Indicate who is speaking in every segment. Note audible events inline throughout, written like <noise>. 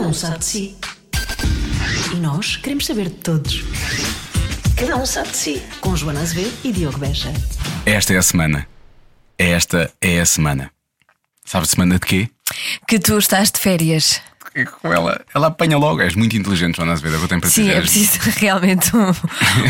Speaker 1: um sabe de si. E nós queremos saber de todos. Cada um sabe de si. Com Joana Azevedo e Diogo Beja.
Speaker 2: Esta é a semana. Esta é a semana. Sabe semana de quê?
Speaker 3: Que tu estás de férias.
Speaker 2: E com ela, ela apanha logo. És muito inteligente, Joana Azevedo. Eu tenho para
Speaker 3: Sim,
Speaker 2: dizer.
Speaker 3: é
Speaker 2: és
Speaker 3: preciso <laughs> realmente um,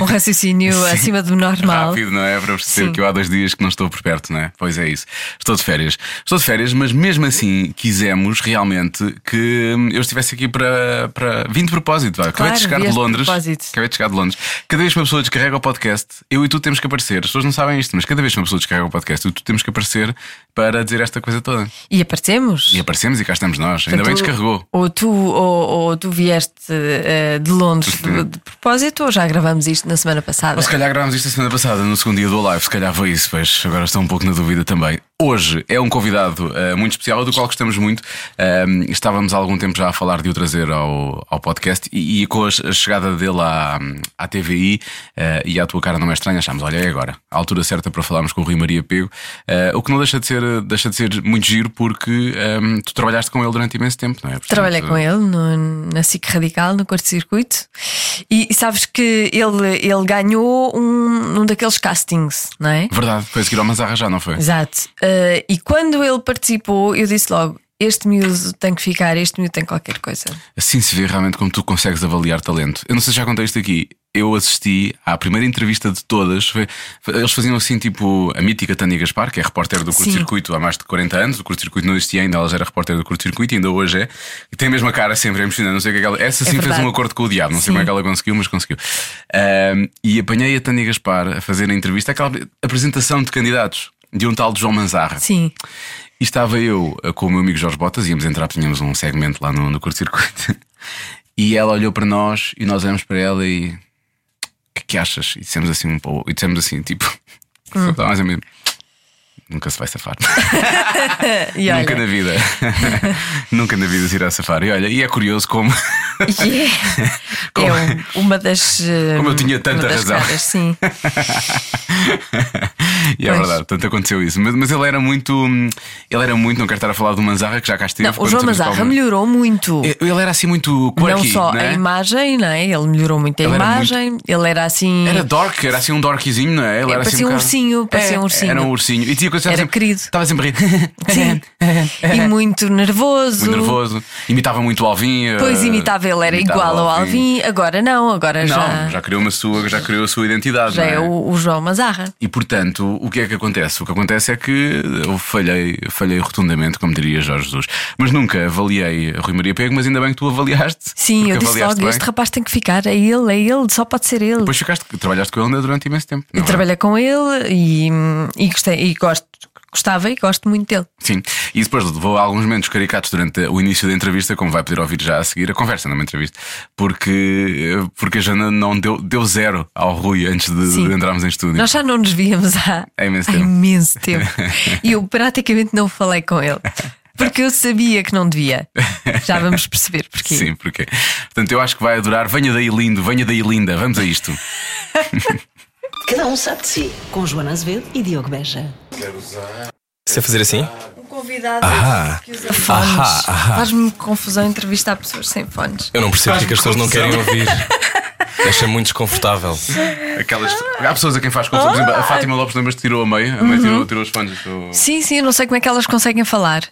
Speaker 3: um raciocínio acima do normal.
Speaker 2: Rápido, não é? Para perceber
Speaker 3: Sim.
Speaker 2: que eu há dois dias que não estou por perto, não é? Pois é isso. Estou de férias. Estou de férias, mas mesmo assim quisemos realmente que hum, eu estivesse aqui para. para... Vim de propósito, vá. Acabei de
Speaker 3: Claro,
Speaker 2: chegar de
Speaker 3: vieste de
Speaker 2: Londres.
Speaker 3: propósito.
Speaker 2: Acabei de chegar de Londres. Cada vez que uma pessoa descarrega o podcast, eu e tu temos que aparecer. As pessoas não sabem isto, mas cada vez que uma pessoa descarrega o podcast, eu e tu temos que aparecer para dizer esta coisa toda.
Speaker 3: E aparecemos.
Speaker 2: E aparecemos e cá estamos nós. Ainda bem
Speaker 3: Portanto,
Speaker 2: descarregou.
Speaker 3: Ou tu, ou, ou tu vieste eh, de Londres de, de propósito, ou já gravamos isto na semana passada.
Speaker 2: Ou se calhar gravámos isto a semana passada, no segundo dia do live, se calhar foi isso, pois agora estou um pouco na dúvida também. Hoje é um convidado eh, muito especial, do qual gostamos muito. Ahm, estávamos há algum tempo já a falar de o trazer ao, ao podcast e, e com a, che- a chegada dele à, à TVI eh, e à tua cara não é estranha, achámos, olha, é agora, a altura certa para falarmos com o Rui Maria Pego, eh, o que não deixa de ser, deixa de ser muito giro porque ahm, tu trabalhaste com ele durante imenso tempo, não é? Portanto,
Speaker 3: Trabalhei com ele no- na SIC Radical, no curto-circuito, e, e sabes que ele, ele ganhou um, um daqueles castings, não é?
Speaker 2: Verdade, foi a seguir ao Mazarra já, não foi?
Speaker 3: Exato. Eh, e quando ele participou, eu disse logo: este miúdo tem que ficar, este miúdo tem qualquer coisa.
Speaker 2: Assim se vê realmente como tu consegues avaliar talento. Eu não sei se já contei isto aqui. Eu assisti à primeira entrevista de todas. Foi- foi- eles faziam assim, tipo, a mítica Tânia Gaspar, que é repórter do curto-circuito há mais de 40 anos. O curto-circuito não existia ainda, ela já era repórter do curto-circuito e ainda hoje é. E tem a mesma cara sempre, é impressionante. Não sei o que é que ela. Essa sim fez
Speaker 3: verdade.
Speaker 2: um acordo com o diabo, não sei
Speaker 3: Sim.
Speaker 2: como é que ela conseguiu, mas conseguiu. Ahm, e apanhei a Tânia Gaspar a fazer a entrevista, aquela apresentação de candidatos de um tal de João Manzarra.
Speaker 3: Sim.
Speaker 2: E estava eu eh, com o meu amigo Jorge Botas, íamos entrar, tínhamos um segmento lá no, no curto-circuito. <laughs> E ela olhou para nós e nós olhamos para ela e. O que, que achas? E dissemos assim um pouco. E dissemos assim, tipo. <laughs>
Speaker 3: Hum.
Speaker 2: Mais ou menos. Nunca se vai safar.
Speaker 3: E olha,
Speaker 2: <laughs> Nunca na vida. Nunca na vida se irá safar. E olha, e é curioso como. <laughs>
Speaker 3: e é, é um- uma das. eh,
Speaker 2: Como eu tinha tanta
Speaker 3: uma das
Speaker 2: razão. <laughs>
Speaker 3: caras, sim.
Speaker 2: e é
Speaker 3: Pois.
Speaker 2: verdade, tanto aconteceu isso. Mas, mas ele era muito. hum, Ele era muito. Não quero estar a falar do Manzarra, que já cá esteve.
Speaker 3: Não, o
Speaker 2: quando
Speaker 3: João
Speaker 2: estamos a
Speaker 3: Mazarra
Speaker 2: falar-
Speaker 3: melhorou muito.
Speaker 2: Ele era assim muito
Speaker 3: não
Speaker 2: quirky,
Speaker 3: só é
Speaker 2: né?
Speaker 3: a imagem, não é? Ele melhorou muito a
Speaker 2: Ele era
Speaker 3: imagem, ele era assim.
Speaker 2: Era dork, era assim um dorkzinho, não é? Ele
Speaker 3: É,
Speaker 2: era assim
Speaker 3: parecia um
Speaker 2: bocado-
Speaker 3: ursinho, parecia um ursinho.
Speaker 2: Era um ursinho. E tinha coisa
Speaker 3: Era
Speaker 2: estava sempre-
Speaker 3: querido.
Speaker 2: Estava sempre a rir.
Speaker 3: <laughs> <laughs>
Speaker 2: <laughs>
Speaker 3: Sim. e muito nervoso.
Speaker 2: Muito nervoso. Imitava muito o Alvin. eh,
Speaker 3: Pois imitava, ele era
Speaker 2: imitava
Speaker 3: igual ao
Speaker 2: o
Speaker 3: Alvin, agora não, agora já,
Speaker 2: Não, já criou uma sua, já criou a sua identidade.
Speaker 3: já
Speaker 2: não
Speaker 3: é o, o João Mazarra.
Speaker 2: E portanto, o que é que acontece? O que acontece é que eu falhei, falhei rotundamente, como diria Jorge Jesus. Mas nunca avaliei a Rui Maria Pego, mas ainda bem que tu avaliaste.
Speaker 3: Sim,
Speaker 2: porque
Speaker 3: eu disse
Speaker 2: avaliaste
Speaker 3: logo:
Speaker 2: bem.
Speaker 3: este rapaz tem que ficar, é ele, é ele, só pode ser ele.
Speaker 2: Depois ficaste, trabalhaste com ele ainda durante imenso tempo. não
Speaker 3: Eu
Speaker 2: é?
Speaker 3: trabalhei com ele e, e, gostei, e gosto, gostava e gosto muito dele.
Speaker 2: Sim, e depois levou a alguns momentos caricatos durante o início da entrevista, como vai poder ouvir já a seguir a conversa numa entrevista, porque, porque a Jana não deu, deu zero ao Rui antes de,
Speaker 3: Sim.
Speaker 2: de entrarmos em estúdio.
Speaker 3: Nós já não nos víamos há,
Speaker 2: Há imenso
Speaker 3: há
Speaker 2: tempo.
Speaker 4: <laughs>
Speaker 3: imenso tempo. E eu praticamente não falei com ele. Porque eu sabia que não devia. Já vamos perceber porquê.
Speaker 2: Sim, porque. Portanto, eu acho que vai adorar. Venha daí lindo, venha daí linda, vamos a isto.
Speaker 1: Cada um sabe de si. Com Joana Azevedo e Diogo Beja.
Speaker 4: Você fazer assim?
Speaker 3: Um convidado
Speaker 4: Ahá.
Speaker 3: que usa fones.
Speaker 4: Ahá, ahá.
Speaker 3: Faz-me confusão entrevistar pessoas sem fones.
Speaker 4: Eu não percebo porque as pessoas não querem ouvir. Deixa muito desconfortável.
Speaker 2: Aquelas... Há pessoas a quem faz confusão. Por
Speaker 3: Ah!
Speaker 2: exemplo, a Fátima Lopes, lembras-te, tirou a meia, a meia
Speaker 3: Uhum.
Speaker 2: tirou, tirou os fones. do-
Speaker 3: Sim, sim, eu não sei como é que elas conseguem falar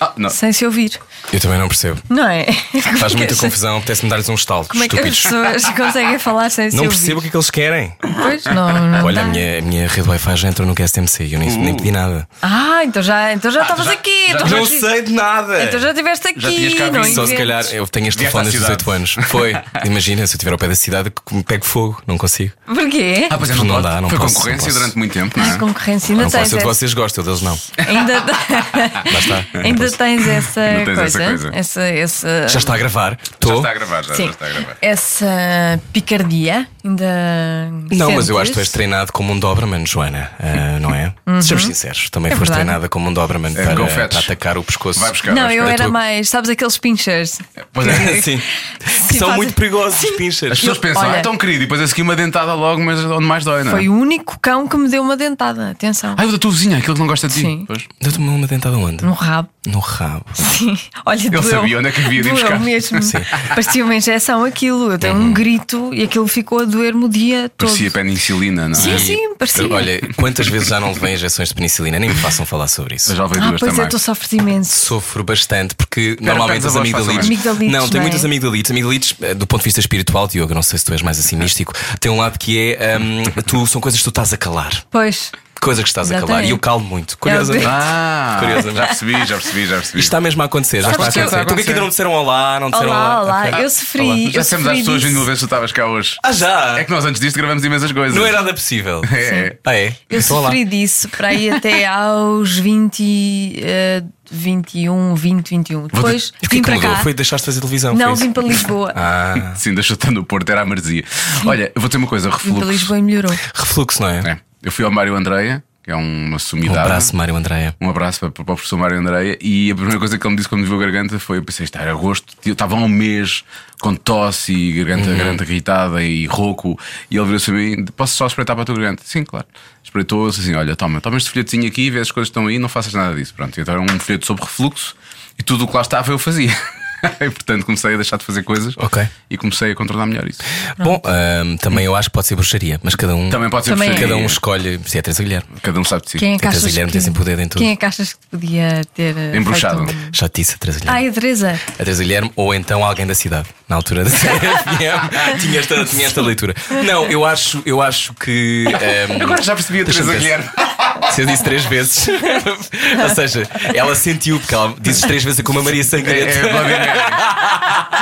Speaker 2: Ah, não.
Speaker 3: sem se ouvir.
Speaker 4: Eu também não percebo.
Speaker 3: Não é?
Speaker 4: Faz
Speaker 3: Como é que
Speaker 4: muita
Speaker 3: as-
Speaker 4: confusão, apetece-me dar-lhes um estalo.
Speaker 3: Como é que as
Speaker 4: Estúpidos.
Speaker 3: pessoas conseguem falar sem se
Speaker 4: Não
Speaker 3: ouvir?
Speaker 4: percebo o que é que eles querem.
Speaker 3: Pois, não, não
Speaker 4: Olha, a
Speaker 3: dá.
Speaker 4: minha, a minha rede Wi-Fi já entrou no QSTMC e eu nem, nem pedi nada.
Speaker 3: Ah, então já, então já estavas aqui. então
Speaker 4: Não
Speaker 3: já-
Speaker 4: sei de nada!
Speaker 3: Então já estiveste aqui.
Speaker 2: Já tinhas cá
Speaker 3: não
Speaker 2: visto,
Speaker 4: Só se
Speaker 3: inventes.
Speaker 4: calhar eu tenho este
Speaker 2: Vieste
Speaker 4: telefone
Speaker 2: à
Speaker 4: desde os 18 anos. <laughs> Foi. Imagina, se eu estiver ao pé da cidade, que me pego fogo. Não consigo.
Speaker 3: Porquê?
Speaker 2: Ah, pois é,
Speaker 4: Não
Speaker 2: pode.
Speaker 4: dá, não
Speaker 2: Foi
Speaker 4: posso,
Speaker 2: concorrência
Speaker 4: não posso.
Speaker 2: durante muito tempo, não
Speaker 3: A
Speaker 2: é?
Speaker 3: concorrência, ainda
Speaker 4: não
Speaker 3: tens,
Speaker 4: posso, eu de
Speaker 3: essa-
Speaker 4: vocês gosto, eu deles não.
Speaker 2: <laughs>
Speaker 3: ainda,
Speaker 4: Lá está.
Speaker 3: <laughs> ainda tens essa
Speaker 2: Ainda tens
Speaker 3: coisa.
Speaker 2: essa coisa.
Speaker 3: Essa, essa,
Speaker 4: Já está a gravar?
Speaker 2: Já
Speaker 4: Tô.
Speaker 2: está a gravar, já, já
Speaker 3: sim,
Speaker 2: está a gravar.
Speaker 3: essa picardia Ainda.
Speaker 4: Não, mas eu
Speaker 3: sentes?
Speaker 4: acho que tu és treinado como um Doberman, Joana, ah, não é? Sejamos sinceros, também
Speaker 3: É
Speaker 4: foste
Speaker 3: verdade.
Speaker 4: treinada como um Doberman
Speaker 2: go
Speaker 4: para,
Speaker 2: fetch.
Speaker 4: para atacar o pescoço.
Speaker 2: É, Vai buscar.
Speaker 3: Não,
Speaker 2: vai
Speaker 3: eu
Speaker 2: buscar.
Speaker 3: era
Speaker 4: tua-
Speaker 3: mais. Sabes aqueles pinchers?
Speaker 2: Pois é.
Speaker 4: <laughs> Sim. Que
Speaker 3: Sim,
Speaker 4: são
Speaker 3: faz-
Speaker 4: muito perigosos, os pinchers.
Speaker 2: As pessoas pensam,
Speaker 3: Olha-
Speaker 2: ah, tão querido, e depois a seguir uma dentada logo, mas onde mais dói, não é?
Speaker 3: Foi o único cão que me deu uma dentada. Atenção.
Speaker 2: Ah, o da tua vizinha, aquele que não gosta de ti.
Speaker 3: Sim.
Speaker 2: Pois.
Speaker 4: Deu-te uma dentada onde?
Speaker 3: No rabo. <laughs>
Speaker 4: No rabo.
Speaker 3: Sim. Olha, doeu.
Speaker 2: sabia onde é que havia de ir
Speaker 3: Doeu
Speaker 2: buscar. Uhum.
Speaker 3: mesmo. Parecia uma injeção aquilo. Eu dei um grito e aquilo ficou a doer-me o dia todo.
Speaker 2: Parecia penicilina, não é?
Speaker 3: Sim, sim, parecia.
Speaker 4: Olha, quantas vezes já não levei injeções de penicilina? Nem me façam falar sobre isso.
Speaker 2: Mas já levei
Speaker 3: ah,
Speaker 2: duas
Speaker 3: pois é,
Speaker 2: também.
Speaker 3: estou sofrendo imenso.
Speaker 4: Sofro bastante porque normalmente
Speaker 2: perto
Speaker 4: as
Speaker 2: da voz,
Speaker 4: amigdalites.
Speaker 2: façam
Speaker 3: Amigdalites,
Speaker 4: Não,
Speaker 3: não
Speaker 4: tem
Speaker 3: é?
Speaker 4: muitas amigdalites. Amigdalites, eh, do ponto de vista espiritual, Diogo, eu não sei se tu és mais
Speaker 2: É.
Speaker 4: assim místico, tem um lado que é. hum, tu, são coisas que tu estás a calar.
Speaker 3: Pois.
Speaker 4: Coisas que estás a calar.
Speaker 3: Exatamente.
Speaker 4: E eu calo muito.
Speaker 3: É
Speaker 4: Curiosamente.
Speaker 3: o
Speaker 2: Ah,
Speaker 4: Curioso.
Speaker 2: já percebi, já percebi, já percebi.
Speaker 4: Isto está mesmo a acontecer, já
Speaker 3: Sabe
Speaker 4: está a
Speaker 3: que eu-
Speaker 4: acontecer. Então, o que é que ainda não disseram olá? Não disseram
Speaker 3: Olá, olá.
Speaker 4: Ok.
Speaker 3: Eu sofri.
Speaker 4: olá.
Speaker 2: Já
Speaker 3: eu
Speaker 2: dissemos às
Speaker 3: sofri
Speaker 2: pessoas
Speaker 3: disso.
Speaker 2: mil vezes que tu estavas cá hoje.
Speaker 4: Ah, já!
Speaker 2: É que nós antes disto gravamos imensas coisas.
Speaker 4: Não é nada possível.
Speaker 2: É.
Speaker 4: Ah, é?
Speaker 3: Eu
Speaker 4: Então, olá.
Speaker 3: sofri disso para
Speaker 4: <laughs>
Speaker 3: aí até aos 20, eh, 21, 20, 21. Depois
Speaker 4: E o
Speaker 3: vim
Speaker 4: que é que
Speaker 3: para
Speaker 4: mudou?
Speaker 3: cá.
Speaker 4: Foi deixaste de fazer televisão? foi
Speaker 3: Não,
Speaker 4: isso?
Speaker 3: vim para Lisboa.
Speaker 4: Ah,
Speaker 2: Sim, deixou estar no Porto, era a marzia. Olha, eu vou ter uma coisa,
Speaker 3: vim para
Speaker 2: refluxo.
Speaker 3: Lisboa e melhorou.
Speaker 4: refluxo, não é?
Speaker 2: É. Eu fui ao Mário Andreia, que é uma
Speaker 4: Um
Speaker 2: sumidade.
Speaker 4: abraço, Mário Andréia.
Speaker 2: Um abraço para, para o professor Mário Andreia. E a primeira coisa que ele me disse quando me viu a garganta foi: eu pensei, isto era agosto, eu estava há um mês com tosse e garganta,
Speaker 4: Uhum.
Speaker 2: garganta irritada e rouco. E ele virou-se a mim: posso só espreitar para a tua garganta? Sim, claro. Espreitou-se assim: olha, toma, toma este folhetinho aqui, vê as coisas que estão aí, não faças nada disso. Pronto, E então era um folheto sobre refluxo e tudo o que lá estava eu fazia. <laughs> e portanto comecei a deixar de fazer coisas
Speaker 4: Ok.
Speaker 2: e comecei a controlar melhor isso.
Speaker 4: Bom, ahm, também eu acho que pode ser bruxaria, mas cada um,
Speaker 2: Também pode ser
Speaker 3: Também é.
Speaker 2: preferir.
Speaker 4: cada um escolhe se é Teresa Guilherme.
Speaker 2: Cada um sabe de si.
Speaker 3: Quem é que
Speaker 4: Tem
Speaker 3: achas
Speaker 4: Guilherme,
Speaker 3: que,
Speaker 4: tem sempre poder em tudo.
Speaker 3: Quem é que achas que te podia ter eh,
Speaker 2: Embruxado.
Speaker 3: feito um-
Speaker 4: Já te disse a Teresa Guilherme.
Speaker 3: Ah, é a Teresa.
Speaker 4: A Teresa Guilherme ou então alguém da cidade, na altura da <laughs> CFM, tinha esta, tinha esta leitura. Não, eu acho, eu acho que.
Speaker 3: <laughs>
Speaker 4: ahm,
Speaker 2: Agora já percebi a
Speaker 4: Deixa-me
Speaker 2: Teresa
Speaker 4: ver.
Speaker 2: Guilherme.
Speaker 4: <laughs> Se eu disse três vezes. Ou seja, ela sentiu, porque ela dizes três vezes como a Maria
Speaker 2: É,
Speaker 4: Sangrenta.
Speaker 2: é Bloody Mary.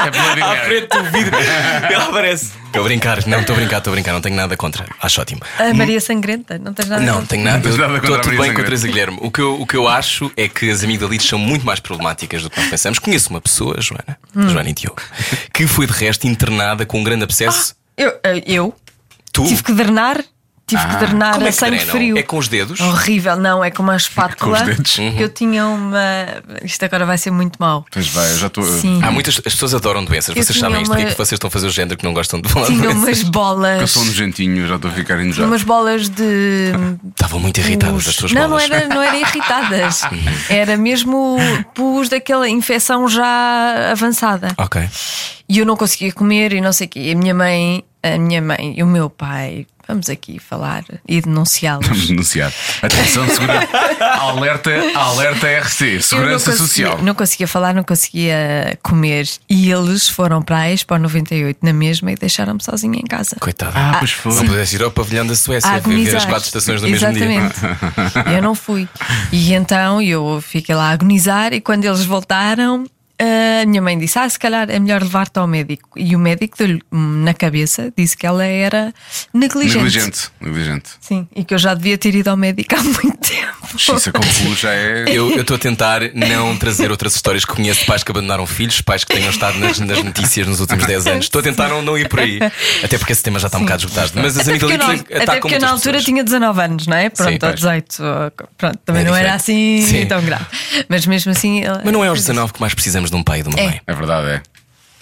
Speaker 2: É Bloody
Speaker 4: <laughs> à
Speaker 2: Mary.
Speaker 4: frente do vidro. Ela aparece. Estou a brincar, não, estou a brincar, estou a brincar, não tenho nada contra. Acho ótimo.
Speaker 3: A Maria Sangrenta. Não tens nada a
Speaker 4: Hum. Não,
Speaker 3: ver.
Speaker 4: tenho nada.
Speaker 2: tens nada contra
Speaker 4: Estou
Speaker 2: a
Speaker 4: tudo
Speaker 2: Marisa
Speaker 4: bem com
Speaker 2: Guilherme.
Speaker 4: a Teresa Guilherme. O que, eu, o que eu acho é que as amigdalites são muito mais problemáticas do que nós pensamos. Conheço uma pessoa, Joana,
Speaker 3: Hum.
Speaker 4: Joana e Diogo, que foi de resto internada com um grande abscesso.
Speaker 3: Eu, eh, eu
Speaker 4: tu?
Speaker 3: tive que drenar. Tive que drenar
Speaker 4: Como é
Speaker 3: a
Speaker 4: que
Speaker 3: sangue
Speaker 4: drenam?
Speaker 3: frio.
Speaker 4: É com os dedos?
Speaker 3: Horrível, não, é com uma espátula.
Speaker 2: Com os dedos.
Speaker 3: Eu tinha uma. Isto agora vai ser muito mau.
Speaker 2: Pois vai, eu já estou.
Speaker 3: Sim.
Speaker 4: Há muitas. As pessoas adoram doenças.
Speaker 3: Eu
Speaker 4: Vocês
Speaker 3: tinha
Speaker 4: sabem isto.
Speaker 3: uma-
Speaker 4: Porquê é que vocês estão a fazer o género que não gostam de falar
Speaker 3: Tinha
Speaker 4: doenças?
Speaker 3: umas
Speaker 2: Eu
Speaker 3: bolas.
Speaker 4: um
Speaker 2: sou um nojentinho, já estou a ficar
Speaker 3: Tinha
Speaker 2: enojado.
Speaker 3: umas bolas de.
Speaker 4: Estavam muito irritadas
Speaker 3: pus.
Speaker 4: as tuas
Speaker 3: não,
Speaker 4: bolas. Uhum.
Speaker 3: Não, era, não era
Speaker 4: <laughs>
Speaker 3: irritadas. era mesmo pus daquela infecção já avançada.
Speaker 4: Ok.
Speaker 3: E eu não conseguia comer e não sei o quê. E a minha mãe, a minha mãe e o meu pai, vamos aqui falar e
Speaker 2: Vamos
Speaker 4: <laughs>
Speaker 3: denunciá-los.
Speaker 2: denunciar. Atenção, segura. alerta, alerta RC,
Speaker 3: Eu não
Speaker 2: Segurança
Speaker 3: conseguia-
Speaker 2: Social.
Speaker 3: Não conseguia falar, não conseguia comer. E eles foram para a Expo 98 na mesma e deixaram-me sozinha em casa.
Speaker 4: Coitada.
Speaker 2: Ah, pois foi.
Speaker 4: Não pudeste ir ao pavilhão da Suécia
Speaker 3: a
Speaker 4: a ver é as
Speaker 3: agonizar.
Speaker 4: quatro estações no mesmo dia. <laughs>
Speaker 3: Exatamente. Eu não fui. E então eu fiquei lá a agonizar e quando eles voltaram. A minha mãe disse: Ah, se calhar é melhor levar-te ao médico. E o médico deu-lhe hum, na cabeça, disse que ela era negligente.
Speaker 2: negligente. Negligente.
Speaker 3: Sim, e que eu já devia ter ido ao médico há muito tempo.
Speaker 2: Xissa com cu já é.
Speaker 4: Eu estou a tentar não trazer outras histórias que conheço de pais que abandonaram filhos, pais que tenham estado nas, nas notícias nos últimos 10 anos. Estou a tentar não, não ir por aí. Até porque esse tema já está um bocado esgotado. Mas
Speaker 3: <laughs>
Speaker 4: as
Speaker 3: Até porque eu na,
Speaker 4: amigdalites
Speaker 3: até
Speaker 4: atacam
Speaker 3: porque eu na
Speaker 4: muitas
Speaker 3: altura
Speaker 4: pessoas.
Speaker 3: tinha 19 anos, não é? Pronto,
Speaker 4: pois.
Speaker 3: aos 18. ou- Pronto, também
Speaker 4: É
Speaker 3: não era
Speaker 4: diferente.
Speaker 3: assim
Speaker 4: Sim.
Speaker 3: tão grave. Mas mesmo assim. ela-
Speaker 4: Mas não é aos 19 que mais precisamos de um pai e de uma
Speaker 3: É.
Speaker 4: mãe.
Speaker 2: É verdade, é.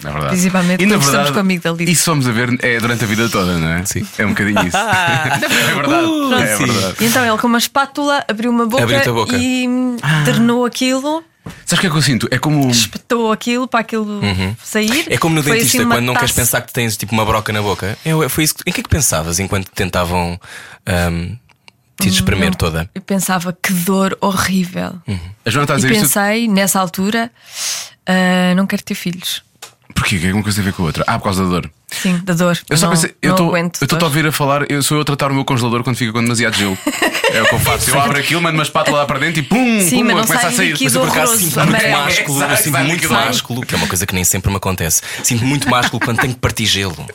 Speaker 2: É verdade.
Speaker 3: Principalmente
Speaker 2: e na
Speaker 3: quando estamos
Speaker 2: verdade,
Speaker 3: com amigdalite.
Speaker 2: Isso vamos a ver é durante a vida toda, não é?
Speaker 4: Sim.
Speaker 2: É um bocadinho <laughs> isso. é verdade. é
Speaker 4: sim.
Speaker 2: verdade.
Speaker 3: E então ele com uma espátula abriu uma boca,
Speaker 4: Abriu-te a boca. Ah.
Speaker 3: e ternou aquilo,
Speaker 2: Sabes o que é que eu sinto? É como.
Speaker 3: espetou aquilo para aquilo sair.
Speaker 4: É como no
Speaker 3: Foi
Speaker 4: dentista,
Speaker 3: assim uma
Speaker 4: quando não queres
Speaker 3: taça.
Speaker 4: pensar que tens tipo uma broca na boca. Eu, foi isso que- em que é que pensavas enquanto tentavam ahm, te
Speaker 3: Hum,
Speaker 4: espremer toda?
Speaker 3: Eu pensava que dor horrível.
Speaker 4: Uhum.
Speaker 2: A Joana está a
Speaker 3: E
Speaker 2: dizer isto.
Speaker 3: pensei, nessa altura, ah, não quero ter filhos.
Speaker 2: Porquê? O que é que uma coisa tem a ver com a outra? Ah, por causa da dor.
Speaker 3: Sim, da dor.
Speaker 2: Eu só
Speaker 3: não,
Speaker 2: pensei, eu
Speaker 3: não
Speaker 2: estou
Speaker 3: aguento
Speaker 2: eu estou a
Speaker 3: dor.
Speaker 2: ouvir a falar, eu sou eu a tratar o meu congelador quando fica com demasiado gelo. É o que eu faço. Eu abro aquilo, mando uma espátula lá para dentro e pum,
Speaker 3: Sim,
Speaker 2: pum,
Speaker 3: mas
Speaker 2: ela
Speaker 3: não
Speaker 2: começa
Speaker 3: sai
Speaker 2: a sair.
Speaker 3: líquido
Speaker 2: Mas eu por acaso
Speaker 3: horroroso.
Speaker 2: sinto-
Speaker 4: Sinto muito
Speaker 3: Amarelo.
Speaker 4: másculo, eu
Speaker 2: Exato,
Speaker 4: sinto
Speaker 2: vai,
Speaker 4: muito
Speaker 2: aquilo vai.
Speaker 4: másculo, que é uma coisa que nem sempre me acontece. Sinto muito másculo quando tenho que partir gelo.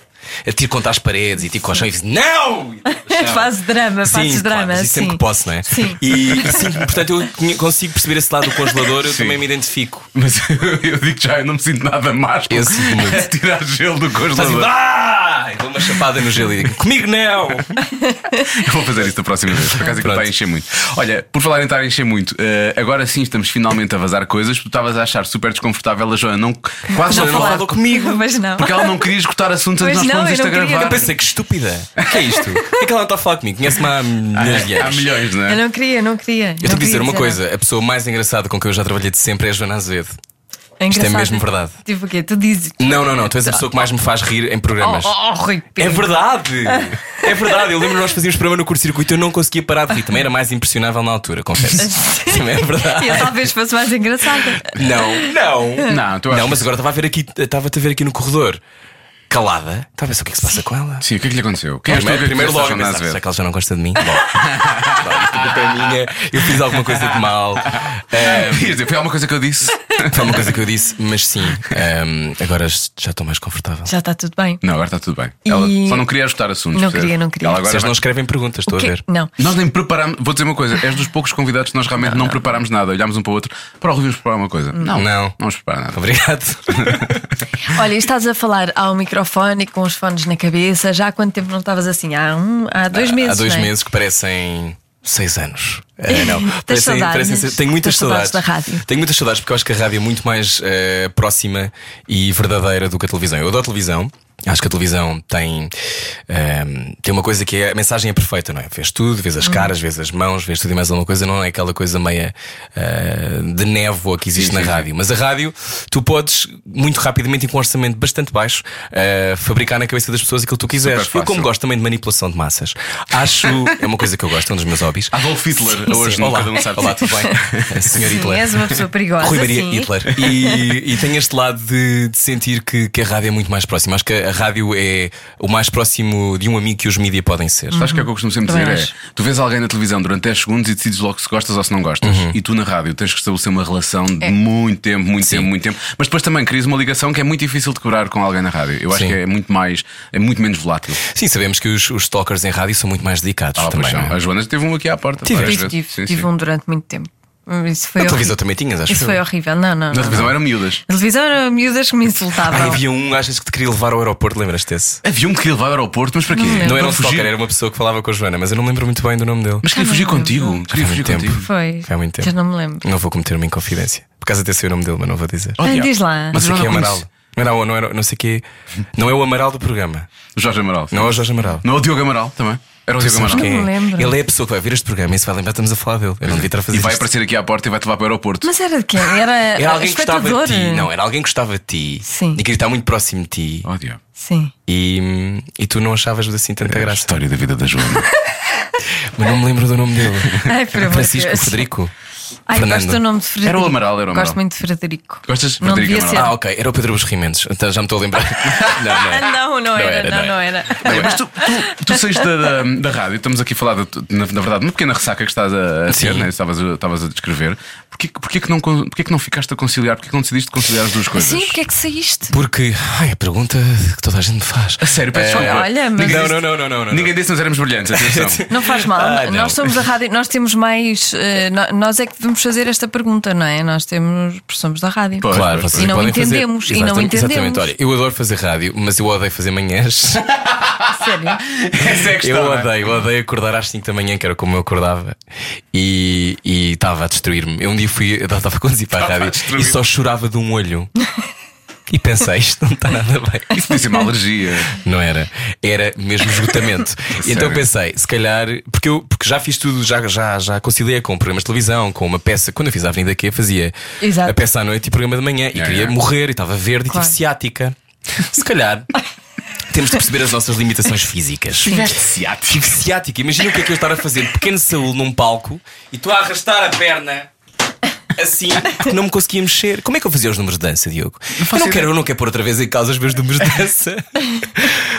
Speaker 4: Atiro contra as paredes e tiro ao chão e digo, não!
Speaker 3: <laughs> Faz drama, fazes
Speaker 4: Sim,
Speaker 3: drama.
Speaker 4: claro, mas isso sempre
Speaker 3: sim.
Speaker 4: que posso, não é?
Speaker 3: Sim.
Speaker 4: E, e sim, portanto, eu conhe- consigo perceber esse lado do congelador, eu
Speaker 2: Sim.
Speaker 4: também me identifico.
Speaker 2: <laughs> Mas eu digo já, eu não me sinto nada másculo.
Speaker 4: Eu sinto muito.
Speaker 2: <laughs> É tirar gelo do
Speaker 4: Faz assim,
Speaker 2: congelador.
Speaker 4: "Ah!" Ai, dou uma chapada no gelo e digo: comigo não!
Speaker 2: Eu vou fazer isso da próxima vez, por acaso aquilo está a encher muito. Olha, por falar em estar a encher muito, eh, agora sim estamos finalmente a vazar coisas. Tu estavas a achar super desconfortável a Joana, não, quase não,
Speaker 4: Ela não
Speaker 2: falava
Speaker 4: falou comigo.
Speaker 3: <laughs> Mas não.
Speaker 2: porque ela não queria escutar assuntos antes de nós
Speaker 3: Pois não,
Speaker 2: pôrmos
Speaker 3: eu
Speaker 2: isto a
Speaker 3: não queria.
Speaker 2: gravar.
Speaker 4: Eu pensei que estúpida. O que é isto? Por que é que ela não está a falar comigo? Conhece-me há milhões de
Speaker 2: Há
Speaker 4: anos.
Speaker 2: milhões, não
Speaker 3: Eu
Speaker 2: é?
Speaker 3: não queria, não queria.
Speaker 4: Eu tenho que dizer uma coisa: a pessoa mais engraçada com quem eu já trabalhei de sempre é a Joana Azevedo. Isto é mesmo verdade.
Speaker 3: Tipo o quê? Tu dizes.
Speaker 4: Não, não, não. Tu és a pessoa que mais me faz rir em
Speaker 3: Oh,
Speaker 4: programas.
Speaker 3: oh, oh, Rui
Speaker 4: É
Speaker 3: Pedro. <laughs>
Speaker 4: verdade! É verdade, eu lembro nós fazíamos programa no curto-circuito e eu não conseguia parar de rir. Também era mais impressionável na altura,
Speaker 3: <laughs>
Speaker 4: <laughs> confesso. Também é verdade.
Speaker 3: Eu talvez fosse mais engraçada.
Speaker 4: Não, não.
Speaker 2: Não, tu achas-
Speaker 4: Não, mas agora estava a ver aqui, estava a ver aqui no corredor, calada. Estava a ver o que é que se passa com ela.
Speaker 2: Sim, o que é que lhe aconteceu? Quem és tu? O que é que
Speaker 4: primeiro, primeiro
Speaker 2: fizeste à
Speaker 4: logo,
Speaker 2: Joana
Speaker 4: pensar,
Speaker 2: Azevedo?
Speaker 4: será que ela já não gosta
Speaker 2: <laughs>
Speaker 4: de mim? Logo. Logo, tudo é minha, eu fiz alguma coisa de mal. Ah,
Speaker 2: É, Quer dizer, Foi alguma coisa que eu disse?
Speaker 4: foi uma coisa que eu disse, mas sim, ah, agora já estou mais confortável.
Speaker 3: Já está tudo bem.
Speaker 2: Não, agora está tudo bem.
Speaker 3: E-
Speaker 2: Ela só não queria escutar assuntos.
Speaker 3: Não
Speaker 2: percebes?
Speaker 3: queria, não queria.
Speaker 2: Ela agora
Speaker 4: Vocês
Speaker 2: vai-
Speaker 4: não escrevem perguntas, estou
Speaker 3: O
Speaker 4: a
Speaker 3: quê?
Speaker 4: ver.
Speaker 3: Não.
Speaker 2: Nós nem preparámos. Vou dizer uma coisa: és dos poucos convidados que nós realmente não, preparámos nada. Olhámos um para o outro. Para o Rui, vamos preparar uma coisa. Não,
Speaker 4: Não.
Speaker 2: vamos preparar nada.
Speaker 4: Obrigado.
Speaker 3: Olha, e estás a falar ao microfone e com os fones na cabeça. Já há quanto tempo não estavas assim? Há, um, há dois meses.
Speaker 4: Há dois
Speaker 3: não é?
Speaker 4: meses que parecem
Speaker 3: <laughs>
Speaker 4: seis anos. Ah, não,
Speaker 3: Tens
Speaker 4: parecem,
Speaker 3: saudades?
Speaker 4: parecem seis- tenho muitas
Speaker 3: Tens saudades da rádio?
Speaker 4: Tenho muitas saudades porque eu acho que a rádio é muito mais eh, próxima e verdadeira do que a televisão. Eu adoro televisão. Acho que a televisão tem, ehm, tem uma coisa que é a mensagem é perfeita, não é? Vês tudo, vês
Speaker 2: Uhum.
Speaker 4: as caras, vês as mãos, vês tudo e mais alguma coisa, não é aquela coisa meia eh, de névoa que existe
Speaker 2: Sim,
Speaker 4: na
Speaker 2: sim, sim.
Speaker 4: rádio. Mas a rádio, tu podes muito rapidamente e com um orçamento bastante baixo eh, fabricar na cabeça das pessoas aquilo que tu quiseres.
Speaker 2: Super
Speaker 4: Eu, como
Speaker 2: fácil.
Speaker 4: gosto também de manipulação de massas, acho. é uma coisa que eu gosto, é um dos meus
Speaker 2: <laughs>
Speaker 4: hobbies.
Speaker 2: Adolf Hitler, hoje não
Speaker 4: Olá,
Speaker 2: cada um sabe.
Speaker 4: Olá,
Speaker 2: <laughs>
Speaker 4: tudo bem? Senhor
Speaker 3: Sim,
Speaker 4: Hitler.
Speaker 3: és uma pessoa perigosa.
Speaker 4: <laughs> Rui Maria
Speaker 3: sim.
Speaker 4: Hitler. E, e tem este lado de, de sentir que, que a rádio é muito mais próxima. Acho que a rádio é o mais próximo de um amigo que os mídia podem ser.
Speaker 2: Sabes o que é que eu costumo sempre
Speaker 3: Também
Speaker 2: dizer? É,
Speaker 3: acho.
Speaker 2: tu vês alguém na televisão durante 10 segundos e decides logo se gostas ou se não gostas. E tu na rádio tens que estabelecer uma relação de muito tempo, muito
Speaker 4: Sim.
Speaker 2: tempo, muito tempo. Mas depois também crias uma ligação que é muito difícil de quebrar com alguém na rádio. Eu acho
Speaker 4: Sim.
Speaker 2: que é muito mais, é muito menos volátil.
Speaker 4: Sim, sabemos que os, os stalkers em rádio são muito mais dedicados
Speaker 2: Ah,
Speaker 4: também.
Speaker 2: pois não.
Speaker 4: não é?
Speaker 2: A Joana teve um aqui à porta.
Speaker 4: Tive,
Speaker 2: várias
Speaker 3: Tive,
Speaker 2: vezes.
Speaker 3: tive,
Speaker 2: Sim,
Speaker 3: tive
Speaker 2: sim.
Speaker 3: um durante muito tempo. Isso foi
Speaker 4: Na
Speaker 3: horrível.
Speaker 4: televisão também tinhas, acho
Speaker 3: Isso
Speaker 4: eu. é?
Speaker 3: foi horrível. Não, não.
Speaker 2: Na
Speaker 3: não,
Speaker 2: televisão
Speaker 3: não.
Speaker 2: eram miúdas.
Speaker 3: Na televisão eram miúdas que me insultavam.
Speaker 4: Ah, havia um, às vezes que te queria levar ao aeroporto, lembras-te desse?
Speaker 2: Havia um que queria levar ao aeroporto, mas para quê?
Speaker 3: Não lembro.
Speaker 4: Não era um
Speaker 2: Para fugir?
Speaker 4: stalker, era uma pessoa que falava com a Joana, mas eu não lembro muito bem do nome dele.
Speaker 2: Mas queria
Speaker 3: Ah,
Speaker 2: fugir
Speaker 3: não lembro.
Speaker 2: contigo. Queria
Speaker 4: há
Speaker 2: fugir
Speaker 4: muito tempo.
Speaker 2: contigo.
Speaker 3: Foi.
Speaker 4: Foi há muito tempo.
Speaker 3: Já não me lembro.
Speaker 4: Não vou cometer uma inconfidência. Por causa desse sei o nome dele, mas não vou dizer.
Speaker 2: Oh,
Speaker 3: Ah,
Speaker 2: diabo.
Speaker 3: diz lá.
Speaker 2: Mas
Speaker 4: Mas o
Speaker 2: eu
Speaker 4: que é
Speaker 2: não
Speaker 4: Amaral?
Speaker 2: conheço.
Speaker 4: Não, era o- não, era- não sei o quê. Não é o Amaral do programa.
Speaker 2: Jorge Amaral.
Speaker 4: Não é o Jorge Amaral.
Speaker 2: Não é o Diogo Amaral também. Era o
Speaker 4: Tu
Speaker 2: Diogo
Speaker 4: sabes
Speaker 2: Amaral.
Speaker 4: quem
Speaker 3: Não me
Speaker 4: é?
Speaker 3: lembro.
Speaker 4: Ele é a pessoa que vai ver este programa e se vai lembrar, estamos a falar dele. Eu não devia estar a fazer
Speaker 2: E vai
Speaker 4: isto.
Speaker 2: aparecer aqui à porta e vai-te levar para o aeroporto.
Speaker 3: Mas era de quem? Era,
Speaker 4: Era alguém que
Speaker 3: espectador.
Speaker 4: gostava de ti. Não, é? era alguém que gostava de ti.
Speaker 3: Sim.
Speaker 4: E queria estar muito próximo de ti.
Speaker 2: Oh, diabo.
Speaker 3: Sim.
Speaker 4: E, e tu não achavas assim tanta
Speaker 2: É a
Speaker 4: graça.
Speaker 2: história da vida da
Speaker 3: <laughs>
Speaker 2: Joana.
Speaker 4: Mas não me lembro do nome dele.
Speaker 3: Ai, por amor de
Speaker 4: Francisco
Speaker 3: Deus.
Speaker 4: Federico.
Speaker 3: Ai, gosto do nome de Frederico.
Speaker 2: Era o Amaral, era o Amaral.
Speaker 3: Gosto muito de Frederico.
Speaker 2: Gostas de
Speaker 3: Não
Speaker 2: Frederico
Speaker 3: devia
Speaker 2: Amaral?
Speaker 3: ser.
Speaker 4: Ah, ok. Era o Pedro Buxo Rimentos. Então já me estou
Speaker 2: <laughs>
Speaker 4: a lembrar. é.
Speaker 3: Ah, não, não era, não, não era.
Speaker 2: Bem, mas tu, tu, tu saíste da, da, da rádio, estamos aqui a falar, de, na, na verdade, uma pequena ressaca que estás a, a
Speaker 4: Sim.
Speaker 2: ter, né? estavas, a- estavas a descrever. Porquê, porquê, que não, con- porquê que não ficaste a conciliar? Porquê que não decidiste conciliar as duas coisas?
Speaker 3: Sim, porque é que saíste?
Speaker 4: Porque. Ai, a pergunta que toda a gente me faz.
Speaker 2: A sério, peço
Speaker 4: É,
Speaker 2: desculpa.
Speaker 3: olha, mas-
Speaker 2: Ninguém
Speaker 4: Não,
Speaker 2: disse-
Speaker 4: não, não, não, não, não.
Speaker 2: Ninguém disse que nós éramos brilhantes,
Speaker 3: <laughs>
Speaker 2: atenção.
Speaker 3: Não faz mal.
Speaker 4: Ah, não.
Speaker 3: Nós somos a rádio, nós temos mais. eh, no- nós é que devemos fazer esta pergunta, não é? Nós temos. porque Somos da rádio.
Speaker 2: Pois.
Speaker 4: Claro, vocês
Speaker 3: E não
Speaker 4: podem fazer-
Speaker 3: entendemos, e não
Speaker 4: Exatamente,
Speaker 3: entendemos.
Speaker 4: Exatamente, olha, eu adoro fazer rádio, mas eu odeio fazer manhãs.
Speaker 3: Sério?
Speaker 2: Essa é a questão.
Speaker 4: eu
Speaker 2: não é?
Speaker 4: odeio, odeio acordar às 5 da manhã, que era como eu acordava, e e estava a destruir-me. Eu um dia fui, eu estava a conduzir para a
Speaker 2: Estava a
Speaker 4: rádio
Speaker 2: destruir.
Speaker 4: e só chorava de um olho. E pensei, isto não está nada bem.
Speaker 2: Isso disse uma alergia.
Speaker 4: Não era, era mesmo esgotamento.
Speaker 2: <laughs>
Speaker 4: E então
Speaker 2: Sério?
Speaker 4: pensei, se calhar, porque eu porque já fiz tudo, já, já, já conciliei com programas de televisão, com uma peça. Quando eu fiz a Avenida Q, fazia
Speaker 3: Exato.
Speaker 4: a peça à noite e programa de manhã. e
Speaker 2: Yeah,
Speaker 4: queria
Speaker 2: yeah.
Speaker 4: morrer, e estava verde, e
Speaker 3: Claro.
Speaker 4: tive ciática. Se calhar, temos de perceber as nossas limitações físicas.
Speaker 3: <laughs>
Speaker 2: Tiveste ciático.
Speaker 4: Tive ciática. Imagina o que é que eu estar a fazer, pequeno Saúl num palco e tu a arrastar a perna. Assim, porque não me conseguia mexer. Como é que eu fazia os números de dança, Diogo? eu, não quero, eu não quero pôr outra vez em causa os meus números de dança.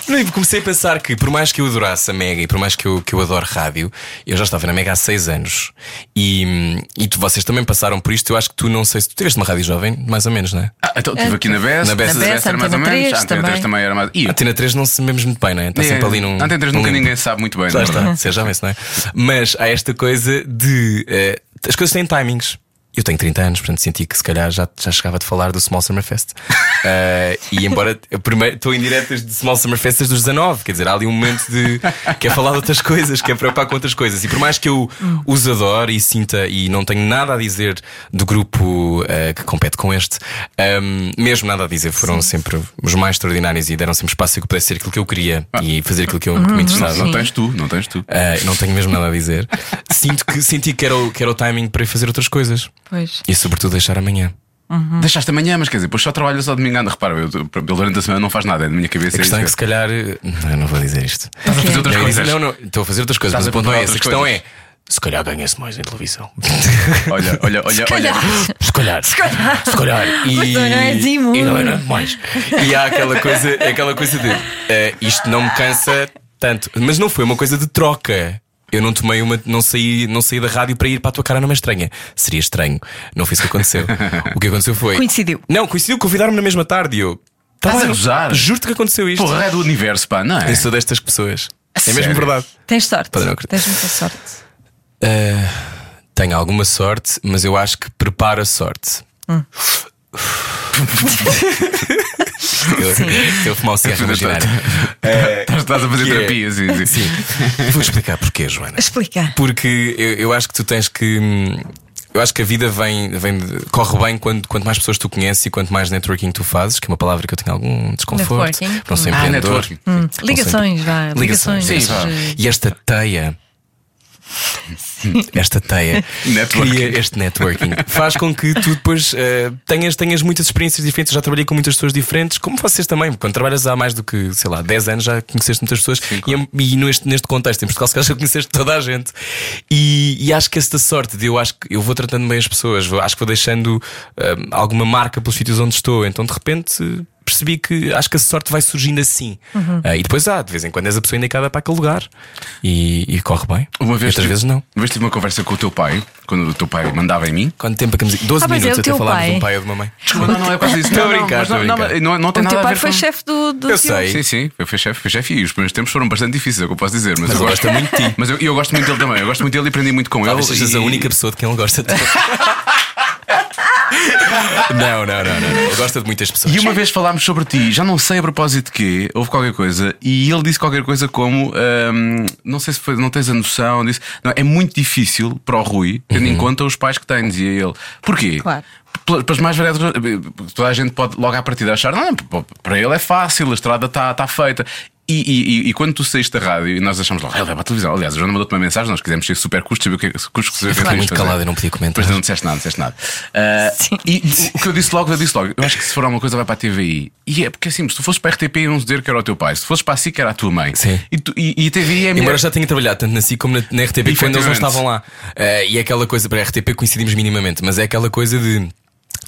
Speaker 4: Não, e comecei a pensar que, por mais que eu adorasse a Mega e por mais que eu, que eu adoro rádio, eu já estava na Mega há seis anos. E, e tu, vocês também passaram por isto. Eu acho que tu não sei se tu tiveste uma rádio jovem, mais ou menos, não é?
Speaker 2: Ah, então estive aqui na BES,
Speaker 4: Na BES.
Speaker 2: a BES era mais ou
Speaker 3: Antena
Speaker 2: menos. A
Speaker 3: 3
Speaker 2: Antena 3 também era mais. E
Speaker 4: A Antena 3 não se sabemos muito bem, não é? Está sempre ali num.
Speaker 2: Na Antena 3
Speaker 4: num
Speaker 2: nunca
Speaker 4: limbo.
Speaker 2: ninguém sabe muito bem,
Speaker 4: é Já
Speaker 2: na
Speaker 4: está,
Speaker 2: verdade.
Speaker 4: seja já vê-se, não é? Mas há esta coisa de. eh, as coisas têm timings. Eu tenho 30 anos, portanto senti que se calhar já, já chegava de falar do Small Summer Fest. <laughs> Eh, e embora eu primeiro estou em diretas de Small Summer Fest desde os 19, quer dizer, há ali um momento de quer falar de outras coisas, quer preocupar com outras coisas. E por mais que eu os adore e sinta e não tenho nada a dizer do grupo eh, que compete com este, ehm, mesmo nada a dizer, foram sempre os mais extraordinários e deram sempre espaço a que eu pudesse ser aquilo que eu queria e fazer aquilo que eu que me
Speaker 2: Não,
Speaker 4: interessava.
Speaker 2: não tens tu, não tens tu.
Speaker 4: Ah, não tenho mesmo nada a dizer. Sinto que senti que era, o, que era o timing para ir fazer outras coisas.
Speaker 3: Pois.
Speaker 4: E sobretudo deixar amanhã.
Speaker 3: Uhum.
Speaker 2: Deixaste amanhã, mas quer dizer, depois só trabalhas só domingo. Anda, repara, eu, eu, durante a semana não faz nada, é da minha cabeça.
Speaker 4: A questão
Speaker 2: é
Speaker 4: é que
Speaker 2: isso.
Speaker 4: se calhar. Não, eu não vou dizer isto.
Speaker 2: Estás a fazer outras
Speaker 4: não, eu disse-
Speaker 2: coisas.
Speaker 4: não, não, estou a fazer outras coisas,
Speaker 2: Estás
Speaker 4: mas
Speaker 2: a
Speaker 4: o ponto não é
Speaker 2: controlar
Speaker 4: esse. A
Speaker 2: outras
Speaker 4: questão
Speaker 2: coisas.
Speaker 4: é. Se calhar ganha-se mais em <laughs> televisão.
Speaker 2: Olha, olha, olha, olha.
Speaker 3: calhar.
Speaker 4: <laughs> Se calhar. Se calhar. Se calhar.
Speaker 3: <laughs>
Speaker 4: E,
Speaker 3: Mas não é assim
Speaker 4: e
Speaker 3: muito.
Speaker 4: não é nada mais. E há aquela coisa, é aquela coisa de eh, isto não me cansa tanto. Mas não foi uma coisa de troca. Eu não tomei uma. Não saí, não saí da rádio para ir para a tua cara, não é estranha. Seria estranho. Não foi isso que aconteceu. O que aconteceu foi.
Speaker 3: Coincidiu.
Speaker 4: Não, coincidiu convidar-me na mesma tarde e eu.
Speaker 2: Estás
Speaker 4: Pá,
Speaker 2: a gozar?
Speaker 4: Juro-te que aconteceu isto.
Speaker 2: Porra, é do universo, pá, não é?
Speaker 4: Eu sou destas pessoas. É
Speaker 2: sério?
Speaker 4: mesmo verdade.
Speaker 3: Tens sorte.
Speaker 4: Padre, não acredito.
Speaker 3: Tens muita sorte.
Speaker 4: Tenho alguma sorte, mas eu acho que preparo a sorte.
Speaker 2: Hum.
Speaker 4: eu, eu fumar o cigarro imaginário.
Speaker 2: <laughs> Estás estás a fazer
Speaker 4: que é-
Speaker 2: terapia, sim, sim.
Speaker 4: Vou explicar porquê, Joana.
Speaker 3: Explica.
Speaker 4: Porque eu, eu acho que tu tens que. hum, Eu acho que a vida vem, vem de- corre bem quando, quanto mais pessoas tu conheces e quanto mais networking tu fazes, que é uma palavra que eu tenho algum desconforto.
Speaker 3: Networking.
Speaker 4: Não sou
Speaker 2: Ah,
Speaker 4: empreendedor.
Speaker 2: networking.
Speaker 4: Não sou
Speaker 3: Hum, Ligações, vá.
Speaker 4: Ligações.
Speaker 3: Ligações.
Speaker 2: Sim, vá.
Speaker 3: eh,
Speaker 4: E esta teia. Esta teia
Speaker 2: <laughs> Networking.
Speaker 4: cria este networking. Faz com que tu depois eh, tenhas, tenhas muitas experiências diferentes. Eu já trabalhei com muitas pessoas diferentes, como vocês também. Quando trabalhas há mais do que, sei lá, 10 anos já conheceste muitas pessoas. E, e neste, neste contexto, em Portugal, se calhar já conheceste toda a gente. E, e acho que esta sorte de eu acho que eu vou tratando bem as pessoas, vou- acho que vou deixando eh, alguma marca pelos sítios onde estou. Então de repente. eh, percebi que acho que a sorte vai surgindo assim. Ah, e depois há, de vez em quando és a pessoa indicada para aquele lugar e, e corre bem.
Speaker 2: Uma vez,
Speaker 4: Outras
Speaker 2: tive-
Speaker 4: vezes não.
Speaker 2: Uma vez tive uma conversa com o teu pai, quando o teu pai mandava em mim.
Speaker 4: Quanto tempo a camisinha? 12
Speaker 3: Ah, mas é
Speaker 4: minutos
Speaker 3: o
Speaker 4: até
Speaker 3: teu
Speaker 4: falarmos
Speaker 3: pai.
Speaker 4: de um pai ou de uma mãe.
Speaker 2: Desculpa, não, não é quase isso.
Speaker 4: Estou a
Speaker 2: Não, não,
Speaker 4: brincar,
Speaker 2: mas
Speaker 4: estou a
Speaker 2: não,
Speaker 4: brincar.
Speaker 2: Não, não, não tem
Speaker 3: O
Speaker 2: nada
Speaker 3: teu
Speaker 2: a
Speaker 3: pai
Speaker 2: ver
Speaker 3: foi
Speaker 2: com-
Speaker 3: chefe do, do
Speaker 4: Eu
Speaker 3: Diogo.
Speaker 4: sei.
Speaker 2: Sim, sim, eu fui chefe, fui chefe e os primeiros tempos foram bastante difíceis, é o que eu posso dizer. Mas, eu
Speaker 4: ele
Speaker 2: gosto
Speaker 4: gosta muito de
Speaker 2: <laughs>
Speaker 4: ti.
Speaker 2: Mas eu, eu gosto muito dele também, eu gosto muito dele e aprendi muito com
Speaker 4: Talvez
Speaker 2: ele.
Speaker 4: sejas
Speaker 2: e-
Speaker 4: a única pessoa de quem
Speaker 2: <laughs>
Speaker 4: ele gosta tanto. não, não, não, não, não. Ele gosta de muitas pessoas.
Speaker 2: E uma vez falámos sobre ti, já não sei a propósito de quê, houve qualquer coisa, e ele disse qualquer coisa como: hum, não sei se foi, não tens a noção disso. Não, é muito difícil para o Rui, tendo
Speaker 4: Uhum.
Speaker 2: em conta os pais que tens, dizia ele. Porquê?
Speaker 3: Claro.
Speaker 2: Pela- Pelas mais variadas. Toda a gente pode logo à partida achar: não, pô, para ele é fácil, a estrada está tá feita. E, e- e- e quando tu saíste da rádio e nós achamos logo, ele vai para a televisão. Aliás, a Joana mandou-te uma mensagem, nós quisemos ser super custos, saber o que é custos que saber o que é que
Speaker 4: Fiquei
Speaker 2: tens
Speaker 4: muito
Speaker 2: de fazer.
Speaker 4: calado e não podia comentar.
Speaker 2: Pois não disseste nada, não disseste nada. Ah,
Speaker 3: Sim.
Speaker 2: e o que eu disse logo, eu disse logo, eu acho que se for alguma coisa vai para a TVI. E é porque assim, se tu fosses para a RTP iam dizer que era o teu pai, se fosses para a SIC era a tua mãe.
Speaker 4: Sim.
Speaker 2: E, tu, e, e a TVI é a minha.
Speaker 4: Embora já tenha trabalhado tanto na SIC como na, na RTP, quando eles não
Speaker 2: Efetivamente.
Speaker 4: estavam lá. Eh, e é aquela coisa, para a RTP coincidimos minimamente, mas é aquela coisa de.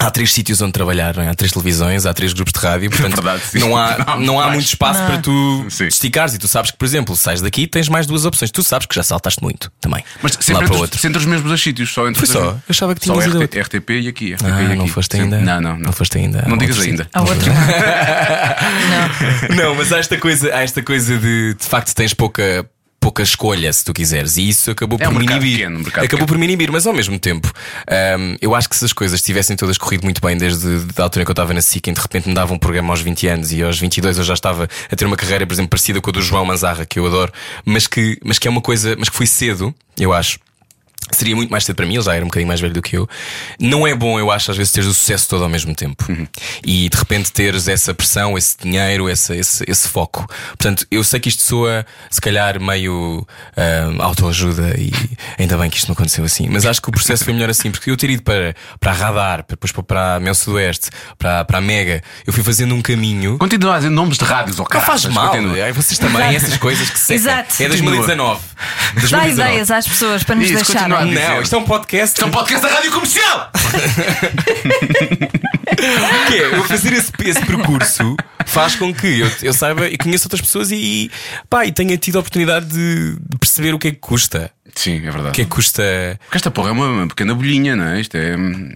Speaker 4: Há três sítios onde trabalhar, não é? há três televisões, há três grupos de
Speaker 2: <laughs>
Speaker 4: rádio, portanto
Speaker 2: Verdade, sim.
Speaker 4: não há,
Speaker 2: <laughs> Não há
Speaker 4: não, há
Speaker 2: mais.
Speaker 4: muito espaço para tu
Speaker 2: Sim.
Speaker 4: te esticares. E tu sabes que, por exemplo, sais daqui e tens mais duas opções. Tu sabes que já saltaste muito também.
Speaker 2: Mas
Speaker 4: de lá
Speaker 2: sempre
Speaker 4: para
Speaker 2: entre,
Speaker 4: o
Speaker 2: os-
Speaker 4: outro.
Speaker 2: sempre entre os mesmos dois sítios, só entre
Speaker 4: Foi
Speaker 2: os dois
Speaker 4: só?
Speaker 2: mesmos.
Speaker 4: Eu achava que
Speaker 2: Só
Speaker 4: tinhas ido a
Speaker 2: RT,
Speaker 4: outro.
Speaker 2: RTP e aqui. RTP
Speaker 4: Ah,
Speaker 2: e aqui.
Speaker 4: não foste
Speaker 2: Sim.
Speaker 4: ainda?
Speaker 2: Não, não, não.
Speaker 4: Não foste ainda.
Speaker 2: Não
Speaker 4: Não
Speaker 2: digas
Speaker 4: foste
Speaker 2: ainda.
Speaker 3: Há outro
Speaker 4: Não, mas há esta coisa, há esta coisa de de facto tens pouca. Pouca escolha, se tu quiseres, e isso acabou
Speaker 2: É
Speaker 4: por
Speaker 2: um
Speaker 4: me
Speaker 2: mercado
Speaker 4: inibir.
Speaker 2: pequeno, um mercado
Speaker 4: acabou
Speaker 2: pequeno.
Speaker 4: por me inibir, mas ao mesmo tempo, hum, eu acho que se as coisas tivessem todas corrido muito bem desde a altura em que eu estava na SIC, em de repente me dava um programa aos 20 anos e aos 22 eu já estava a ter uma carreira, por exemplo, parecida com a do João Manzarra, que eu adoro, mas que, mas que é uma coisa, mas que foi cedo, eu acho. Seria muito mais cedo para mim, ele já era um bocadinho mais velho do que eu. Não é bom, eu acho, às vezes, teres o sucesso todo ao mesmo tempo. E de repente teres essa pressão, esse dinheiro, esse, esse, esse foco. Portanto, eu sei que isto soa, se calhar, meio ahm, autoajuda e ainda bem que isto não aconteceu assim. Mas acho que o processo foi melhor assim, porque eu ter ido para, para a Radar, para- depois para- para a Mel Sudoeste, para, para a Mega, eu fui fazendo um caminho.
Speaker 2: Continua a dizer nomes de rádios, ou
Speaker 4: Não faz mal,
Speaker 2: Continua.
Speaker 4: ai, vocês também, essas coisas que se secam.
Speaker 3: Exato.
Speaker 4: É 2019.
Speaker 3: Dá
Speaker 4: 2019.
Speaker 3: ideias às pessoas para nos
Speaker 2: Isso,
Speaker 3: deixarem.
Speaker 2: continua a dizer.
Speaker 4: Não, isto é um podcast.
Speaker 2: Isto é um podcast da rádio comercial!
Speaker 4: <laughs> que é, eu fazer esse, esse percurso faz com que eu, eu saiba e conheça outras pessoas e, e, pá, e tenha tido a oportunidade de, de perceber o que é que custa.
Speaker 2: Sim, é verdade.
Speaker 4: O que é que custa.
Speaker 2: Porque esta porra é uma, uma pequena bolhinha, não é? Isto é.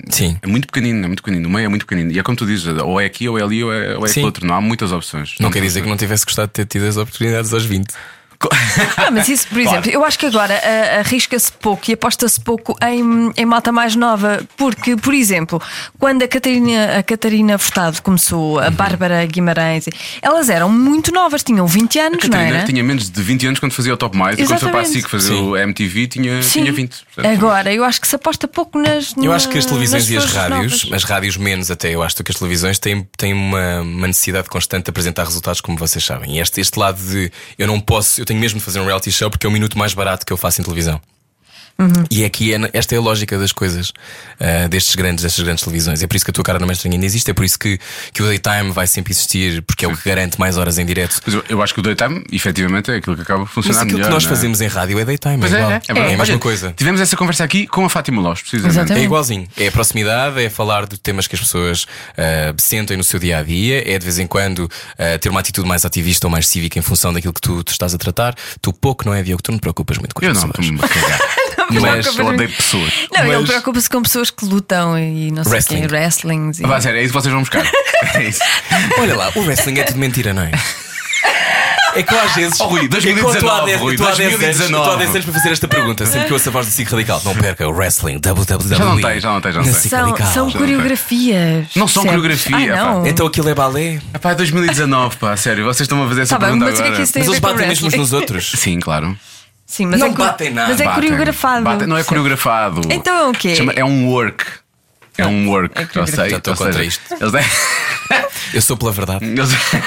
Speaker 4: Sim.
Speaker 2: É muito pequenino, é muito pequenino. O meio é muito pequenino. E é como tu dizes, ou é aqui, ou é ali, ou é, ou é
Speaker 4: Sim.
Speaker 2: aquele outro. Não há muitas opções.
Speaker 4: Não quer dizer que não tivesse gostado de ter tido as oportunidades aos 20.
Speaker 2: <laughs>
Speaker 3: Ah, mas isso, por exemplo, eu acho que agora ah, arrisca-se pouco e aposta-se pouco em, em malta mais nova, porque, por exemplo, quando a Catarina, a Catarina Furtado começou,
Speaker 2: Uhum.
Speaker 3: a Bárbara Guimarães, elas eram muito novas, tinham 20 anos, não
Speaker 2: Catarina
Speaker 3: era?
Speaker 2: tinha menos de 20 anos quando fazia o Top Mais e quando foi para a
Speaker 3: Exatamente.
Speaker 2: SIC fazer
Speaker 4: Sim.
Speaker 2: o MTV tinha,
Speaker 3: Sim.
Speaker 2: tinha 20. Portanto,
Speaker 3: Agora, eu acho que se aposta pouco nas.
Speaker 4: Eu acho que
Speaker 2: Hum,
Speaker 4: as
Speaker 3: na-
Speaker 4: televisões
Speaker 3: nas
Speaker 4: e as
Speaker 3: pessoas
Speaker 4: rádios,
Speaker 3: novas. <laughs>
Speaker 4: as rádios menos até, eu acho que as televisões têm, têm uma, uma necessidade constante de apresentar resultados, como vocês sabem. E este, este lado de eu não posso, eu tenho mesmo de fazer um reality show porque é o minuto mais barato que eu faço em televisão.
Speaker 2: Uhum.
Speaker 4: E aqui é, esta é a lógica das coisas ah, destes grandes, destas grandes televisões. É por isso que a tua cara não é estranha ainda existe, é por isso que, que o daytime vai sempre existir, porque é o que garante mais horas em direto.
Speaker 2: Mas eu, eu acho que o daytime, efetivamente, é aquilo que acaba
Speaker 4: Mas
Speaker 2: funcionando
Speaker 4: aquilo
Speaker 2: melhor.
Speaker 4: que nós
Speaker 2: não é?
Speaker 4: fazemos em rádio é daytime,
Speaker 2: Pois
Speaker 4: é,
Speaker 2: é,
Speaker 4: igual.
Speaker 2: é, é
Speaker 4: a
Speaker 2: verdade.
Speaker 4: mesma
Speaker 2: Olha,
Speaker 4: coisa.
Speaker 2: Tivemos essa conversa aqui com a Fátima Lopes, precisamente.
Speaker 3: Exatamente.
Speaker 4: É
Speaker 3: Sim.
Speaker 4: igualzinho. É a proximidade, é falar de temas que as pessoas ah, sentem no seu dia a dia, é de vez em quando ah, ter uma atitude mais ativista ou mais cívica em função daquilo que tu, tu estás a tratar. Tu pouco, não é, Diogo? Tu não te preocupas muito com as
Speaker 2: Eu não,
Speaker 4: pessoas.
Speaker 2: estou-me a
Speaker 3: <laughs>
Speaker 2: cagar.
Speaker 3: me
Speaker 2: Mas
Speaker 3: preocupas
Speaker 2: eu
Speaker 3: muito.
Speaker 2: odeio pessoas.
Speaker 3: Não, ele
Speaker 4: Mas-
Speaker 3: preocupa-se com pessoas que lutam e não sei quem, wrestlings. E...
Speaker 2: Vá, sério, é isso que vocês vão buscar. <laughs> É isso.
Speaker 4: Olha lá, o wrestling é tudo mentira,
Speaker 2: <laughs>
Speaker 4: não é? É que eu às vezes.
Speaker 2: Oh, Rui,
Speaker 4: é que eu
Speaker 2: 2019,
Speaker 4: estou há dez-
Speaker 2: Rui,
Speaker 4: eu estou há dez anos-
Speaker 2: 2019.
Speaker 4: eu estou há 10 anos para fazer esta pergunta, sempre que eu ouço a voz do Cic Radical. Não perca o wrestling, WWE.
Speaker 2: Já não tem, já não tem, já não
Speaker 4: na
Speaker 2: tem.
Speaker 4: SIC
Speaker 3: São,
Speaker 4: Radical.
Speaker 3: são
Speaker 2: Já não
Speaker 3: coreografias.
Speaker 2: Não são
Speaker 3: percebes?
Speaker 2: coreografia,
Speaker 3: Ah, não.
Speaker 4: Então aquilo é balé?
Speaker 2: Epá, é 2019, pá, sério, vocês estão a fazer essa
Speaker 3: Tá bem,
Speaker 2: pergunta
Speaker 3: mas o que é
Speaker 2: agora.
Speaker 3: que isso tem-
Speaker 4: Mas eles
Speaker 3: ver com
Speaker 4: batem mesmo uns
Speaker 3: wrestling.
Speaker 4: nos outros.
Speaker 2: Sim, claro.
Speaker 3: Sim, mas
Speaker 4: Não
Speaker 3: é co-
Speaker 4: batem nada.
Speaker 3: Mas é
Speaker 2: Batem.
Speaker 3: coreografado.
Speaker 2: Batem, Não é
Speaker 3: Sim.
Speaker 2: coreografado.
Speaker 3: Então é o quê?
Speaker 2: Chama- é um work. É um work.
Speaker 3: é
Speaker 2: eu sei.
Speaker 4: Já estou
Speaker 2: eu sei. <laughs>
Speaker 4: contra isto.
Speaker 2: Eles têm.
Speaker 4: Eu sou pela verdade.
Speaker 2: eles têm-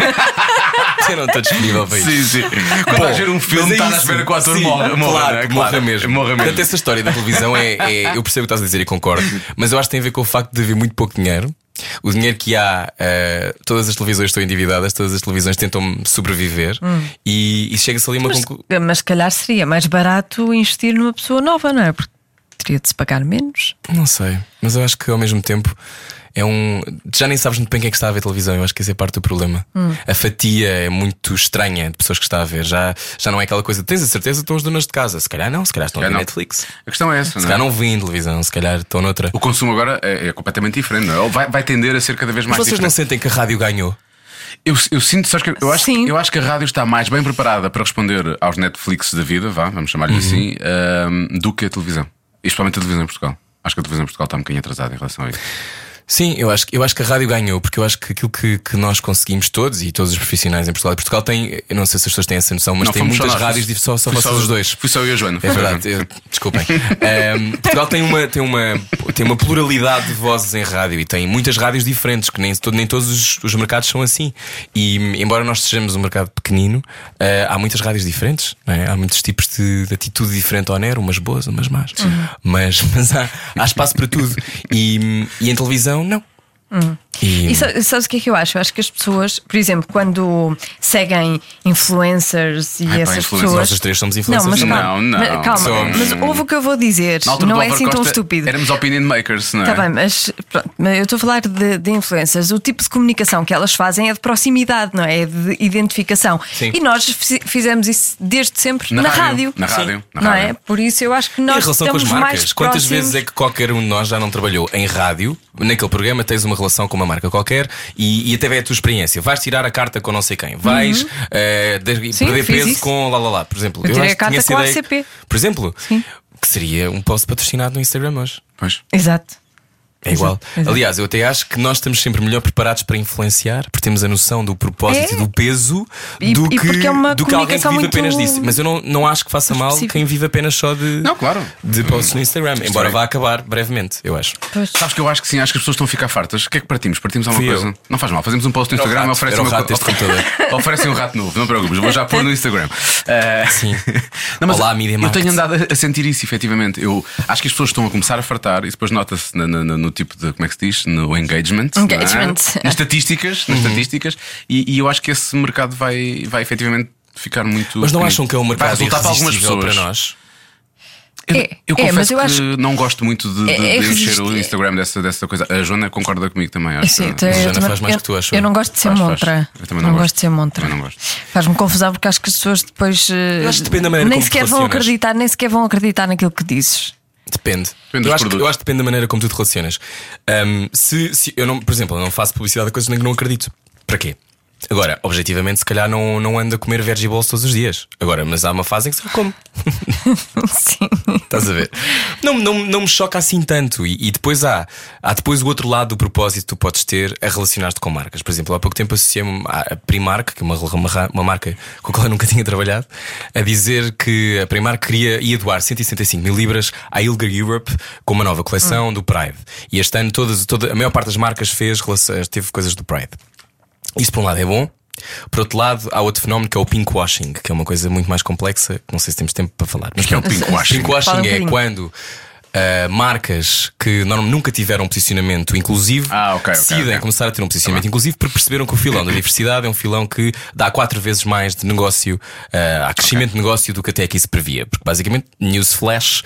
Speaker 4: Eu não estou disponível para isso.
Speaker 2: sim, sim. Quando vais ver um filme,
Speaker 4: mas é
Speaker 2: estás à
Speaker 4: isso.
Speaker 2: espera que o ator
Speaker 4: Sim,
Speaker 2: morra. morra,
Speaker 4: claro,
Speaker 2: não é?
Speaker 4: né? que morra
Speaker 2: Claro,
Speaker 4: mesmo.
Speaker 2: Morra mesmo.
Speaker 4: Portanto, essa história da televisão é, é- Eu percebo o que estás a dizer e concordo, mas eu acho que tem a ver com o facto de haver muito pouco dinheiro. O dinheiro que há, eh, todas as televisões estão endividadas, todas as televisões tentam sobreviver e, e chega-se ali a uma
Speaker 3: Mas,
Speaker 2: um
Speaker 4: conclusão.
Speaker 3: mas se calhar seria mais barato investir numa pessoa nova, não é? Porque teria de se pagar menos.
Speaker 4: Não sei, mas eu acho que ao mesmo tempo é um. Já nem sabes muito bem quem é que está a ver televisão, eu acho que essa é parte do problema. A fatia é muito estranha de pessoas que está a ver. Já, já não é aquela coisa, tens a certeza que estão as donas de casa. Se calhar não, se calhar estão a
Speaker 2: Calhar não.
Speaker 4: ver Netflix.
Speaker 2: A questão é essa,
Speaker 4: Se
Speaker 2: não é?
Speaker 4: calhar não vêm televisão, se calhar estão noutra.
Speaker 2: O consumo agora é, é completamente diferente, não é? Ou vai, vai tender a ser cada vez mais
Speaker 4: Mas vocês
Speaker 2: diferente.
Speaker 4: não sentem que a rádio ganhou?
Speaker 2: Eu, eu sinto, sabes que eu acho,
Speaker 3: Sim.
Speaker 2: que eu acho que a rádio está mais bem preparada para responder aos Netflix da vida, vá, vamos chamar-lhe
Speaker 4: Uhum.
Speaker 2: assim, ahm, do que a televisão. E especialmente a televisão em Portugal. Acho que a televisão em Portugal está um bocadinho atrasada em relação a isso.
Speaker 4: Sim, eu acho, que- eu acho que a rádio ganhou, porque eu acho que aquilo que, que nós conseguimos todos e todos os profissionais em Portugal, e Portugal tem, eu não sei se as pessoas têm essa noção, mas tem
Speaker 2: fomos
Speaker 4: muitas
Speaker 2: só nós,
Speaker 4: rádios,
Speaker 2: fui-
Speaker 4: dif- só, só
Speaker 2: fui
Speaker 4: vocês os dois.
Speaker 2: Fui só eu e a Joana.
Speaker 4: É verdade, eu- desculpem. Ahm, Portugal tem uma, tem, uma, tem uma pluralidade de vozes em rádio e tem muitas rádios diferentes, que nem, to- nem todos os, os mercados são assim. E embora nós sejamos um mercado pequenino, ah, há muitas rádios diferentes, não é? há muitos tipos de, de atitude diferente ao Nero, umas boas, umas más. Mas, <laughs> mas há, há espaço para tudo. E, e em televisão, não. E-
Speaker 3: E sa- sabes o que é que eu acho? Eu acho que as pessoas, por exemplo, quando seguem influencers e
Speaker 2: Ai, pá,
Speaker 3: essas
Speaker 2: influencers,
Speaker 3: pessoas.
Speaker 4: nós os três somos influencers.
Speaker 3: Não, mas calma,
Speaker 2: Não, não.
Speaker 3: mas calma,
Speaker 4: Somos.
Speaker 3: mas ouve o que eu vou dizer.
Speaker 2: Na altura do
Speaker 3: Não é
Speaker 2: Álvaro
Speaker 3: assim tão
Speaker 2: Costa,
Speaker 3: estúpido.
Speaker 2: Éramos opinion makers, não é?
Speaker 3: Está Tá bem, mas pronto, mas eu estou a falar de, de influencers. O tipo de comunicação que elas fazem é de proximidade, não é? É de identificação.
Speaker 4: Sim.
Speaker 3: E nós fi- fizemos isso desde sempre
Speaker 2: Na
Speaker 3: na,
Speaker 2: rádio,
Speaker 3: rádio.
Speaker 2: na rádio,
Speaker 3: Sim.
Speaker 2: na
Speaker 3: não
Speaker 2: rádio.
Speaker 3: é? Por isso eu acho que
Speaker 4: Em
Speaker 3: nós
Speaker 4: relação com as
Speaker 3: estamos
Speaker 4: marcas,
Speaker 3: mais
Speaker 4: quantas
Speaker 3: próximos.
Speaker 4: vezes é que qualquer um de nós já não trabalhou em rádio, naquele programa, tens uma relação com uma marca qualquer e, e até vai a tua experiência. Vais tirar a carta com não sei quem, vais eh, de-
Speaker 3: Uhum. Sim,
Speaker 4: perder
Speaker 3: fiz
Speaker 4: peso
Speaker 3: isso.
Speaker 4: com lá lá lá, por exemplo.
Speaker 3: Eu tirei
Speaker 4: acho
Speaker 3: a
Speaker 4: que tinha
Speaker 3: carta
Speaker 4: essa
Speaker 3: com a
Speaker 4: ideia
Speaker 3: ACP.
Speaker 4: que- por exemplo,
Speaker 3: Sim.
Speaker 4: que seria um post patrocinado no Instagram hoje.
Speaker 2: Pois.
Speaker 3: Exato.
Speaker 4: É igual.
Speaker 3: exato.
Speaker 4: Aliás, eu até acho que nós estamos sempre melhor preparados para influenciar, porque temos a noção do propósito
Speaker 3: É.
Speaker 4: e do peso
Speaker 3: E-
Speaker 4: do,
Speaker 3: e
Speaker 4: que,
Speaker 3: porque é uma
Speaker 4: do que alguém que
Speaker 3: comunicação
Speaker 4: vive
Speaker 3: muito
Speaker 4: apenas disso. Mas eu não, não acho que faça mal
Speaker 3: específica.
Speaker 4: quem vive apenas só de,
Speaker 2: Não, claro.
Speaker 4: de posts no Instagram, embora
Speaker 2: é-
Speaker 4: vá acabar brevemente, eu acho.
Speaker 3: Pois.
Speaker 2: Sabes que eu acho que sim, acho que as pessoas estão a ficar fartas. O que é que partimos? Partimos alguma
Speaker 4: Fui eu.
Speaker 2: coisa? Não faz mal, fazemos um post no
Speaker 4: Era o
Speaker 2: Instagram e
Speaker 4: rato,
Speaker 2: oferecem
Speaker 4: era o
Speaker 2: uma
Speaker 4: rato
Speaker 2: <laughs> co-
Speaker 4: este computador.
Speaker 2: Oferecem um rato novo, não preocupes, vou já pôr no Instagram. Ah,
Speaker 4: Sim.
Speaker 2: <laughs> Não, mas
Speaker 4: Olá,
Speaker 2: eu-
Speaker 4: Media
Speaker 2: Eu
Speaker 4: Market.
Speaker 2: tenho andado a sentir isso, efetivamente. Eu acho que as pessoas estão a começar a fartar e depois nota-se na- na- na- no tipo de, como é que se diz? No engagement. não é?
Speaker 3: Engagement.
Speaker 2: Nas estatísticas,
Speaker 4: Uhum.
Speaker 2: nas estatísticas. E, e eu acho que esse mercado vai, vai efetivamente ficar muito.
Speaker 4: Mas não
Speaker 2: pequenino.
Speaker 4: acham que é um
Speaker 2: vai
Speaker 4: mercado
Speaker 2: resultar para algumas pessoas.
Speaker 4: para nós?
Speaker 2: Eu,
Speaker 3: É,
Speaker 2: eu
Speaker 3: é,
Speaker 2: confesso
Speaker 3: mas eu
Speaker 2: que
Speaker 3: acho-
Speaker 2: não gosto muito de, de,
Speaker 3: É- é
Speaker 2: de encher
Speaker 3: resistir-
Speaker 2: o Instagram dessa, dessa coisa. A Joana concorda comigo também, acho.
Speaker 3: Sim,
Speaker 2: que-
Speaker 3: então eu
Speaker 4: Susana,
Speaker 3: também-
Speaker 4: faz mais
Speaker 3: eu-
Speaker 4: que tu, acho
Speaker 3: Eu
Speaker 4: eu.
Speaker 3: não gosto de ser
Speaker 2: Faz, faz.
Speaker 3: montra.
Speaker 2: Eu também não
Speaker 3: gosto
Speaker 2: gosto.
Speaker 3: de ser montra.
Speaker 2: Também não gosto.
Speaker 3: Faz-me confusão porque acho que as pessoas depois eh,
Speaker 4: Eu acho que depende da maneira
Speaker 3: nem
Speaker 4: como te
Speaker 3: sequer vão
Speaker 4: relacionas.
Speaker 3: acreditar, nem sequer vão acreditar naquilo que dizes. <laughs>
Speaker 4: Depende.
Speaker 2: Depende dos
Speaker 4: eu, acho que,
Speaker 2: produtos.
Speaker 4: eu acho que depende da maneira como tu te relacionas. Ahm, se, se eu não, por exemplo, eu não faço publicidade a coisas em que não acredito. Para quê? Agora, objetivamente, se calhar não, não ando a comer veggie balls todos os dias. Agora, mas há uma fase em que só como.
Speaker 3: Sim.
Speaker 4: Estás a ver? Não, não, não me choca assim tanto. E, e depois há, há depois o outro lado do propósito que tu podes ter a relacionar-te com marcas. Por exemplo, há pouco tempo associei-me à Primark, que é uma, uma, ra- uma marca com a qual eu nunca <laughs> tinha trabalhado, a dizer que a Primark queria ia doar 165 mil libras à Ilga Europe com uma nova coleção do Pride. E este ano todas, toda, a maior parte das marcas fez, relação- teve coisas do Pride. Isso por um lado é bom. Por outro lado, há outro fenómeno que é o pinkwashing, que é uma coisa muito mais complexa, que não sei se temos tempo para falar. Mas
Speaker 2: que é o
Speaker 4: pronto.
Speaker 2: pinkwashing?
Speaker 3: Fala um
Speaker 4: Pinkwashing é
Speaker 3: bocadinho.
Speaker 4: quando ah, marcas que não- nunca tiveram um posicionamento inclusivo
Speaker 2: Ah, ok, ok,
Speaker 4: decidem
Speaker 2: ok. Tá
Speaker 4: começar a ter um posicionamento inclusivo porque perceberam que o filão da diversidade é um filão que dá quatro vezes mais de negócio, ah, há crescimento de negócio do que até aqui se previa. Porque basicamente, newsflash.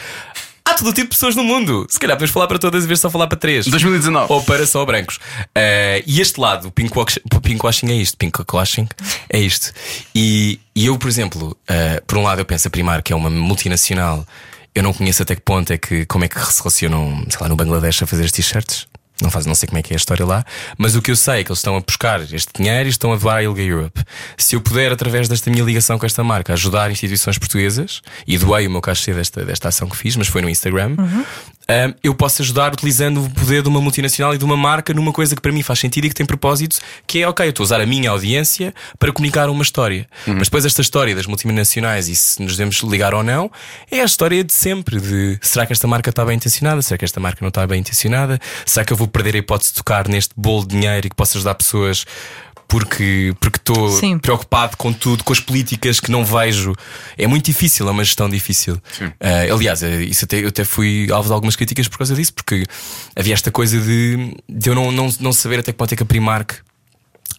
Speaker 4: Há todo tipo de pessoas no mundo. Se calhar podemos falar para todas e ver só falar para três.
Speaker 2: 2019.
Speaker 4: Ou para só brancos. Eh, e este lado, o pinkwash- o pinkwashing é isto. Pinkwashing é isto. E, e eu, por exemplo, eh, por um lado eu penso a Primark, que é uma multinacional, eu não conheço até que ponto é que, como é que se relacionam, sei lá, no Bangladesh a fazer as t-shirts. Não, faz, não sei como é que é a história lá, mas o que eu sei é que eles estão a buscar este dinheiro e estão a doar à Ilga Europe. Se eu puder, através desta minha ligação com esta marca, ajudar instituições portuguesas, e doei o meu cachê desta, desta ação que fiz, mas foi no Instagram, hum, eu posso ajudar utilizando o poder de uma multinacional e de uma marca numa coisa que para mim faz sentido e que tem propósito, que é, ok, eu estou a usar a minha audiência para comunicar uma história. Mas depois esta história das multinacionais e se nos devemos ligar ou não, é a história de sempre de será que esta marca está bem intencionada? Será que esta marca não está bem intencionada? Será que eu vou perder a hipótese de tocar neste bolo de dinheiro e que posso ajudar pessoas porque porque estou
Speaker 3: Sim.
Speaker 4: preocupado com tudo, com as políticas que não vejo. É muito difícil, é uma gestão difícil. Ah, aliás, eh, isso até, eu até fui alvo de algumas críticas por causa disso, porque havia esta coisa de, de eu não, não, não saber até que ponto é que a Primark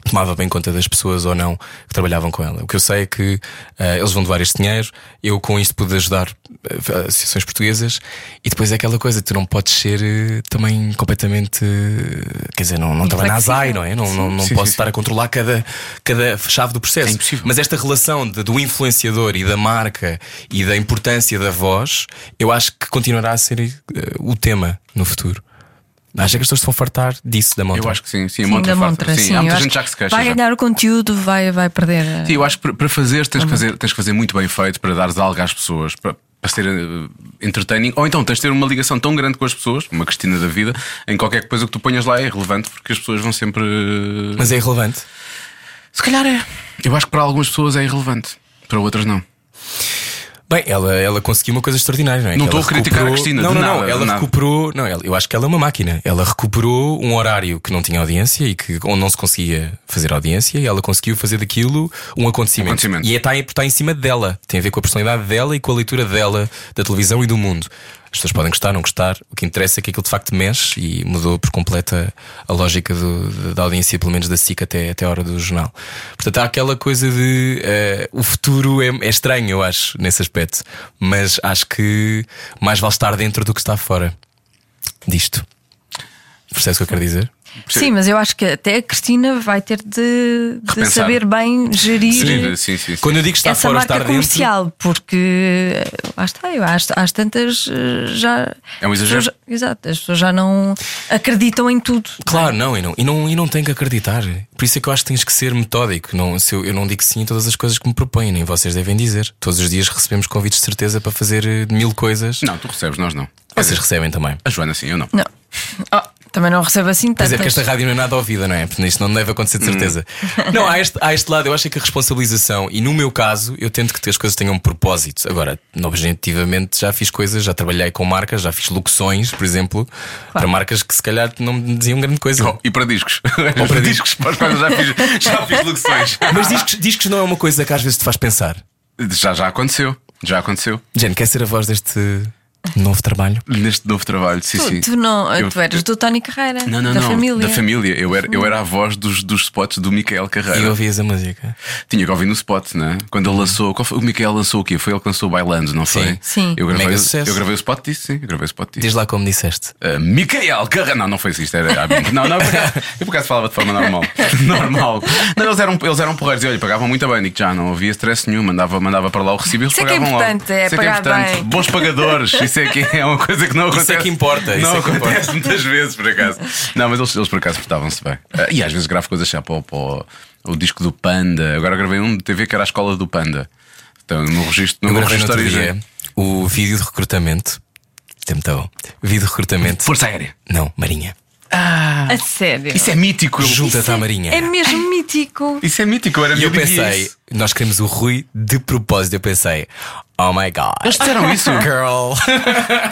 Speaker 4: tomava bem conta das pessoas ou não que trabalhavam com ela. O que eu sei é que ah, eles vão doar este dinheiro, eu com isto pude ajudar ah, associações portuguesas e depois é aquela coisa, tu não podes ser eh, também completamente. eh, quer dizer, não, não estava na
Speaker 3: Inflexível.
Speaker 4: azai, não é? Não, não, não
Speaker 2: sim,
Speaker 4: posso
Speaker 2: sim,
Speaker 4: estar a controlar cada, cada chave do processo.
Speaker 2: É impossível.
Speaker 4: Mas esta relação de- do influenciador e da marca e da importância da voz, eu acho que continuará a ser eh, o tema no futuro. Acho que as pessoas se vão fartar disso da montra.
Speaker 2: Eu acho que sim, sim, a
Speaker 3: Sim,
Speaker 2: montra
Speaker 3: da
Speaker 2: farta.
Speaker 3: montra,
Speaker 2: sim,
Speaker 3: sim.
Speaker 2: há
Speaker 3: eu
Speaker 2: muita
Speaker 3: acho
Speaker 2: gente já que se queixa.
Speaker 3: Vai
Speaker 2: já.
Speaker 3: ganhar o conteúdo, vai, vai perder.
Speaker 2: Sim, eu acho que para- para fazer tens que fazer, tens que fazer muito bem feito para dares algo às pessoas, para, para ser eh, entertaining, ou então tens de ter uma ligação tão grande com as pessoas, uma Cristina da vida, em qualquer coisa que tu ponhas lá é relevante porque as pessoas vão sempre. eh,
Speaker 4: Mas é irrelevante.
Speaker 2: Se calhar é. Eu acho que para algumas pessoas é irrelevante, para outras não.
Speaker 4: Bem, ela, ela conseguiu uma coisa extraordinária, não é?
Speaker 2: Não
Speaker 4: Que ela
Speaker 2: estou a criticar a Cristina,
Speaker 4: Não,
Speaker 2: de
Speaker 4: não, não.
Speaker 2: nada, de
Speaker 4: Ela
Speaker 2: nada.
Speaker 4: recuperou. Não, ela- eu acho que ela é uma máquina. Ela recuperou um horário que não tinha audiência e que onde não se conseguia fazer audiência e ela conseguiu fazer daquilo um acontecimento.
Speaker 2: Acontecimento.
Speaker 4: E é- está, em- está em cima dela. Tem a ver com a personalidade dela e com a leitura dela da televisão e do mundo. As pessoas podem gostar, não gostar. O que interessa é que aquilo de facto mexe e mudou por completa a lógica do- da audiência, pelo menos da SIC até, até a hora do jornal. Portanto, há aquela coisa de eh, o futuro é, é estranho, eu acho, nesse aspecto. Mas acho que mais vale estar dentro do que estar fora disto. Percebes o que eu quero dizer?
Speaker 3: Sim, mas eu acho que até a Cristina vai ter de, de
Speaker 2: Repensar.
Speaker 3: saber bem gerir.
Speaker 2: Sim, sim, sim. sim.
Speaker 4: Quando eu digo estar
Speaker 3: essa
Speaker 4: fora,
Speaker 3: marca
Speaker 4: estar dentro.
Speaker 3: comercial, porque eh, lá está, eu, às, às tantas eh, já.
Speaker 2: É um
Speaker 3: as
Speaker 2: exagero.
Speaker 3: pessoas- exato, as pessoas já não acreditam em tudo.
Speaker 4: Claro, não e, não, e não, e não tenho que acreditar. Por isso é que eu acho que tens que ser metódico. Não, se eu, eu não digo sim a todas as coisas que me propõem, nem vocês devem dizer. Todos os dias recebemos convites de certeza para fazer eh, mil coisas.
Speaker 2: Não, tu recebes, nós não. Quer
Speaker 4: Vocês
Speaker 2: dizer,
Speaker 4: recebem também.
Speaker 2: a Joana sim, eu não.
Speaker 3: Não. Oh, também não recebo assim
Speaker 4: Pois
Speaker 3: tantas.
Speaker 4: é, porque esta rádio não é nada ouvida, não é? Portanto, Isto não deve acontecer de certeza. Não, há este, há este lado, eu acho que a responsabilização, e no meu caso, eu tento que as coisas tenham um propósito. Agora, objetivamente, já fiz coisas, já trabalhei com marcas, já fiz locuções, por exemplo, para marcas que se calhar não me diziam grande coisa.
Speaker 2: Oh, e para discos. Ou <laughs> para discos, para os quais eu já fiz, já fiz locuções.
Speaker 4: Mas discos, discos não é uma coisa que às vezes te faz pensar.
Speaker 2: Já, já aconteceu. Já aconteceu.
Speaker 4: Jane, quer ser a voz deste novo trabalho?
Speaker 2: Neste novo trabalho, sim, sim.
Speaker 3: Tu, tu não,
Speaker 2: Eu-
Speaker 3: tu eras do Tony Carreira,
Speaker 2: Não, não,
Speaker 3: da
Speaker 2: não.
Speaker 3: família. Hum.
Speaker 2: Da família. Eu era, eu era a voz dos, dos spots do Micael
Speaker 4: E
Speaker 2: Carreira.
Speaker 4: ouvias a música.
Speaker 2: Tinha que ouvir no spot, né? Quando ele lançou. qual foi- o Micael lançou o quê? Foi ele que lançou o Bailando, não foi?
Speaker 4: Sim.
Speaker 3: Hum. Sim.
Speaker 2: Eu gravei,
Speaker 4: Mega sucesso.
Speaker 2: eu gravei o spot disso, sim. Eu gravei o spot disso.
Speaker 4: Diz lá como disseste.
Speaker 2: Ah, Micael Carreira. Não, não foi isso. Isto era.
Speaker 4: <laughs>
Speaker 2: Não, não, eu por acaso, eu por acaso falava de forma normal. normal. Não, eles eram, eles eram porreiros e olha, pagavam muito bem, Nick já. Não havia stress nenhum. Mandava, mandava para lá o recibo e eles
Speaker 3: Isso é que é
Speaker 2: pagavam
Speaker 3: importante,
Speaker 2: logo.
Speaker 3: é
Speaker 2: Isso
Speaker 3: pagar bem.
Speaker 2: Bons pagadores. Isso é que é uma coisa que não
Speaker 4: Isso é
Speaker 2: acontece.
Speaker 4: que importa, isso
Speaker 2: Não
Speaker 4: é que importa.
Speaker 2: acontece muitas vezes, por acaso. Não, mas eles, eles por acaso portavam-se bem. assim, Ah, e às vezes gravo coisas já para, o- para, o- o disco do Panda. Agora gravei um de TV que era a escola do Panda. Então, no registro,
Speaker 4: Eu
Speaker 2: no meu
Speaker 4: gravei
Speaker 2: registro
Speaker 4: no outro
Speaker 2: história.
Speaker 4: dia o vídeo de recrutamento. Isto é muito bom. Vídeo de recrutamento.
Speaker 2: Força Aérea.
Speaker 4: Não, Marinha.
Speaker 3: A sério.
Speaker 2: Isso é mítico.
Speaker 4: Junta-te à Marinha.
Speaker 3: É mesmo mítico.
Speaker 2: Isso é mítico. eu Era
Speaker 4: E eu
Speaker 2: miúdo via
Speaker 4: pensei,
Speaker 2: isso.
Speaker 4: nós queremos o Rui de propósito. Eu pensei, oh my god.
Speaker 2: Eles disseram isso.
Speaker 4: Girl.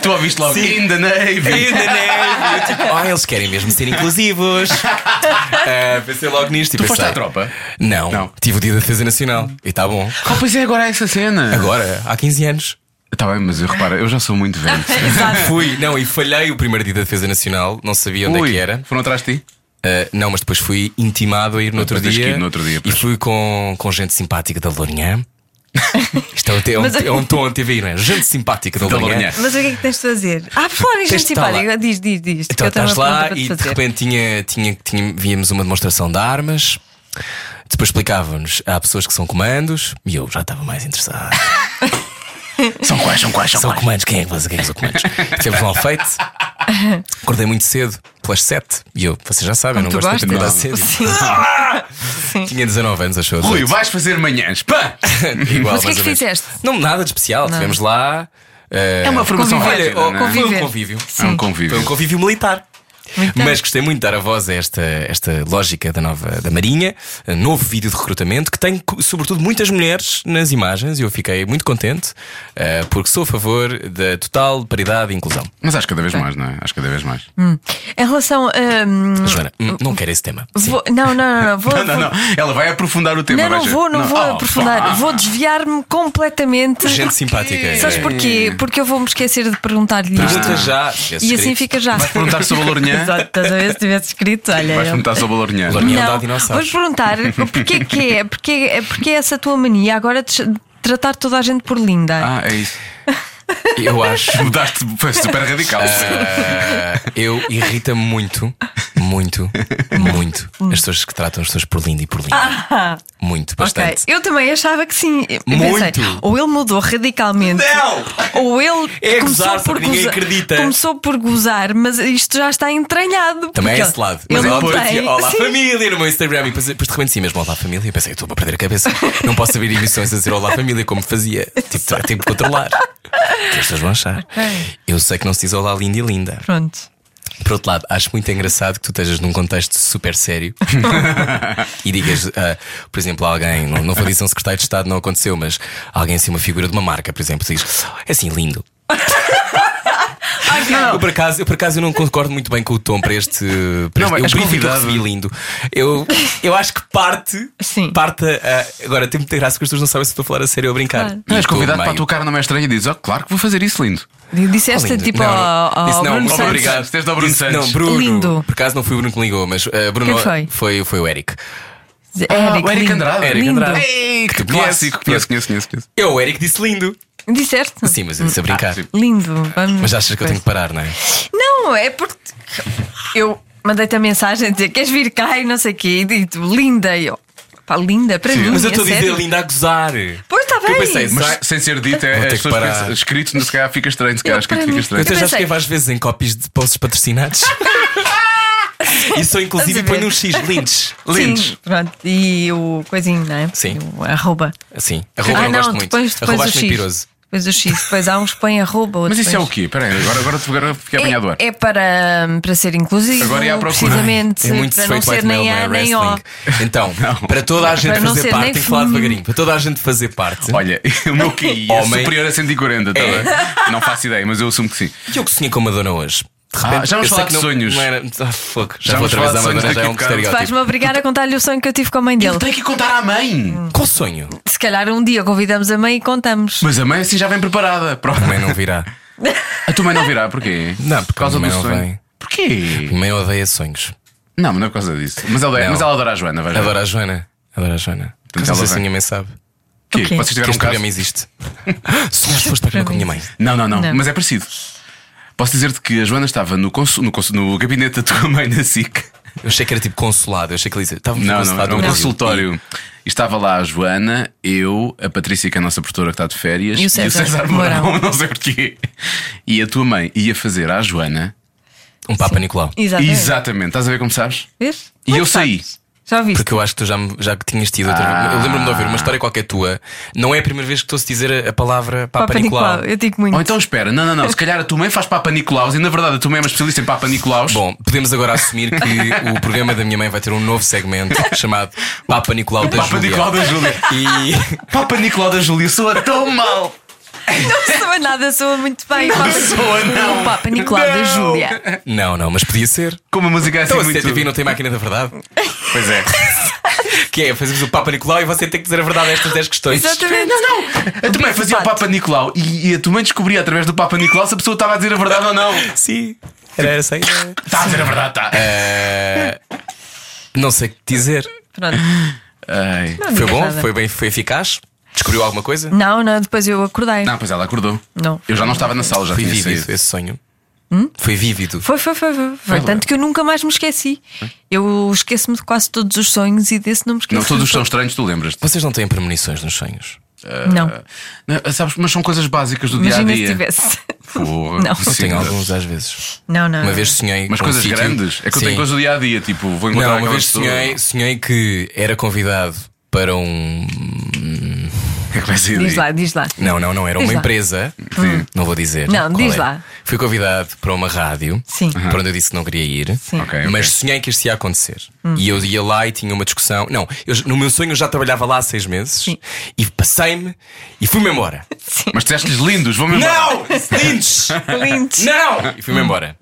Speaker 2: tu ouviste logo. <laughs> In the Navy.
Speaker 4: In the Navy. Tipo, ah, eles querem mesmo
Speaker 2: <laughs>
Speaker 4: ser inclusivos. Ah, pensei logo nisto. e
Speaker 2: Tu foste
Speaker 4: pensei,
Speaker 2: à tropa?
Speaker 4: Não,
Speaker 2: Não.
Speaker 4: Tive o dia da defesa nacional. E está bom.
Speaker 2: Ah, pois é, agora é essa cena.
Speaker 4: Agora, há 15 anos.
Speaker 2: Tá bem, mas eu repara, eu já sou muito velho.
Speaker 3: Exato.
Speaker 4: Fui, não, e falhei o primeiro dia da defesa nacional. Não sabia onde é
Speaker 2: Ui,
Speaker 4: que era.
Speaker 2: Foram atrás de ti?
Speaker 4: Uh, não, mas depois fui intimado a ir no outro
Speaker 2: Mas tens que
Speaker 4: dia.
Speaker 2: ir no outro dia,
Speaker 4: e
Speaker 2: pois.
Speaker 4: fui com, com gente simpática
Speaker 3: <laughs>
Speaker 4: da Lourinhã. Isto é um, te- é um,
Speaker 3: Mas eu- <laughs>
Speaker 4: é um tom TVI, não é? Gente simpática da,
Speaker 2: Da
Speaker 4: Lourinhã.
Speaker 2: Lourinhã.
Speaker 3: Mas o que é que tens de fazer? Ah, por falar em
Speaker 4: Tens
Speaker 3: gente
Speaker 4: de estar lá.
Speaker 3: simpática, diz, diz, diz. que
Speaker 4: Então
Speaker 3: eu tenho
Speaker 4: estás
Speaker 3: um uma pergunta
Speaker 4: lá
Speaker 3: para te
Speaker 4: e de
Speaker 3: fazer.
Speaker 4: repente tinha, tinha, tinha, víamos uma demonstração de armas. Depois explicavam-nos, há pessoas que são comandos e eu já estava
Speaker 3: <laughs>
Speaker 4: mais interessado.
Speaker 2: São quais? São quais? São,
Speaker 4: são
Speaker 2: quais?
Speaker 4: comandos, quem é que faz quem é que são comandos? Tivemos um alfeite, acordei muito cedo, pelas 7, e eu, vocês já sabem,
Speaker 3: Como
Speaker 4: eu não
Speaker 3: tu
Speaker 4: gosto de acordar
Speaker 3: gostas? Sim.
Speaker 4: cedo.
Speaker 2: Ah,
Speaker 4: Tinha 19 anos, achou?
Speaker 2: Rui, vais fazer manhãs. Pá!
Speaker 4: <laughs> Igual,
Speaker 3: Mas o que é que
Speaker 4: mais ou menos.
Speaker 3: fizeste?
Speaker 4: Não, nada de especial. Estivemos lá. eh,
Speaker 2: É uma formação
Speaker 4: olha,
Speaker 2: rápida,
Speaker 4: oh,
Speaker 2: não é?
Speaker 4: foi um
Speaker 3: Conviver.
Speaker 4: convívio.
Speaker 2: É um
Speaker 3: Sim.
Speaker 2: convívio.
Speaker 4: Foi um convívio militar.
Speaker 3: Muito bem.
Speaker 4: Mas gostei muito de dar a voz a esta, esta lógica da nova da Marinha, eh, novo vídeo de recrutamento, que tem co- sobretudo muitas mulheres nas imagens, e eu fiquei muito contente, eh, porque sou a favor da total paridade e inclusão.
Speaker 2: Mas acho cada vez mais, não é? Acho cada vez mais.
Speaker 3: Em relação. hum,
Speaker 4: Joana, hum, não quero esse tema. Sim.
Speaker 3: vou- não, não, não, não. Vou,
Speaker 2: <laughs> Não, não, não. Ela vai aprofundar o tema.
Speaker 3: Não, não
Speaker 2: vai ser-
Speaker 3: vou, não, vou
Speaker 2: Oh,
Speaker 3: aprofundar.
Speaker 2: pá.
Speaker 3: Vou desviar-me completamente.
Speaker 4: Gente simpática.
Speaker 3: <laughs>
Speaker 4: eh,
Speaker 3: Sabes porquê? Porque eu vou-me esquecer de perguntar-lhe isto.
Speaker 4: Pergunta já.
Speaker 3: E assim fica já.
Speaker 2: Vais perguntar sobre a Lourinhã?
Speaker 3: <laughs> Exato, estás a ver se tivesse escrito. Olha,
Speaker 2: é? Vais
Speaker 3: eu-
Speaker 2: perguntar sobre a Lourinhã.
Speaker 4: Lourinhã. Daniel dá dinossauros.
Speaker 3: Vou-te perguntar porquê que é, porque, porque é essa tua mania agora de ch- tratar toda a gente por linda.
Speaker 2: Ah, é isso.
Speaker 4: Eu acho.
Speaker 2: Mudaste, foi super radical.
Speaker 4: Ah, eu irrita-me muito, muito, muito as pessoas que tratam as pessoas por linda e por linda.
Speaker 2: Ah.
Speaker 3: <laughs>
Speaker 4: Muito,
Speaker 3: Ah, ok.
Speaker 4: bastante.
Speaker 3: Eu também achava que sim. Eu Pensei,
Speaker 4: Muito.
Speaker 3: ou ele mudou radicalmente.
Speaker 4: Não!
Speaker 3: Ou ele
Speaker 4: <laughs> É
Speaker 3: começou
Speaker 4: gozar,
Speaker 3: por
Speaker 4: porque ninguém
Speaker 3: gozar,
Speaker 4: acredita.
Speaker 3: Começou por gozar, mas isto já está entranhado.
Speaker 4: Também é
Speaker 3: porque
Speaker 4: esse lado.
Speaker 3: Ele
Speaker 4: eu
Speaker 3: não
Speaker 4: depois
Speaker 3: tem.
Speaker 4: dizia, Olá
Speaker 3: Sim.
Speaker 4: família no meu Instagram e depois, depois de repente sim mesmo Olá família. Eu pensei, eu estou a perder a cabeça. Não posso abrir emissões a dizer Olá família como fazia. Tipo, tra- tenho que controlar. O que as pessoas vão achar? Eu sei que não se diz Olá linda e linda.
Speaker 3: Pronto.
Speaker 4: Por outro lado, acho muito engraçado que tu estejas num contexto
Speaker 2: <laughs>
Speaker 4: super sério e digas, ah, por exemplo, a alguém, não, não vou dizer um secretário de Estado, não aconteceu, mas alguém assim, uma figura de uma marca, por exemplo, diz, é
Speaker 3: <laughs>
Speaker 4: assim lindo. Eu, por acaso, eu por acaso eu não concordo muito bem com o tom para este. Para
Speaker 2: Não,
Speaker 4: este-
Speaker 2: mas
Speaker 4: eu ouvi que eu
Speaker 2: convidado.
Speaker 4: recebi lindo. Eu, eu acho que parte.
Speaker 3: Sim.
Speaker 4: parte ah, agora tem muita graça que as pessoas não sabem se estou a falar a sério ou a brincar.
Speaker 3: Claro.
Speaker 2: Não,
Speaker 4: E
Speaker 2: és
Speaker 4: estou
Speaker 2: convidado
Speaker 4: meio-
Speaker 2: para a tua cara não é estranha e dizes: Oh, claro que vou fazer isso lindo.
Speaker 3: Disseste
Speaker 4: Lindo.
Speaker 3: tipo
Speaker 4: é Não,
Speaker 3: ao, ao
Speaker 4: disse não, é
Speaker 3: Bruno
Speaker 4: ao
Speaker 3: Santos.
Speaker 2: obrigado. Disseste ao Bruno
Speaker 4: Disse-
Speaker 2: Santos.
Speaker 4: Não, Bruno.
Speaker 3: Lindo.
Speaker 4: Por acaso não foi o Bruno que me ligou, mas eh, Bruno
Speaker 3: Quem é foi?
Speaker 4: Foi, foi o Eric.
Speaker 2: Ah, o Eric
Speaker 3: lindo.
Speaker 2: Andrade.
Speaker 4: Eric
Speaker 3: Lindo.
Speaker 4: Andrade.
Speaker 2: Ei,
Speaker 4: Tu
Speaker 2: que
Speaker 4: conheces?
Speaker 2: clássico. Conheço, conheço, conheço. conheço.
Speaker 3: É
Speaker 4: Eu, o Eric disse lindo.
Speaker 3: Disseste?
Speaker 4: É. Sim, mas eu disse a
Speaker 3: Ah,
Speaker 4: brincar.
Speaker 2: sim.
Speaker 3: Lindo. Vamos.
Speaker 4: Mas achas que eu tenho que parar, não é?
Speaker 3: Não, é porque eu mandei-te a mensagem a dizer queres vir cá e não sei o quê. E dito, linda. E eu, pá, linda para mim. é
Speaker 4: Mas eu estou a dizer
Speaker 3: sério.
Speaker 4: linda a gozar.
Speaker 3: Pois está
Speaker 4: Eu
Speaker 3: bem.
Speaker 4: pensei,
Speaker 2: Mas
Speaker 4: Sai-
Speaker 2: sem ser dito, é,
Speaker 4: Vou ter
Speaker 2: as
Speaker 4: que
Speaker 2: pessoas
Speaker 4: parar.
Speaker 2: pensam, escrito, no- se calhar fica estranho, se calhar
Speaker 3: Eu,
Speaker 2: escrito
Speaker 3: para
Speaker 2: fica
Speaker 3: mim-
Speaker 4: Eu
Speaker 2: estranho.
Speaker 4: até já
Speaker 3: pensei-
Speaker 4: escrevo às vezes em cópias de
Speaker 3: <laughs>
Speaker 4: posts patrocinados. E sou inclusive
Speaker 3: Estás a ver?
Speaker 4: ponho um X, lindes.
Speaker 3: Sim, pronto. E o coisinho, não é?
Speaker 4: Sim.
Speaker 3: O arroba.
Speaker 4: Sim, arroba
Speaker 3: ah,
Speaker 4: não,
Speaker 3: não,
Speaker 4: gosto muito.
Speaker 3: depois, depois
Speaker 4: arroba
Speaker 3: o
Speaker 4: acho mentiroso.
Speaker 3: X. Depois o X. Depois há uns que põem arroba.
Speaker 2: Mas
Speaker 3: outros
Speaker 2: isso é
Speaker 3: põem-
Speaker 2: o quê? Espera aí, agora, agora, agora fiquei apanhado do ar.
Speaker 3: é, é para, para ser inclusivo.
Speaker 2: Agora ia à procura.
Speaker 3: Precisamente.
Speaker 4: É muito
Speaker 3: para não
Speaker 4: straight
Speaker 3: ser
Speaker 4: white male,
Speaker 3: nem
Speaker 4: não é
Speaker 3: A nem O.
Speaker 4: wrestling. Então, para toda a gente
Speaker 3: Para não
Speaker 4: fazer
Speaker 3: ser
Speaker 4: parte,
Speaker 3: nem
Speaker 4: tem que falar
Speaker 3: feminino.
Speaker 4: devagarinho. Para toda a gente fazer parte.
Speaker 2: Olha, <laughs> o meu QI é
Speaker 4: Homem.
Speaker 2: superior a 140, tá
Speaker 3: É.
Speaker 2: bem? Não faço ideia, mas eu assumo que sim.
Speaker 4: E eu que sonhei com a Madonna hoje. De
Speaker 2: Ah, já vamos
Speaker 4: eu sei
Speaker 2: falar
Speaker 4: que
Speaker 2: de
Speaker 4: não-
Speaker 2: sonhos.
Speaker 4: não era- ah, fuck, Já,
Speaker 2: Já
Speaker 4: vou
Speaker 2: vamos falar
Speaker 4: através
Speaker 2: de
Speaker 4: da Madonna,
Speaker 2: sonhos
Speaker 4: já é um
Speaker 2: daqui a bocado.
Speaker 4: estereótipo.
Speaker 3: Vais-me obrigar a contar-lhe o sonho que eu tive com a mãe
Speaker 4: <laughs>
Speaker 3: dele.
Speaker 2: Ele tem que contar à mãe.
Speaker 4: Qual sonho?
Speaker 3: Se calhar um dia convidamos a mãe e contamos.
Speaker 2: Mas a mãe assim já vem preparada. Pronto.
Speaker 4: Também não virá.
Speaker 2: A tua mãe não virá, porquê?
Speaker 4: Não, porque
Speaker 2: por causa
Speaker 4: a minha
Speaker 2: do
Speaker 4: mãe não
Speaker 2: sonho.
Speaker 4: vem.
Speaker 2: Porquê?
Speaker 4: Minha mãe odeia sonhos.
Speaker 2: Não, mas não é por causa disso. Mas ela,
Speaker 4: Não.
Speaker 2: mas ela adora a Joana, vai ver.
Speaker 4: Adoro a Joana. Adoro a Joana.
Speaker 2: Mas
Speaker 4: Mas
Speaker 2: ela
Speaker 4: assim
Speaker 2: vem.
Speaker 4: minha mãe sabe.
Speaker 2: Porquê?
Speaker 3: O quê?
Speaker 2: Vocês
Speaker 4: Que
Speaker 2: tiveram um caso?
Speaker 4: este programa existe. <laughs> Sonhaste foste para cama com a minha mãe.
Speaker 2: Não, não, não,
Speaker 3: Não.
Speaker 2: Mas é parecido. Posso dizer-te que a Joana estava no, consu- no, consu- no gabinete da tua mãe na SIC.
Speaker 4: Eu achei que era tipo consulado. Eu achei que ele dizia. Estava muito
Speaker 2: Não, não,
Speaker 4: consulado.
Speaker 2: era um
Speaker 4: no Brasil.
Speaker 2: consultório. E estava lá a Joana, eu, a Patrícia, que é a nossa produtora que está de férias,
Speaker 3: E o César
Speaker 2: Mourão, <laughs>
Speaker 3: Mourão.
Speaker 2: não sei porquê. E a tua mãe ia fazer à Joana.
Speaker 4: Um Papa Nicolau.
Speaker 3: Exatamente.
Speaker 2: Exatamente, estás a ver como sabes?
Speaker 3: Vês?
Speaker 2: E
Speaker 3: Como
Speaker 2: eu
Speaker 3: é que
Speaker 2: saí.
Speaker 3: sabes? Já ouviste?
Speaker 4: Porque eu acho que tu já, me- já que tinhas tido outra
Speaker 2: Ah.
Speaker 4: vez. Eu lembro-me de ouvir uma história qualquer tua. Não é a primeira vez que estou-se dizer a, a palavra Papa,
Speaker 3: Papa
Speaker 4: Nicolau.
Speaker 3: Nicolau, eu digo muito.
Speaker 2: Ou então espera, não, não, não. Se calhar a tua mãe faz Papa Nicolaus e na verdade a tua mãe é uma especialista em Papa Nicolaus.
Speaker 4: Bom, podemos agora assumir que o programa da minha mãe vai ter um novo segmento chamado Papa Nicolau da
Speaker 2: Papa
Speaker 4: Júlia.
Speaker 2: Nicolau da Júlia.
Speaker 4: E <laughs>
Speaker 2: Papa Nicolau da Júlia soa tão mal.
Speaker 3: <laughs> Não soa nada, soa muito bem. Papa-
Speaker 2: soa, não.
Speaker 3: <laughs> O Papa Nicolau da
Speaker 2: Não.
Speaker 3: Júlia.
Speaker 4: Não, não, mas podia ser.
Speaker 2: Como a música é assim
Speaker 4: Então a
Speaker 2: muito.
Speaker 4: CTV não tem máquina da verdade.
Speaker 2: Pois é.
Speaker 4: Que é, fazemos o Papa Nicolau e você tem que dizer a verdade a estas 10 questões.
Speaker 3: Exatamente. Não, não.
Speaker 2: A tua mãe fazia o Papa Nicolau e, e a tua mãe descobria através do Papa Nicolau se a pessoa estava a dizer a verdade ou não.
Speaker 4: Sim. Era essa Tá a ideia.
Speaker 2: Está a dizer a verdade, está.
Speaker 4: Eh, não sei o que dizer.
Speaker 3: Pronto.
Speaker 2: Ai.
Speaker 3: Não
Speaker 4: Foi
Speaker 3: digas
Speaker 4: bom?
Speaker 3: nada.
Speaker 4: Foi bem? Foi eficaz? Descobriu alguma coisa?
Speaker 3: Não, não, depois eu acordei.
Speaker 2: Não, pois ela acordou.
Speaker 3: Não.
Speaker 2: Eu já não estava na sala, já
Speaker 4: Foi
Speaker 2: tinha
Speaker 4: vívido
Speaker 2: saído.
Speaker 4: esse sonho. Foi vívido.
Speaker 3: Hum? Foi, foi, foi, foi. foi. Tanto que eu nunca mais me esqueci. Eu esqueço-me de quase todos os sonhos e desse não me esqueço.
Speaker 2: Não, todos são estranhos, tu lembras-te.
Speaker 4: Vocês não têm premonições nos sonhos? eh,
Speaker 3: Não.
Speaker 2: Não, Sabes, mas são coisas básicas do dia a
Speaker 3: Imagina se
Speaker 2: dia.
Speaker 3: tivesse. <laughs>
Speaker 2: Porra,
Speaker 3: Não.
Speaker 4: Eu
Speaker 2: sim,
Speaker 4: tenho
Speaker 2: mas-
Speaker 4: alguns às vezes.
Speaker 3: Não, não.
Speaker 4: Uma
Speaker 3: não.
Speaker 4: vez sonhei.
Speaker 2: Mas
Speaker 4: com um
Speaker 2: coisas
Speaker 4: sítio-
Speaker 2: grandes. É que eu tenho
Speaker 4: Sim.
Speaker 2: coisas do dia a dia, tipo, vou encontrar
Speaker 4: Não, uma
Speaker 2: aquela
Speaker 4: vez
Speaker 2: pessoa.
Speaker 4: sonhei, sonhei que era convidado para um.
Speaker 2: É que vai ser
Speaker 3: Diz
Speaker 2: aí.
Speaker 3: lá, diz lá.
Speaker 4: Não, não, não, era
Speaker 3: Diz
Speaker 4: uma
Speaker 3: lá. Hum.
Speaker 4: empresa. Não vou dizer.
Speaker 3: Não,
Speaker 4: qual
Speaker 3: diz
Speaker 4: é.
Speaker 3: lá.
Speaker 4: Fui convidado para uma rádio,
Speaker 3: Sim.
Speaker 4: para onde eu disse que não queria ir.
Speaker 3: Sim. Hum.
Speaker 2: Ok, ok.
Speaker 4: Mas sonhei que isto ia acontecer. E eu ia lá e tinha uma discussão. Não, eu- no meu sonho eu já trabalhava lá há seis meses
Speaker 3: Sim.
Speaker 4: e passei-me e fui-me embora.
Speaker 3: Sim.
Speaker 2: Mas disseste-lhes lindos, vão mesmo.
Speaker 4: não!
Speaker 3: <laughs>
Speaker 4: Lindes!
Speaker 3: Lindos.
Speaker 4: Não! E
Speaker 3: Hum.
Speaker 4: fui-me embora.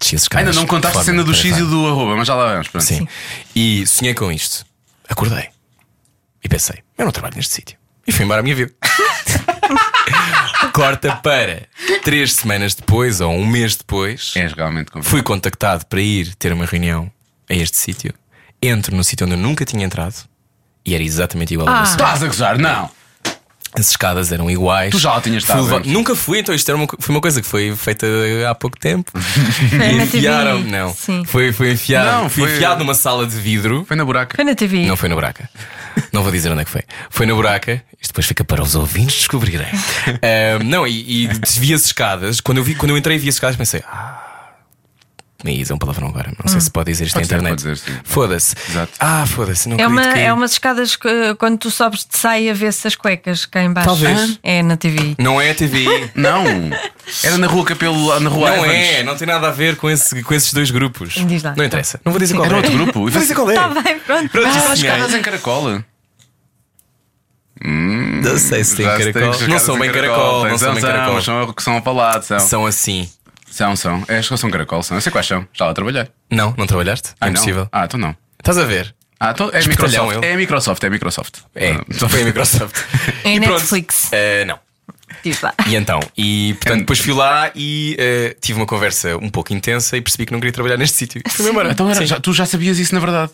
Speaker 4: Desci as escadas
Speaker 2: Ainda não contaste a
Speaker 4: de forma
Speaker 2: cena do X e
Speaker 4: paralela.
Speaker 2: do arroba, mas já lá vamos. Pronto.
Speaker 4: Sim. E sonhei com isto. Acordei. E pensei, eu não trabalho neste sítio. E fui embora à
Speaker 2: <laughs>
Speaker 4: minha vida. Corta para três semanas depois ou um mês depois.
Speaker 2: És É, realmente complicado.
Speaker 4: Fui contactado para ir ter uma reunião a este sítio. Entro no sítio onde eu nunca tinha entrado. E era exatamente igual a
Speaker 3: Ah.
Speaker 4: você.
Speaker 2: Estás a gozar? Não.
Speaker 4: As escadas eram iguais.
Speaker 2: Tu já lá tinhas é estado,
Speaker 4: Fui leva-
Speaker 2: antes.
Speaker 4: Nunca fui, então isto era uma, co- foi uma coisa que foi feita há pouco
Speaker 2: <laughs>
Speaker 4: tempo.
Speaker 3: na
Speaker 4: enfiaram.
Speaker 3: TV.
Speaker 4: Não.
Speaker 3: Sim.
Speaker 4: Foi, foi enfiado.
Speaker 2: Não,
Speaker 4: fui
Speaker 2: foi-
Speaker 4: enfiado numa sala de vidro.
Speaker 2: Foi na buraca.
Speaker 3: Foi na TV.
Speaker 4: Não foi na buraca. Não vou dizer onde é que foi. Foi na buraca. Isto depois fica para os ouvintes
Speaker 2: <laughs>
Speaker 4: descobrirem. Ahm, não, e, e desvia-se escadas. Quando eu, vi, quando eu entrei e vi as escadas, pensei. Ah, me é um palavrão agora. Não sei se pode dizer isto
Speaker 2: Hum. Pode ser,
Speaker 4: na internet.
Speaker 2: pode dizer, sim.
Speaker 4: Foda-se.
Speaker 2: Exato.
Speaker 4: Ah, foda-se. Não
Speaker 3: É, uma,
Speaker 4: acredito que-
Speaker 3: é umas escadas que quando tu sobes de saia vê-se as cuecas cá em baixo.
Speaker 4: Talvez.
Speaker 3: É na TV.
Speaker 4: Não é
Speaker 3: <laughs>
Speaker 4: a TV.
Speaker 2: Não. Era na rua Capelo, lá na rua
Speaker 4: Não
Speaker 2: Evans.
Speaker 4: é, não tem nada a ver com, esse- com esses dois grupos.
Speaker 3: Diz lá.
Speaker 4: Não interessa. Não vou dizer qual
Speaker 2: Era
Speaker 4: é.
Speaker 2: outro grupo.
Speaker 4: Não vou dizer qual é.
Speaker 3: Está Tá bem, pronto.
Speaker 4: Pronto,
Speaker 2: Ah, as
Speaker 4: Sim, é.
Speaker 2: escadas em caracola.
Speaker 4: Não sei se tem
Speaker 2: Já se tem
Speaker 4: caracol.
Speaker 2: escadas
Speaker 4: Não são
Speaker 2: em
Speaker 4: bem caracol. Não
Speaker 2: Tens
Speaker 4: são bem
Speaker 2: razão,
Speaker 4: caracol.
Speaker 2: mas São que são apalados. São, são,
Speaker 4: São assim.
Speaker 2: são. É, Acho que são caracol, são. Eu sei quais são. Já lá trabalhei.
Speaker 4: Não, não trabalhaste?
Speaker 2: Ah,
Speaker 4: é
Speaker 2: não?
Speaker 4: impossível.
Speaker 2: Ah, então não.
Speaker 4: Estás a ver?
Speaker 2: Ah, então é
Speaker 4: Espertalhão
Speaker 2: Microsoft.
Speaker 4: ele.
Speaker 2: É Microsoft, é Microsoft.
Speaker 4: É,
Speaker 2: Ah,
Speaker 4: só foi a
Speaker 2: <laughs>
Speaker 4: Microsoft.
Speaker 3: É
Speaker 4: E pronto.
Speaker 3: Netflix.
Speaker 4: Eh, não.
Speaker 3: Diz lá.
Speaker 4: E então, e portanto,
Speaker 2: É-
Speaker 4: depois fui lá e eh, tive uma conversa um pouco intensa e percebi que não queria trabalhar neste <laughs> sítio. E Fui-me embora.
Speaker 2: Então era-
Speaker 4: Sim.
Speaker 2: já- tu já sabias isso na verdade.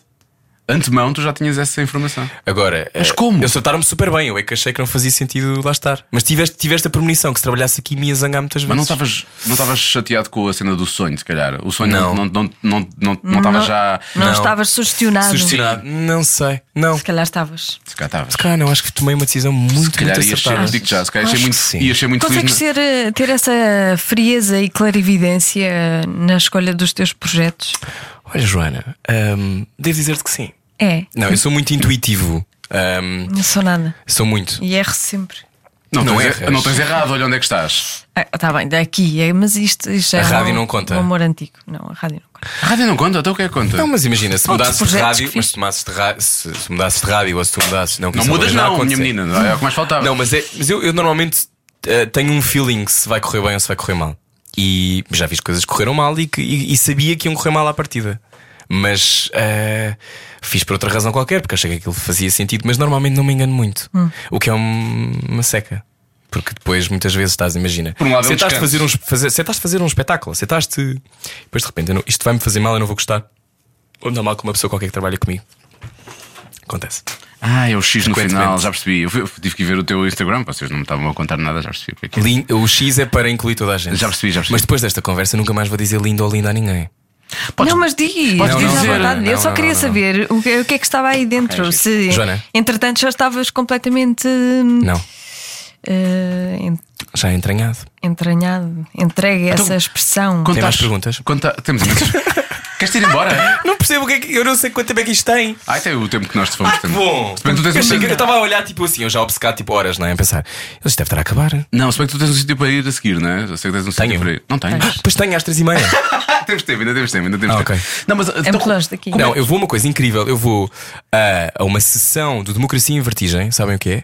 Speaker 2: Antemão, tu já tinhas essa informação.
Speaker 4: Agora,
Speaker 2: Mas
Speaker 4: eh,
Speaker 2: como?
Speaker 4: Eles trataram-me super bem. Eu é que achei que não fazia sentido lá estar. Mas tiveste, tiveste a premonição que se trabalhasse aqui me ia zangar muitas vezes.
Speaker 2: Mas não estavas não estavas chateado com a cena do sonho, se calhar. O sonho
Speaker 4: Não.
Speaker 2: não não não não não não estavas já.
Speaker 3: Não,
Speaker 4: Não.
Speaker 3: estavas sugestionado.
Speaker 4: Sugestionado. Ah, Não sei. Não.
Speaker 3: Se calhar estavas.
Speaker 2: Se calhar estavas.
Speaker 4: Se calhar não, acho que tomei uma decisão
Speaker 2: Se
Speaker 4: muito, muito
Speaker 2: calhar ias ser,
Speaker 4: acertada.
Speaker 2: digo já, se calhar ias ser
Speaker 4: Acho
Speaker 2: muito,
Speaker 4: que sim.
Speaker 2: ias ser muito feliz.
Speaker 3: Consegues
Speaker 2: na-
Speaker 3: ser, eh, ter essa frieza e clarividência na escolha dos teus projetos?
Speaker 4: Olha, Joana, hum, devo dizer-te que sim.
Speaker 3: É,
Speaker 4: Não, eu sou muito intuitivo. Hum,
Speaker 3: não sou nada.
Speaker 4: sou muito.
Speaker 3: E erro sempre.
Speaker 2: Não,
Speaker 4: Não
Speaker 2: tens,
Speaker 4: erras.
Speaker 2: não tens errado, olha onde é que estás.
Speaker 3: Está bem, daqui, é, mas isto, isto já
Speaker 4: A
Speaker 3: é
Speaker 4: rádio
Speaker 3: um-
Speaker 4: não conta.
Speaker 3: Um amor antigo. Não, a rádio não conta.
Speaker 2: A rádio não conta, então o que é que conta?
Speaker 4: Não, mas imagina, se
Speaker 3: Outros
Speaker 4: mudasses de
Speaker 3: projetos
Speaker 4: rádio,
Speaker 3: que
Speaker 4: mas
Speaker 3: fiz.
Speaker 4: se mudasses de ra- se, se mudasses de rádio ou se tu mudasses. Não, que
Speaker 2: não
Speaker 4: isso é
Speaker 2: mudas,
Speaker 4: talvez vá
Speaker 2: não, minha
Speaker 4: acontecer.
Speaker 2: menina. não É o que mais faltava.
Speaker 4: Não, mas, é, mas eu, eu normalmente eh, tenho um feeling se vai correr bem ou se vai correr mal. E já fiz coisas que correram mal e, que, e, e sabia que iam correr mal à partida. Mas eh, fiz por outra razão qualquer, porque achei que aquilo fazia sentido, mas normalmente não me engano muito. O que é um- uma seca. Porque depois muitas vezes estás, imagina,
Speaker 2: Por um lado é um
Speaker 4: sentaste a
Speaker 2: descanso.
Speaker 4: fazer um, fazer, sentaste a fazer um espetáculo, sentaste. Depois de repente, eu não- isto vai-me fazer mal, eu não vou gostar. Ou me dá mal com uma pessoa qualquer que trabalha comigo. Acontece.
Speaker 2: Ah, é o X no
Speaker 4: Frequentemente.
Speaker 2: final, já percebi. Eu, fui- eu tive que ver o teu Instagram, vocês não me estavam a contar nada, já percebi o que é que é.
Speaker 4: Lin- O X é para incluir toda a gente.
Speaker 2: Já percebi, já percebi.
Speaker 4: Mas depois desta conversa, nunca mais vou dizer lindo ou linda a ninguém.
Speaker 2: Podes-
Speaker 3: não, mas diz,
Speaker 2: podes
Speaker 3: diz
Speaker 2: dizer.
Speaker 3: à vontade.
Speaker 4: Não,
Speaker 3: Eu só
Speaker 4: não,
Speaker 3: queria
Speaker 4: não,
Speaker 3: saber O, que, o que é que estava aí dentro.
Speaker 2: Ok,
Speaker 3: se,
Speaker 4: Joana?
Speaker 3: entretanto, já estavas completamente. hum,
Speaker 4: Não.
Speaker 3: eh, en-
Speaker 4: Já é entranhado.
Speaker 3: entranhado, entregue
Speaker 4: Então,
Speaker 3: a essa expressão.
Speaker 2: Quando
Speaker 4: Tem mais
Speaker 2: estás-
Speaker 4: perguntas?
Speaker 2: quando tá- Temos
Speaker 4: <laughs>
Speaker 2: imensas. Queres ir embora?
Speaker 4: Não percebo o que é que. Eu não sei quanto tempo é que isto tem.
Speaker 2: Ai, tem o tempo que nós te fomos
Speaker 4: Ah, que
Speaker 2: tendo.
Speaker 4: bom!
Speaker 2: Se bem que tu tens
Speaker 4: eu
Speaker 2: um
Speaker 4: sei que- eu
Speaker 2: sítio-
Speaker 4: estava a olhar tipo assim, eu já obcecado tipo horas, não é? A pensar, eles deve estar a acabar.
Speaker 2: Não, se bem que tu tens um sítio para ir a seguir, não é? Eu sei que tens um sítio
Speaker 4: Tenho.
Speaker 2: para ir. Não tens.
Speaker 4: Pois tenho às três
Speaker 2: <laughs>
Speaker 4: e meia.
Speaker 2: temos tempo, ainda temos tempo, ainda temos
Speaker 4: Ah,
Speaker 2: tempo.
Speaker 4: ok.
Speaker 2: Não, mas, então,
Speaker 3: muito longe daqui.
Speaker 2: como é-
Speaker 4: Não, eu vou a uma coisa incrível. Eu vou ah, a uma sessão do Democracia em Vertigem. Sabem o que é?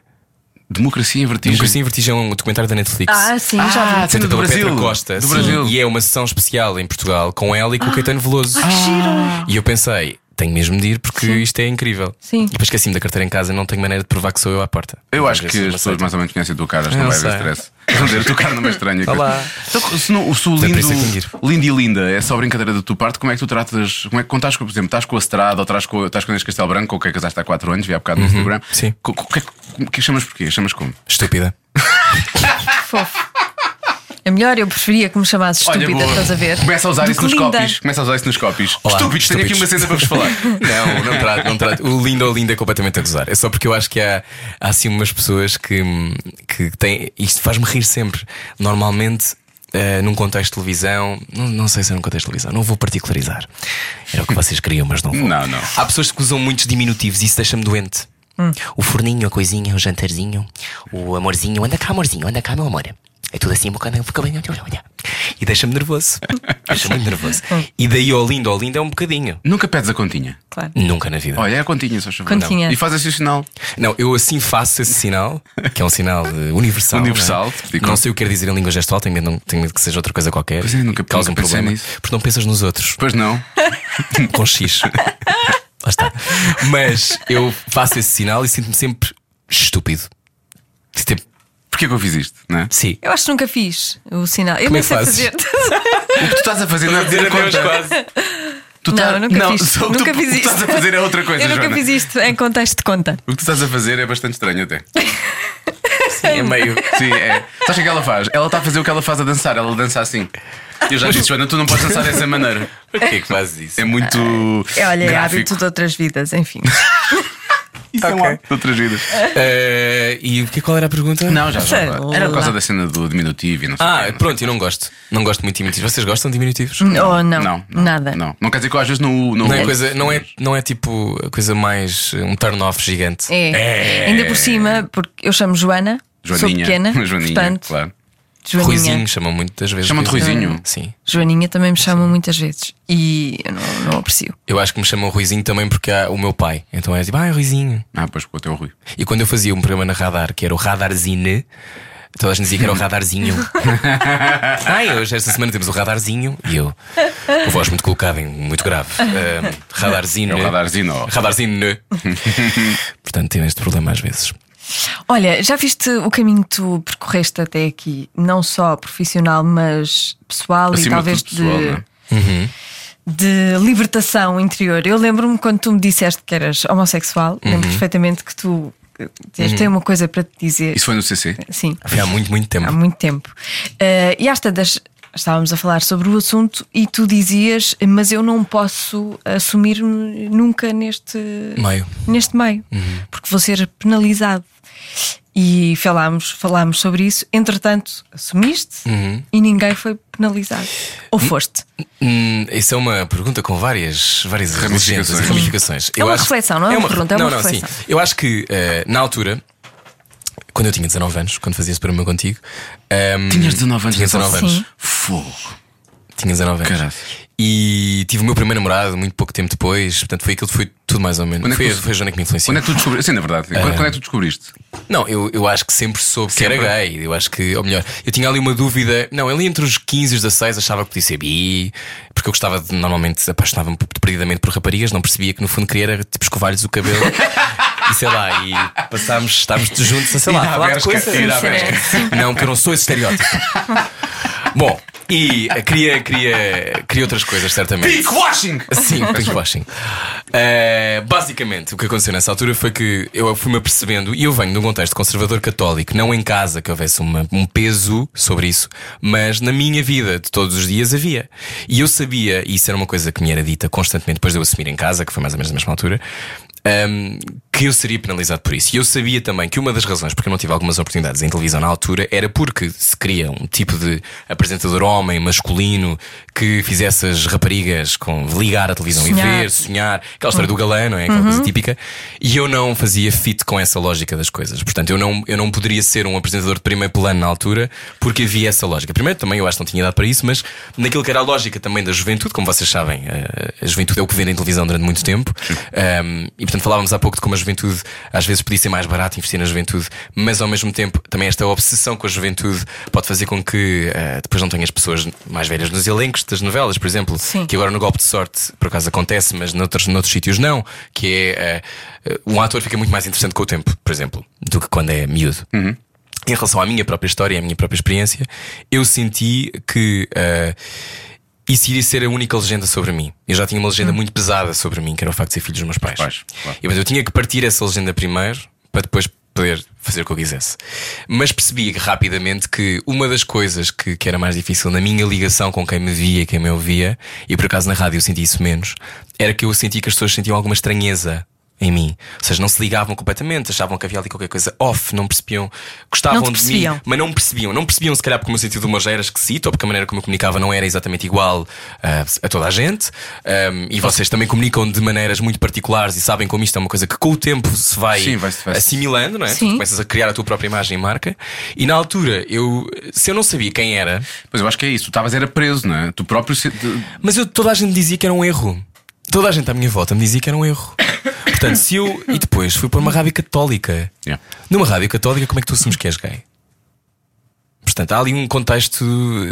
Speaker 2: Democracia em vertigem.
Speaker 4: Democracia em Vertigem é um documentário da Netflix.
Speaker 3: Ah, sim,
Speaker 2: Ah,
Speaker 3: já vi.
Speaker 2: sim.
Speaker 4: Feita
Speaker 2: do
Speaker 4: pela
Speaker 2: Brasil.
Speaker 4: Petra Costa.
Speaker 2: Do
Speaker 4: sim.
Speaker 2: Brasil.
Speaker 4: E é uma sessão especial em Portugal com ela
Speaker 3: Ah.
Speaker 4: e com o Caetano Veloso. Ah, E eu pensei, tenho mesmo de ir porque isto é incrível.
Speaker 3: Sim.
Speaker 4: E depois esqueci-me da carteira em casa, não tenho maneira de provar que sou eu à porta.
Speaker 2: Eu
Speaker 4: Mas
Speaker 2: acho
Speaker 4: esse
Speaker 2: que as
Speaker 4: uma
Speaker 2: pessoas
Speaker 4: seita.
Speaker 2: mais ou menos conhecem a tua cara, não
Speaker 4: Eu
Speaker 2: vai
Speaker 4: sei.
Speaker 2: haver stress. Não dizer, a tua cara não é
Speaker 4: <laughs>
Speaker 2: estranha. coisa.
Speaker 4: Olá.
Speaker 2: Então, se, não, se o
Speaker 4: por
Speaker 2: lindo,
Speaker 4: isso é que tenho de ir.
Speaker 2: lindo e linda é só brincadeira da tua parte, como é que tu tratas? Como é que contas, com- por exemplo, estás com a Estrada ou estás com, estás com a Inês Castelo Branco, com quem é casaste há 4 anos, vi há bocado no Instagram?
Speaker 4: Uhum, sim.
Speaker 2: Co- co- O que, é que- o que chamas porquê? Chamas como? <laughs>
Speaker 4: Estúpida.
Speaker 3: Fofo. É melhor, eu preferia que me chamasse estúpida,
Speaker 2: boa.
Speaker 3: estás a ver?
Speaker 2: Começa a usar
Speaker 3: Do
Speaker 2: isso
Speaker 3: que
Speaker 2: nos
Speaker 3: linda.
Speaker 2: copies. Começa a usar isso nos copies.
Speaker 4: Olá,
Speaker 2: estúpidos, tenho aqui uma
Speaker 4: estúpidos.
Speaker 2: cena para vos falar.
Speaker 4: <laughs> Não, não trato, não trato. O lindo ou lindo é completamente a gozar. É só porque eu acho que há, há assim umas pessoas que, hum, que têm. Isto faz-me rir sempre. Normalmente. eh, num contexto de televisão, não, não sei se é num contexto de televisão, não vou particularizar. Era o que vocês queriam, mas não vou.
Speaker 2: Não, não.
Speaker 4: Há pessoas que usam muitos diminutivos e isso deixa-me doente.
Speaker 2: Hum.
Speaker 4: O forninho, a coisinha, o jantarzinho, o amorzinho, anda cá, amorzinho, anda cá, meu amor. É tudo assim, um bocadinho, um bocadinho, olha, olha. E
Speaker 2: <laughs>
Speaker 4: deixa-me nervoso. deixa-me muito nervoso.
Speaker 2: Hum.
Speaker 4: E daí ao lindo, ao lindo é um bocadinho.
Speaker 2: Nunca pedes a continha.
Speaker 3: Claro.
Speaker 4: Nunca na vida.
Speaker 2: Olha, é a continha, só chamar.
Speaker 3: Continha.
Speaker 2: E faz assim o sinal.
Speaker 4: Não, eu assim faço esse sinal, que é um
Speaker 2: <laughs>
Speaker 4: sinal eh, universal.
Speaker 2: Universal,
Speaker 4: não, é?
Speaker 2: digo.
Speaker 4: não sei o que quer dizer em língua gestual, tenho medo, não- tenho medo que seja outra coisa qualquer.
Speaker 2: Pois é, nunca-
Speaker 4: causa um
Speaker 2: nunca pensei
Speaker 4: problema.
Speaker 2: nisso.
Speaker 4: Porque não pensas nos outros,
Speaker 2: Pois não.
Speaker 4: <laughs> com X. Lá está. Mas eu faço esse sinal e sinto-me sempre estúpido. Tipo,
Speaker 2: Porquê que eu fiz isto? Não é?
Speaker 4: sim.
Speaker 3: Eu acho que nunca fiz o sinal. Eu
Speaker 4: Como
Speaker 3: nem
Speaker 4: é que
Speaker 3: sei
Speaker 4: fazes?
Speaker 3: fazer.
Speaker 2: O que tu estás a fazer não é dizer a conta.
Speaker 3: <laughs>
Speaker 2: Tu
Speaker 3: Não,
Speaker 2: tá-
Speaker 3: eu nunca
Speaker 2: <laughs>
Speaker 3: fiz.
Speaker 2: só o que
Speaker 3: Nunca
Speaker 2: tu,
Speaker 3: fiz
Speaker 2: o que tu
Speaker 3: isto.
Speaker 2: estás a fazer é outra coisa,
Speaker 3: eu nunca
Speaker 2: Joana.
Speaker 3: fiz isto em contexto de conta.
Speaker 2: O que tu estás a fazer é bastante estranho até.
Speaker 4: É meio.
Speaker 2: Sim, é. Sabes o que é que ela faz? Ela está a fazer o que ela faz a dançar, ela dança assim. Eu já disse, Joana, tu não podes dançar dessa maneira.
Speaker 4: Por que é que fazes isso?
Speaker 2: É muito.
Speaker 3: É, Olha, é
Speaker 2: gráfico.
Speaker 3: hábito de outras vidas, enfim.
Speaker 2: Isso é um hábito de outras vidas.
Speaker 4: Eh, e o que qual era a pergunta?
Speaker 2: Não, já, já.
Speaker 3: Sei
Speaker 2: Era por causa
Speaker 3: lá.
Speaker 2: da cena do diminutivo e não sei o
Speaker 4: Ah,
Speaker 2: quê.
Speaker 4: pronto, eu não gosto. Não gosto muito de diminutivos. Vocês gostam de diminutivos?
Speaker 3: Ou não,
Speaker 2: Não, não,
Speaker 3: nada.
Speaker 2: Não. não quer dizer que eu às vezes não. Não,
Speaker 4: Não é, coisa, não, é, não é tipo a coisa mais. eh, um turn-off gigante.
Speaker 3: É. Ainda por cima, porque eu chamo Joana, sou
Speaker 2: Joaninha.
Speaker 3: pequena,
Speaker 2: <laughs> Joaninha,
Speaker 3: portanto,
Speaker 2: claro.
Speaker 3: Joaninha.
Speaker 4: Ruizinho chama muitas vezes.
Speaker 2: Chamam-te Ruizinho?
Speaker 4: Sim.
Speaker 3: Joaninha também me chama muitas vezes e eu não, não aprecio.
Speaker 4: Eu acho que me chamam Ruizinho também porque há o meu pai. Então é tipo, ah, é Ruizinho.
Speaker 2: Ah, pois com o teu Rui.
Speaker 4: E quando eu fazia um programa na Radar, que era o Radarzine, toda a gente dizia que era o
Speaker 2: <laughs>
Speaker 4: Radarzinho. Ai, hoje, esta semana temos o Radarzinho e eu. Com voz muito colocada, em- muito grave. Ahm, radarzinho.
Speaker 2: É o Radarzinho, ó.
Speaker 4: Radarzinho. Portanto, tenho este problema às vezes.
Speaker 3: Olha, já viste o caminho que tu percorreste até aqui, não só profissional, mas pessoal
Speaker 2: Acima de
Speaker 3: e talvez
Speaker 2: tudo pessoal,
Speaker 3: de,
Speaker 2: não é?
Speaker 3: de libertação interior. Eu lembro-me quando tu me disseste que eras homossexual, lembro perfeitamente que tu eh, tens tem uma coisa para te dizer.
Speaker 2: Isso foi no CC?
Speaker 3: Sim.
Speaker 4: Foi há muito, muito tempo.
Speaker 3: há muito tempo. Eh, e às tantas estávamos a falar sobre o assunto e tu dizias, mas eu não posso assumir-me nunca neste
Speaker 4: Meio. Uhum.
Speaker 3: neste meio, porque vou ser penalizado. E falámos, falámos sobre isso. Entretanto, assumiste
Speaker 4: Uhum.
Speaker 3: e ninguém foi penalizado. Ou foste.
Speaker 4: Hum, isso é uma pergunta com várias, várias
Speaker 2: Ramificações.
Speaker 4: ramificações. e ramificações.
Speaker 3: É uma reflexão, não é uma pergunta, é uma
Speaker 4: não, não,
Speaker 3: reflexão.
Speaker 4: sim. Eu acho que eh, na altura, quando eu tinha 19 anos, quando fazia esse programa contigo, ehm,
Speaker 2: Tinhas 19 anos.
Speaker 4: Tinha 19 anos.
Speaker 3: Sim.
Speaker 2: Fogo.
Speaker 4: Tinha 19 anos.
Speaker 2: Caraca.
Speaker 4: E tive o meu primeiro namorado muito pouco tempo depois, portanto foi aquilo, foi tudo mais ou menos.
Speaker 2: Quando é que
Speaker 4: Foi,
Speaker 2: tu-
Speaker 4: foi a Joana que me influenciou.
Speaker 2: Quando é que tu descobriste? Sim, na verdade. Quando, quando é que tu descobriste?
Speaker 4: Não, eu, eu acho que sempre soube que
Speaker 2: Sempre?
Speaker 4: era gay. Eu acho que, ou melhor, eu tinha ali uma dúvida. Não, ali entre os 15 e os 16 achava que podia ser bi, porque eu gostava de, normalmente, apaixonava-me perdidamente por raparigas, não percebia que no fundo queria era tipo escovar-lhes o cabelo. <laughs> E sei lá, e passámos, estávamos juntos a sei lá,
Speaker 2: Ir à
Speaker 4: falar de
Speaker 2: Bershka,
Speaker 4: coisas. assim.
Speaker 2: ir à
Speaker 3: Sim, sim.
Speaker 4: Não, porque eu não sou esse
Speaker 2: <laughs>
Speaker 4: estereótipo. Bom, e eh, queria, queria, queria outras coisas, certamente.
Speaker 2: washing!
Speaker 4: <laughs> Sim, pinkwashing. Eh, basicamente, o que aconteceu nessa altura foi que eu fui-me apercebendo, e eu venho de um contexto conservador católico, não em casa que houvesse uma- um peso sobre isso, mas na minha vida de todos os dias havia. E eu sabia, e isso era uma coisa que me era dita constantemente depois de eu assumir em casa, que foi mais ou menos na mesma altura, ehm, que eu seria penalizado por isso. E eu sabia também que uma das razões porque eu não tive algumas oportunidades em televisão na altura era porque se queria um tipo de apresentador homem, masculino, que fizesse as raparigas com ligar a televisão
Speaker 3: Sonhar.
Speaker 4: e ver, sonhar, aquela história do galã, não é? Aquela coisa típica. E eu não fazia fit com essa lógica das coisas. Portanto, eu não, eu não poderia ser um apresentador de primeiro plano na altura porque havia essa lógica. Primeiro, também eu acho que não tinha idade para isso, mas naquilo que era a lógica também da juventude, como vocês sabem, eh, a juventude é o que vende em televisão durante muito tempo. Ahm, e portanto, falávamos há pouco de como a juventude às vezes podia ser mais barato investir na juventude, mas ao mesmo tempo também esta obsessão com a juventude pode fazer com que eh, depois não tenhas pessoas mais velhas nos elencos das novelas, por exemplo,
Speaker 3: Sim.
Speaker 4: que agora no golpe de sorte por acaso acontece, mas noutros, noutros sítios não, que é eh, um ator fica muito mais interessante com o tempo, por exemplo, do que quando é miúdo. Em relação à minha própria história e à minha própria experiência, eu senti que eh, isso iria ser a única legenda sobre mim. Eu já tinha uma legenda muito pesada sobre mim, que era o facto de ser filho dos meus pais.
Speaker 2: Pais, claro.
Speaker 4: E, portanto, eu tinha que partir essa legenda primeiro para depois poder fazer o que eu quisesse. Mas percebi rapidamente que uma das coisas que, que era mais difícil na minha ligação com quem me via e quem me ouvia, e por acaso na rádio eu senti isso menos, era que eu senti que as pessoas sentiam alguma estranheza. Em mim, ou seja, não se ligavam completamente, achavam que havia ali qualquer coisa off, não percebiam, gostavam
Speaker 3: Não te
Speaker 4: de mim,
Speaker 3: percebiam.
Speaker 4: mas não percebiam. Não percebiam, se calhar, porque o meu sentido de humor já era esquisito, ou porque a maneira como eu comunicava não era exatamente igual ah, a toda a gente. Ahm, e vocês também comunicam de maneiras muito particulares e sabem como isto é uma coisa que com o tempo se vai,
Speaker 2: Sim, vai-se- vai-se-
Speaker 4: assimilando, não é?
Speaker 3: Sim.
Speaker 4: Tu começas a criar a tua própria imagem e marca. E na altura, eu, se eu não sabia quem era,
Speaker 2: Pois eu acho que é isso. Tu estavas era preso, não é? Tu próprio. se- de-
Speaker 4: mas eu, toda a gente dizia que era um erro. Toda a gente à minha volta me dizia que era um erro. Portanto, se eu. E depois fui para uma rádio católica.
Speaker 2: Yeah.
Speaker 4: Numa rádio católica, como é que tu assumes que és gay? Portanto, há ali um contexto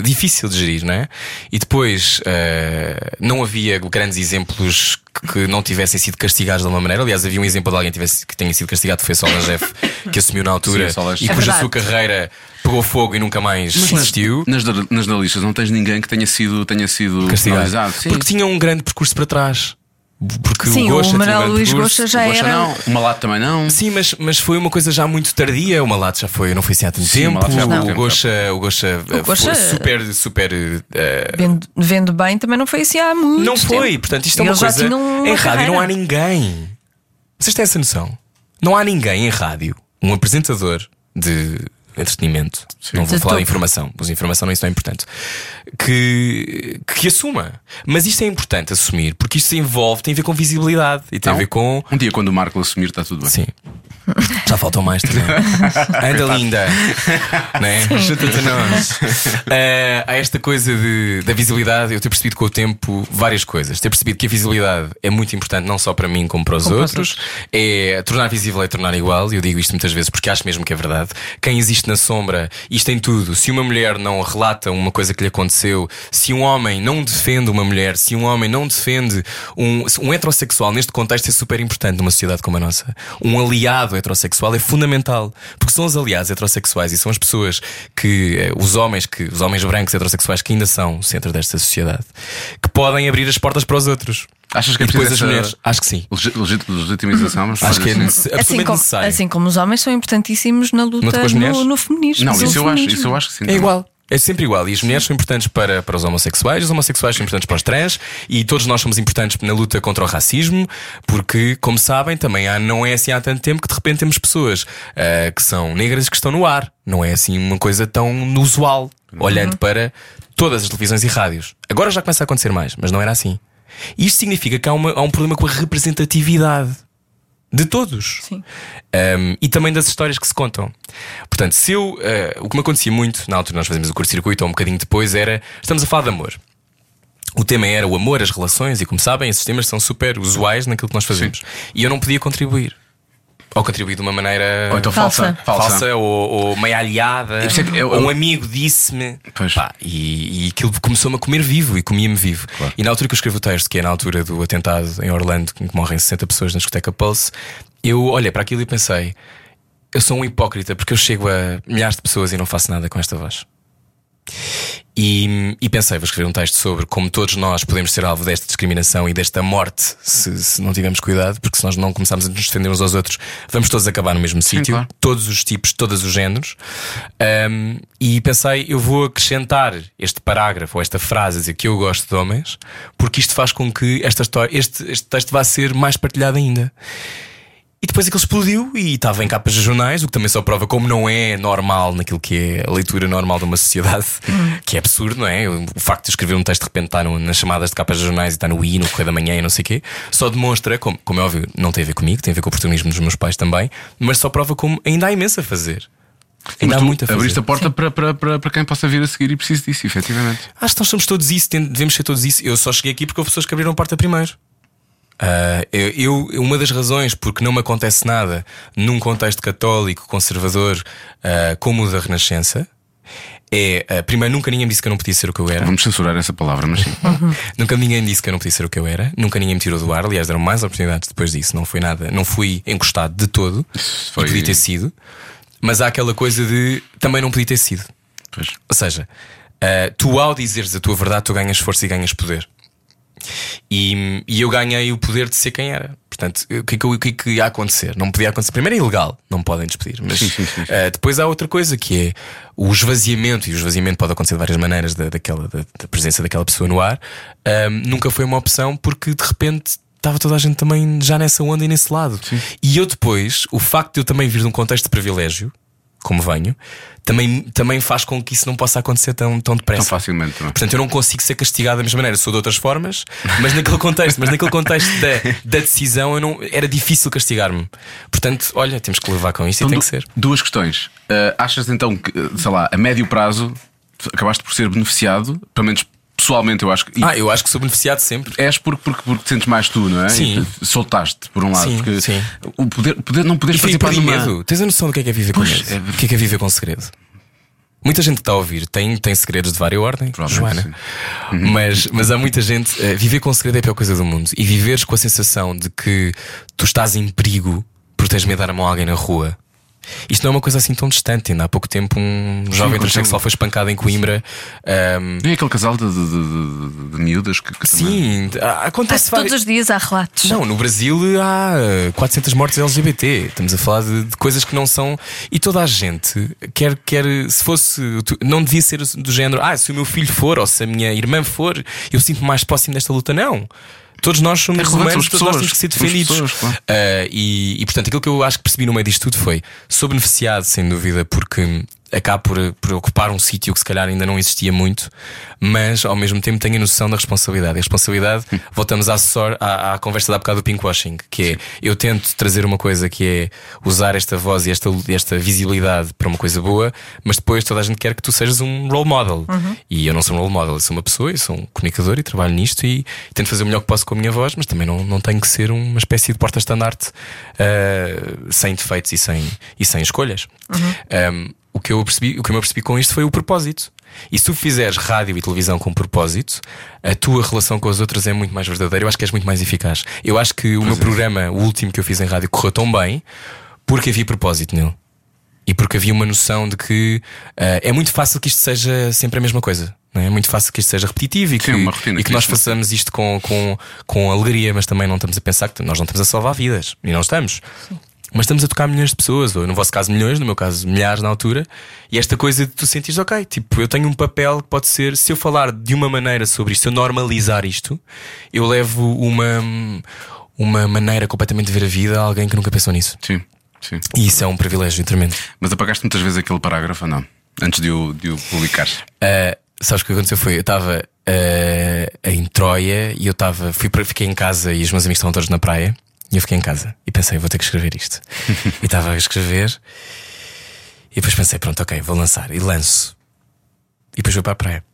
Speaker 4: difícil de gerir, não é? E depois eh, não havia grandes exemplos que- que não tivessem sido castigados de alguma maneira. Aliás, havia um exemplo de alguém que, tivesse- que tenha sido castigado, foi Solange Jeff, que assumiu na
Speaker 2: <laughs>
Speaker 4: altura
Speaker 2: Sim, Solange.
Speaker 4: e
Speaker 2: É
Speaker 4: cuja
Speaker 3: verdade.
Speaker 4: sua carreira pegou fogo e nunca mais existiu.
Speaker 2: Nas, nas, nas jornalistas não tens ninguém que tenha sido, tenha sido
Speaker 4: Castigado.
Speaker 2: penalizado. Sim.
Speaker 4: Porque tinha um grande percurso para trás. Porque
Speaker 3: Sim,
Speaker 4: o
Speaker 3: o
Speaker 4: Gosta tinha um
Speaker 3: Manuel
Speaker 4: grande
Speaker 3: Luís
Speaker 4: percurso.
Speaker 3: Gosta já
Speaker 2: Gosta
Speaker 3: era.
Speaker 2: não, o Malato também não.
Speaker 4: Sim, mas, mas foi uma coisa já muito tardia. O Malato já foi, não foi assim há tanto
Speaker 2: Sim, o
Speaker 4: tempo.
Speaker 2: Malato já há muito
Speaker 4: O
Speaker 2: tempo,
Speaker 4: Gocha, o Gocha eh,
Speaker 3: Gocha-
Speaker 4: foi super, super. eh,
Speaker 3: Vendo, vendo bem também não foi assim há muito
Speaker 4: não foi,
Speaker 3: tempo.
Speaker 4: portanto, isto é uma
Speaker 3: Eles
Speaker 4: coisa.
Speaker 3: já tinham uma
Speaker 4: em rádio não há
Speaker 3: carreira.
Speaker 4: ninguém. Vocês têm essa noção? Não há ninguém em rádio, um apresentador de entretenimento, não vou
Speaker 3: De
Speaker 4: falar de
Speaker 3: topo.
Speaker 4: informação, mas informação não, isso não é importante, que, que assuma. Mas isto é importante assumir, porque isto envolve, tem a ver com visibilidade e tem a
Speaker 2: Não.
Speaker 4: ver com.
Speaker 2: Um dia quando o Marco assumir está tudo bem.
Speaker 4: Sim. Já faltam mais também. Anda linda. né? Junta-te a nós. Eh, há esta coisa de, da visibilidade. Eu tenho percebido com o tempo várias coisas. Tenho percebido que a visibilidade é muito importante, não só para mim, como para os
Speaker 3: Como para os
Speaker 4: outros. É tornar visível é tornar igual. e Eu digo isto muitas vezes porque acho mesmo que é verdade. Quem existe na sombra, isto em tudo. Se uma mulher não relata uma coisa que lhe aconteceu, se um homem não defende uma mulher, se um homem não defende um, se um heterossexual, neste contexto é super importante numa sociedade como a nossa. Um aliado heterossexual é fundamental. Porque são os aliados heterossexuais e são as pessoas que, eh, os homens, que, os homens brancos heterossexuais que ainda são o centro desta sociedade, que podem abrir as portas para os outros.
Speaker 2: Achas que é
Speaker 4: e depois
Speaker 2: preciso
Speaker 4: as
Speaker 2: essa-
Speaker 4: mulheres? Acho que sim.
Speaker 2: Legi- legit- legitimização, mas
Speaker 4: Acho que é
Speaker 2: assim.
Speaker 4: necess-
Speaker 3: Assim
Speaker 4: absolutamente
Speaker 3: como,
Speaker 4: necessário.
Speaker 3: assim como os homens são importantíssimos na
Speaker 4: Luta
Speaker 3: luta
Speaker 4: com as mulheres?
Speaker 3: no, no feminismo.
Speaker 2: Não,
Speaker 3: pelo
Speaker 2: isso eu, acho,
Speaker 3: feminismo.
Speaker 2: isso eu acho que sim. tá
Speaker 4: É
Speaker 2: também.
Speaker 4: igual. É sempre igual. E as mulheres são importantes para, para os homossexuais, os homossexuais são importantes para os trans e todos nós somos importantes na luta contra o racismo, porque, como sabem, também há- não é assim há tanto tempo que de repente temos pessoas ah, que são negras e que estão no ar. Não é assim uma coisa tão usual, olhando para todas as televisões e rádios. Agora já começa a acontecer mais, mas não era assim. Isto significa que há, uma- há um problema com a representatividade de todos.
Speaker 3: Sim.
Speaker 4: Um, e também das histórias que se contam. Portanto, se eu. eh, o que me acontecia muito, na altura nós fazíamos o curto-circuito, ou um bocadinho depois, era. Estamos a falar de amor. O tema era o amor, as relações, e como sabem, esses temas são super usuais naquilo que nós fazemos. E eu não podia contribuir. Ou contribuir de uma maneira.
Speaker 2: Ou então falsa.
Speaker 3: Falsa.
Speaker 4: Falsa,
Speaker 2: Falsa.
Speaker 4: ou, ou meia alhada,
Speaker 2: Isso é que eu-
Speaker 4: ou um amigo disse-me.
Speaker 2: Pois.
Speaker 4: Pá, E, e aquilo começou-me a comer vivo e comia-me vivo. E na altura que eu escrevo o texto, que é na altura do atentado em Orlando, em que morrem 60 pessoas na discoteca Pulse, eu olhei para aquilo e pensei: eu sou um hipócrita porque eu chego a milhares de pessoas e não faço nada com esta voz. E, e pensei, vou escrever um texto sobre como todos nós podemos ser alvo desta discriminação e desta morte se, se não tivermos cuidado, porque se nós não começarmos a nos defender uns aos outros, vamos todos acabar no mesmo sítio,
Speaker 2: claro.
Speaker 4: todos os tipos, todos os géneros. Ahm, e pensei, eu vou acrescentar este parágrafo ou esta frase a dizer que eu gosto de homens, porque isto faz com que esta história, este, este texto vá ser mais partilhado ainda. E E depois aquilo explodiu e estava em capas de jornais, o que também só prova como não é normal naquilo que é a leitura normal de uma sociedade, que é absurdo, não é? O facto de escrever um texto de repente estar no- nas chamadas de capas de jornais e estar no I, no Correio da Manhã e não sei o quê, só demonstra, como, como é óbvio, não tem a ver comigo, tem a ver com o oportunismo dos meus pais também, mas só prova como ainda há imenso a fazer.
Speaker 2: Mas
Speaker 4: Ainda há
Speaker 2: tu
Speaker 4: muito a fazer.
Speaker 2: Abriste a porta para, para, para, para quem possa vir a seguir e preciso disso, efetivamente.
Speaker 4: Acho que nós somos todos isso, tem- devemos ser todos isso. Eu só cheguei aqui porque houve pessoas que abriram a porta primeiro. Ah, eu, eu- uma das razões porque não me acontece nada num contexto católico, conservador, ah, como o da Renascença, é ah, primeiro nunca ninguém me disse que eu não podia ser o que eu era.
Speaker 2: Vamos censurar essa palavra, mas sim.
Speaker 4: É. Nunca ninguém disse que eu não podia ser o que eu era, nunca ninguém me tirou do ar, aliás, deram mais oportunidades depois disso, não foi nada, não fui encostado de todo,
Speaker 2: Isso
Speaker 4: E
Speaker 2: foi-
Speaker 4: podia ter sido, mas há aquela coisa de também não podia ter sido.
Speaker 2: Pois.
Speaker 4: Ou seja, ah, tu ao dizeres a tua verdade, tu ganhas força e ganhas poder. E, e eu ganhei o poder de ser quem era. Portanto, o que, é que, eu- o que é que ia acontecer? Não podia acontecer. Primeiro é ilegal, não podem despedir. Mas
Speaker 2: Sim, sim, sim, sim.
Speaker 4: ah, depois há outra coisa que é o esvaziamento, e o esvaziamento pode acontecer de várias maneiras da, daquela, da, da presença daquela pessoa no ar. ah, nunca foi uma opção porque de repente estava toda a gente também já nessa onda e nesse lado. E eu depois, o facto de eu também vir de um contexto de privilégio, como venho, também, também faz com que isso não possa acontecer tão, tão depressa.
Speaker 2: Tão facilmente, não é?
Speaker 4: Portanto, eu não consigo ser castigado da mesma maneira, sou de outras formas, mas naquele contexto, mas naquele contexto da, da decisão eu não, era difícil castigar-me. Portanto, olha, temos que levar com isso
Speaker 2: Então,
Speaker 4: e tem
Speaker 2: du-
Speaker 4: que ser.
Speaker 2: Duas questões. Ah, achas então que, sei lá, a médio prazo acabaste por ser beneficiado, pelo menos pessoalmente, eu acho que. e
Speaker 4: Ah, eu acho que sou beneficiado sempre.
Speaker 2: És porque, porque, porque te sentes mais tu, não é?
Speaker 4: Sim.
Speaker 2: E te- Soltaste, por um lado.
Speaker 4: Sim,
Speaker 2: porque
Speaker 4: sim.
Speaker 2: O poder, poder- não poderes
Speaker 4: E
Speaker 2: fazer
Speaker 4: fico
Speaker 2: parte
Speaker 4: perdi
Speaker 2: de uma-
Speaker 4: medo. Tens a noção do que é que é viver com
Speaker 2: Pois,
Speaker 4: medo? O que é que é viver com segredo? Muita gente que está a ouvir tem, tem segredos de várias ordem,
Speaker 2: Provavelmente,
Speaker 4: Joana. né? Uhum. Mas, mas há muita gente. eh, viver com segredo é a pior coisa do mundo. E viveres com a sensação de que tu estás em perigo porque tens medo de dar a mão a alguém na rua. Isto não é uma coisa assim tão distante. Ainda há pouco tempo, um jovem
Speaker 2: aconteceu.
Speaker 4: transexual foi espancado em Coimbra. Ahm,
Speaker 2: Não é aquele casal de, de, de- de- de miúdas que, que também-
Speaker 4: sim, há- acontece
Speaker 3: Todos
Speaker 4: várias-
Speaker 3: os dias há relatos.
Speaker 4: não, no Brasil há eh, 400 mortes LGBT. Estamos a falar de, de coisas que não são. E toda a gente quer, quer se fosse. tu- Não devia ser do género, ah, se o meu filho for ou se a minha irmã for, eu sinto-me mais próximo desta luta. Não. Todos nós somos
Speaker 2: É relevante,
Speaker 4: humanos,
Speaker 2: somos
Speaker 4: todos nós
Speaker 2: pessoas.
Speaker 4: temos que ser
Speaker 2: Somos
Speaker 4: defendidos.
Speaker 2: pessoas, claro.
Speaker 4: Eh, e, e, portanto, aquilo que eu acho que percebi no meio disto tudo foi: sou beneficiado, sem dúvida, porque hum, acabo por, por ocupar um sítio que se calhar ainda não existia muito, mas ao mesmo tempo tenho a noção da responsabilidade. E a responsabilidade,
Speaker 2: Hum.
Speaker 4: voltamos à, sor- à, à conversa da bocado do pinkwashing, que é: eu tento trazer uma coisa que é usar esta voz e esta, esta visibilidade para uma coisa boa, mas depois toda a gente quer que tu sejas um role model.
Speaker 2: Uhum.
Speaker 4: E eu não sou um role model, eu sou uma pessoa, eu sou um comunicador e trabalho nisto e tento fazer o melhor que posso com a minha voz, mas também não, não tenho que ser uma espécie de porta-estandarte ah, sem defeitos e sem, e sem escolhas. Ahm, o, que eu percebi, o que eu me percebi com isto foi o propósito. E se tu fizeres rádio e televisão com propósito, a tua relação com as outras é muito mais verdadeira. Eu acho que és muito mais eficaz. Eu acho que o meu programa, o último que eu fiz em rádio, correu tão bem porque havia propósito nele. E porque havia uma noção de que ah, é muito fácil que isto seja sempre a mesma coisa. não é? é muito fácil que isto seja repetitivo e que,
Speaker 2: uma rotina
Speaker 4: e que
Speaker 2: que
Speaker 4: nós
Speaker 2: isto-
Speaker 4: façamos isto com, com, com alegria, mas também não estamos a pensar que nós não estamos a salvar vidas. E não estamos. Mas estamos a tocar milhões de pessoas, ou no vosso caso milhões, no meu caso milhares na altura, e esta coisa de tu sentires, ok, tipo, eu tenho um papel que pode ser, se eu falar de uma maneira sobre isto, se eu normalizar isto, eu levo uma, uma maneira completamente de ver a vida a alguém que nunca pensou nisso.
Speaker 2: Sim, sim.
Speaker 4: E isso é um privilégio tremendo.
Speaker 2: Mas apagaste muitas vezes aquele parágrafo, ou não? Antes de o, de o publicar.
Speaker 4: Uh, sabes o que aconteceu? Foi eu estava uh, em Troia e eu estava. fui para- Fiquei em casa e os meus amigos estavam todos na praia. E eu fiquei em casa e pensei, vou ter que escrever isto. e estava a escrever. E depois pensei, pronto, ok, vou lançar. E lanço. E depois vou para a praia.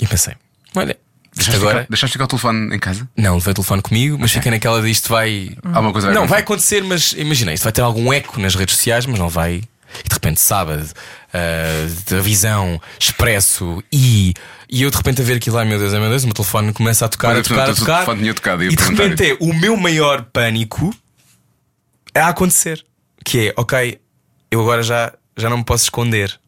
Speaker 4: E pensei, olha, isto
Speaker 2: Deixaste,
Speaker 4: agora.
Speaker 2: ficar, deixaste ficar o telefone em casa?
Speaker 4: Não, levei o telefone comigo, mas fiquei naquela de isto vai.
Speaker 2: Há uma coisa a
Speaker 4: Não,
Speaker 2: acontecer.
Speaker 4: vai acontecer, mas imagina, isto vai ter algum eco nas redes sociais, mas não vai. E de repente, sábado, uh, televisão, expresso e. E eu de repente a ver aquilo, ai meu Deus, ai meu Deus, o meu telefone começa a tocar,
Speaker 2: Olha,
Speaker 4: a tocar, a
Speaker 2: portanto, o
Speaker 4: tocar.
Speaker 2: telefone tinha tocado, ia
Speaker 4: e de
Speaker 2: perguntar
Speaker 4: repente é o meu maior pânico a acontecer. Que é, ok, eu agora já, já não me posso esconder.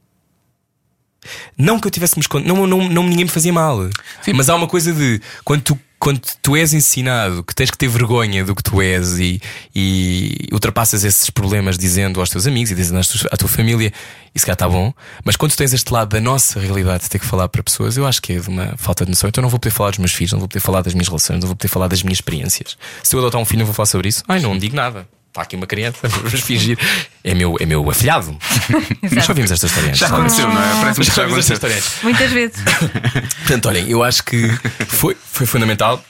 Speaker 4: Não que eu tivesse me escondido, não, não, não, ninguém me fazia mal. Mas há uma coisa de quando tu, quando tu és ensinado que tens que ter vergonha do que tu és e, e ultrapassas esses problemas dizendo aos teus amigos e dizendo às tuas- à tua família, isso cá está bom. Mas quando tu tens este lado da nossa realidade de ter que falar para pessoas, eu acho que é de uma falta de noção. Então não vou poder falar dos meus filhos, não vou poder falar das minhas relações, não vou poder falar das minhas experiências. Se eu adotar um filho, não vou falar sobre isso. Ai, não digo nada. Está aqui uma criança, <laughs> vamos fingir. É meu, é meu afilhado. Nós já ouvimos esta história antes.
Speaker 2: Já
Speaker 4: não é?
Speaker 2: aconteceu, não é? Parece-me que já
Speaker 4: Já ouvimos
Speaker 2: aconteceu.
Speaker 4: esta história antes.
Speaker 3: Muitas vezes. <coughs>
Speaker 4: Portanto, olhem, eu acho que foi, foi fundamental.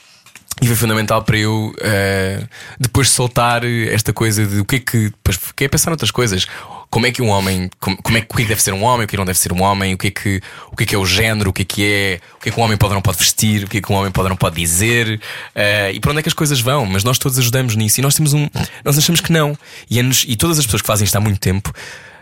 Speaker 4: E foi fundamental para eu eh, depois soltar esta coisa de o que é que. Depois fiquei a pensar noutras coisas. Como é que um homem. Como, como é, que- o que é que deve ser um homem, o que é que não deve ser um homem, o que é que, o que, é, que é o género, o que é que é. O que é que um homem pode ou não pode vestir, o que é que um homem pode ou não pode dizer. eh, e para onde é que as coisas vão. Mas nós todos ajudamos nisso. E nós temos um. Nós achamos que não. E, é-nos- e todas as pessoas que fazem isto há muito tempo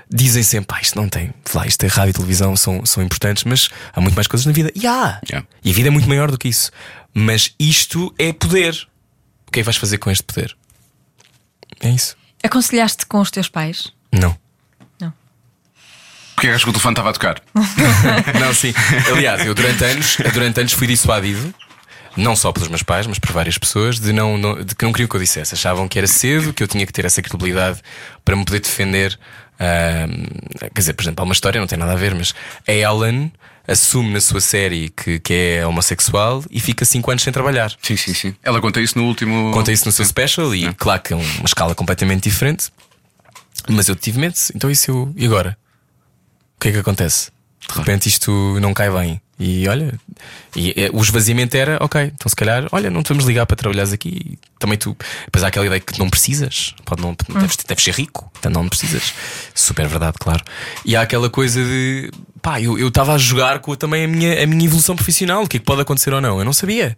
Speaker 4: dizem sempre, pá, isto não tem, lá, isto é rádio e televisão são, são importantes, mas há muito mais coisas na vida. E há!
Speaker 2: Yeah.
Speaker 4: E a vida é muito maior do que isso. Mas isto é poder. O que é que vais fazer com este poder? É isso?
Speaker 3: Aconselhaste com os teus pais?
Speaker 4: Não.
Speaker 2: Porque é que acho que o telefone estava a tocar?
Speaker 4: <laughs> Não, sim. Aliás, eu durante anos, eu durante anos fui dissuadido. Não só pelos meus pais, mas por várias pessoas, de, não, não- de que não queriam que eu dissesse. Achavam que era cedo, que eu tinha que ter essa credibilidade para me poder defender. ahm, quer dizer, por exemplo, há uma história, não tem nada a ver, mas a Ellen assume na sua série que, que é homossexual e fica 5 anos sem trabalhar.
Speaker 2: Sim, sim, sim. Ela conta isso no último.
Speaker 4: Conta isso no seu special e claro que é uma escala completamente diferente. Mas eu tive medo, então isso eu. E agora? O que é que acontece? De repente isto não cai bem. E olha, e, eh, o esvaziamento era, ok, então se calhar, olha, não te vamos ligar para trabalhares aqui. Também tu, pois há aquela ideia que não precisas, pode não, deves, deves ser rico, então não precisas. Super verdade, claro. E há aquela coisa de, pá, eu eu estava a jogar com também a minha, a minha evolução profissional, o que é que pode acontecer ou não, eu não sabia.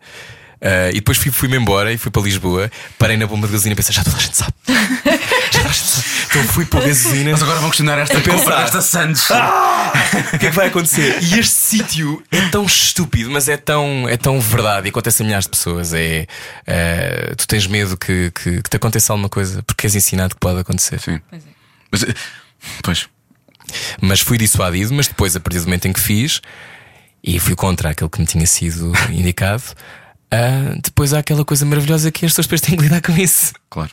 Speaker 4: Ah, e depois fui- fui-me embora e fui para Lisboa, parei na bomba de gasolina e pensei, já toda a gente <laughs> sabe. já toda a gente sabe. Então fui para a gasolina.
Speaker 2: Mas agora vão questionar esta
Speaker 4: pensar.
Speaker 2: compra desta Santos.
Speaker 4: Ah. O que é que vai acontecer? E este sítio é tão estúpido, mas é tão, é tão verdade. E acontece a milhares de pessoas. É, eh, tu tens medo que, que, que te aconteça alguma coisa porque és ensinado que pode acontecer.
Speaker 2: Sim. Mas, eh, pois.
Speaker 4: Mas fui dissuadido, mas depois, a partir do momento em que fiz, e fui contra aquilo que me tinha sido indicado, ah, depois há aquela coisa maravilhosa que as pessoas depois têm que lidar com isso.
Speaker 2: Claro.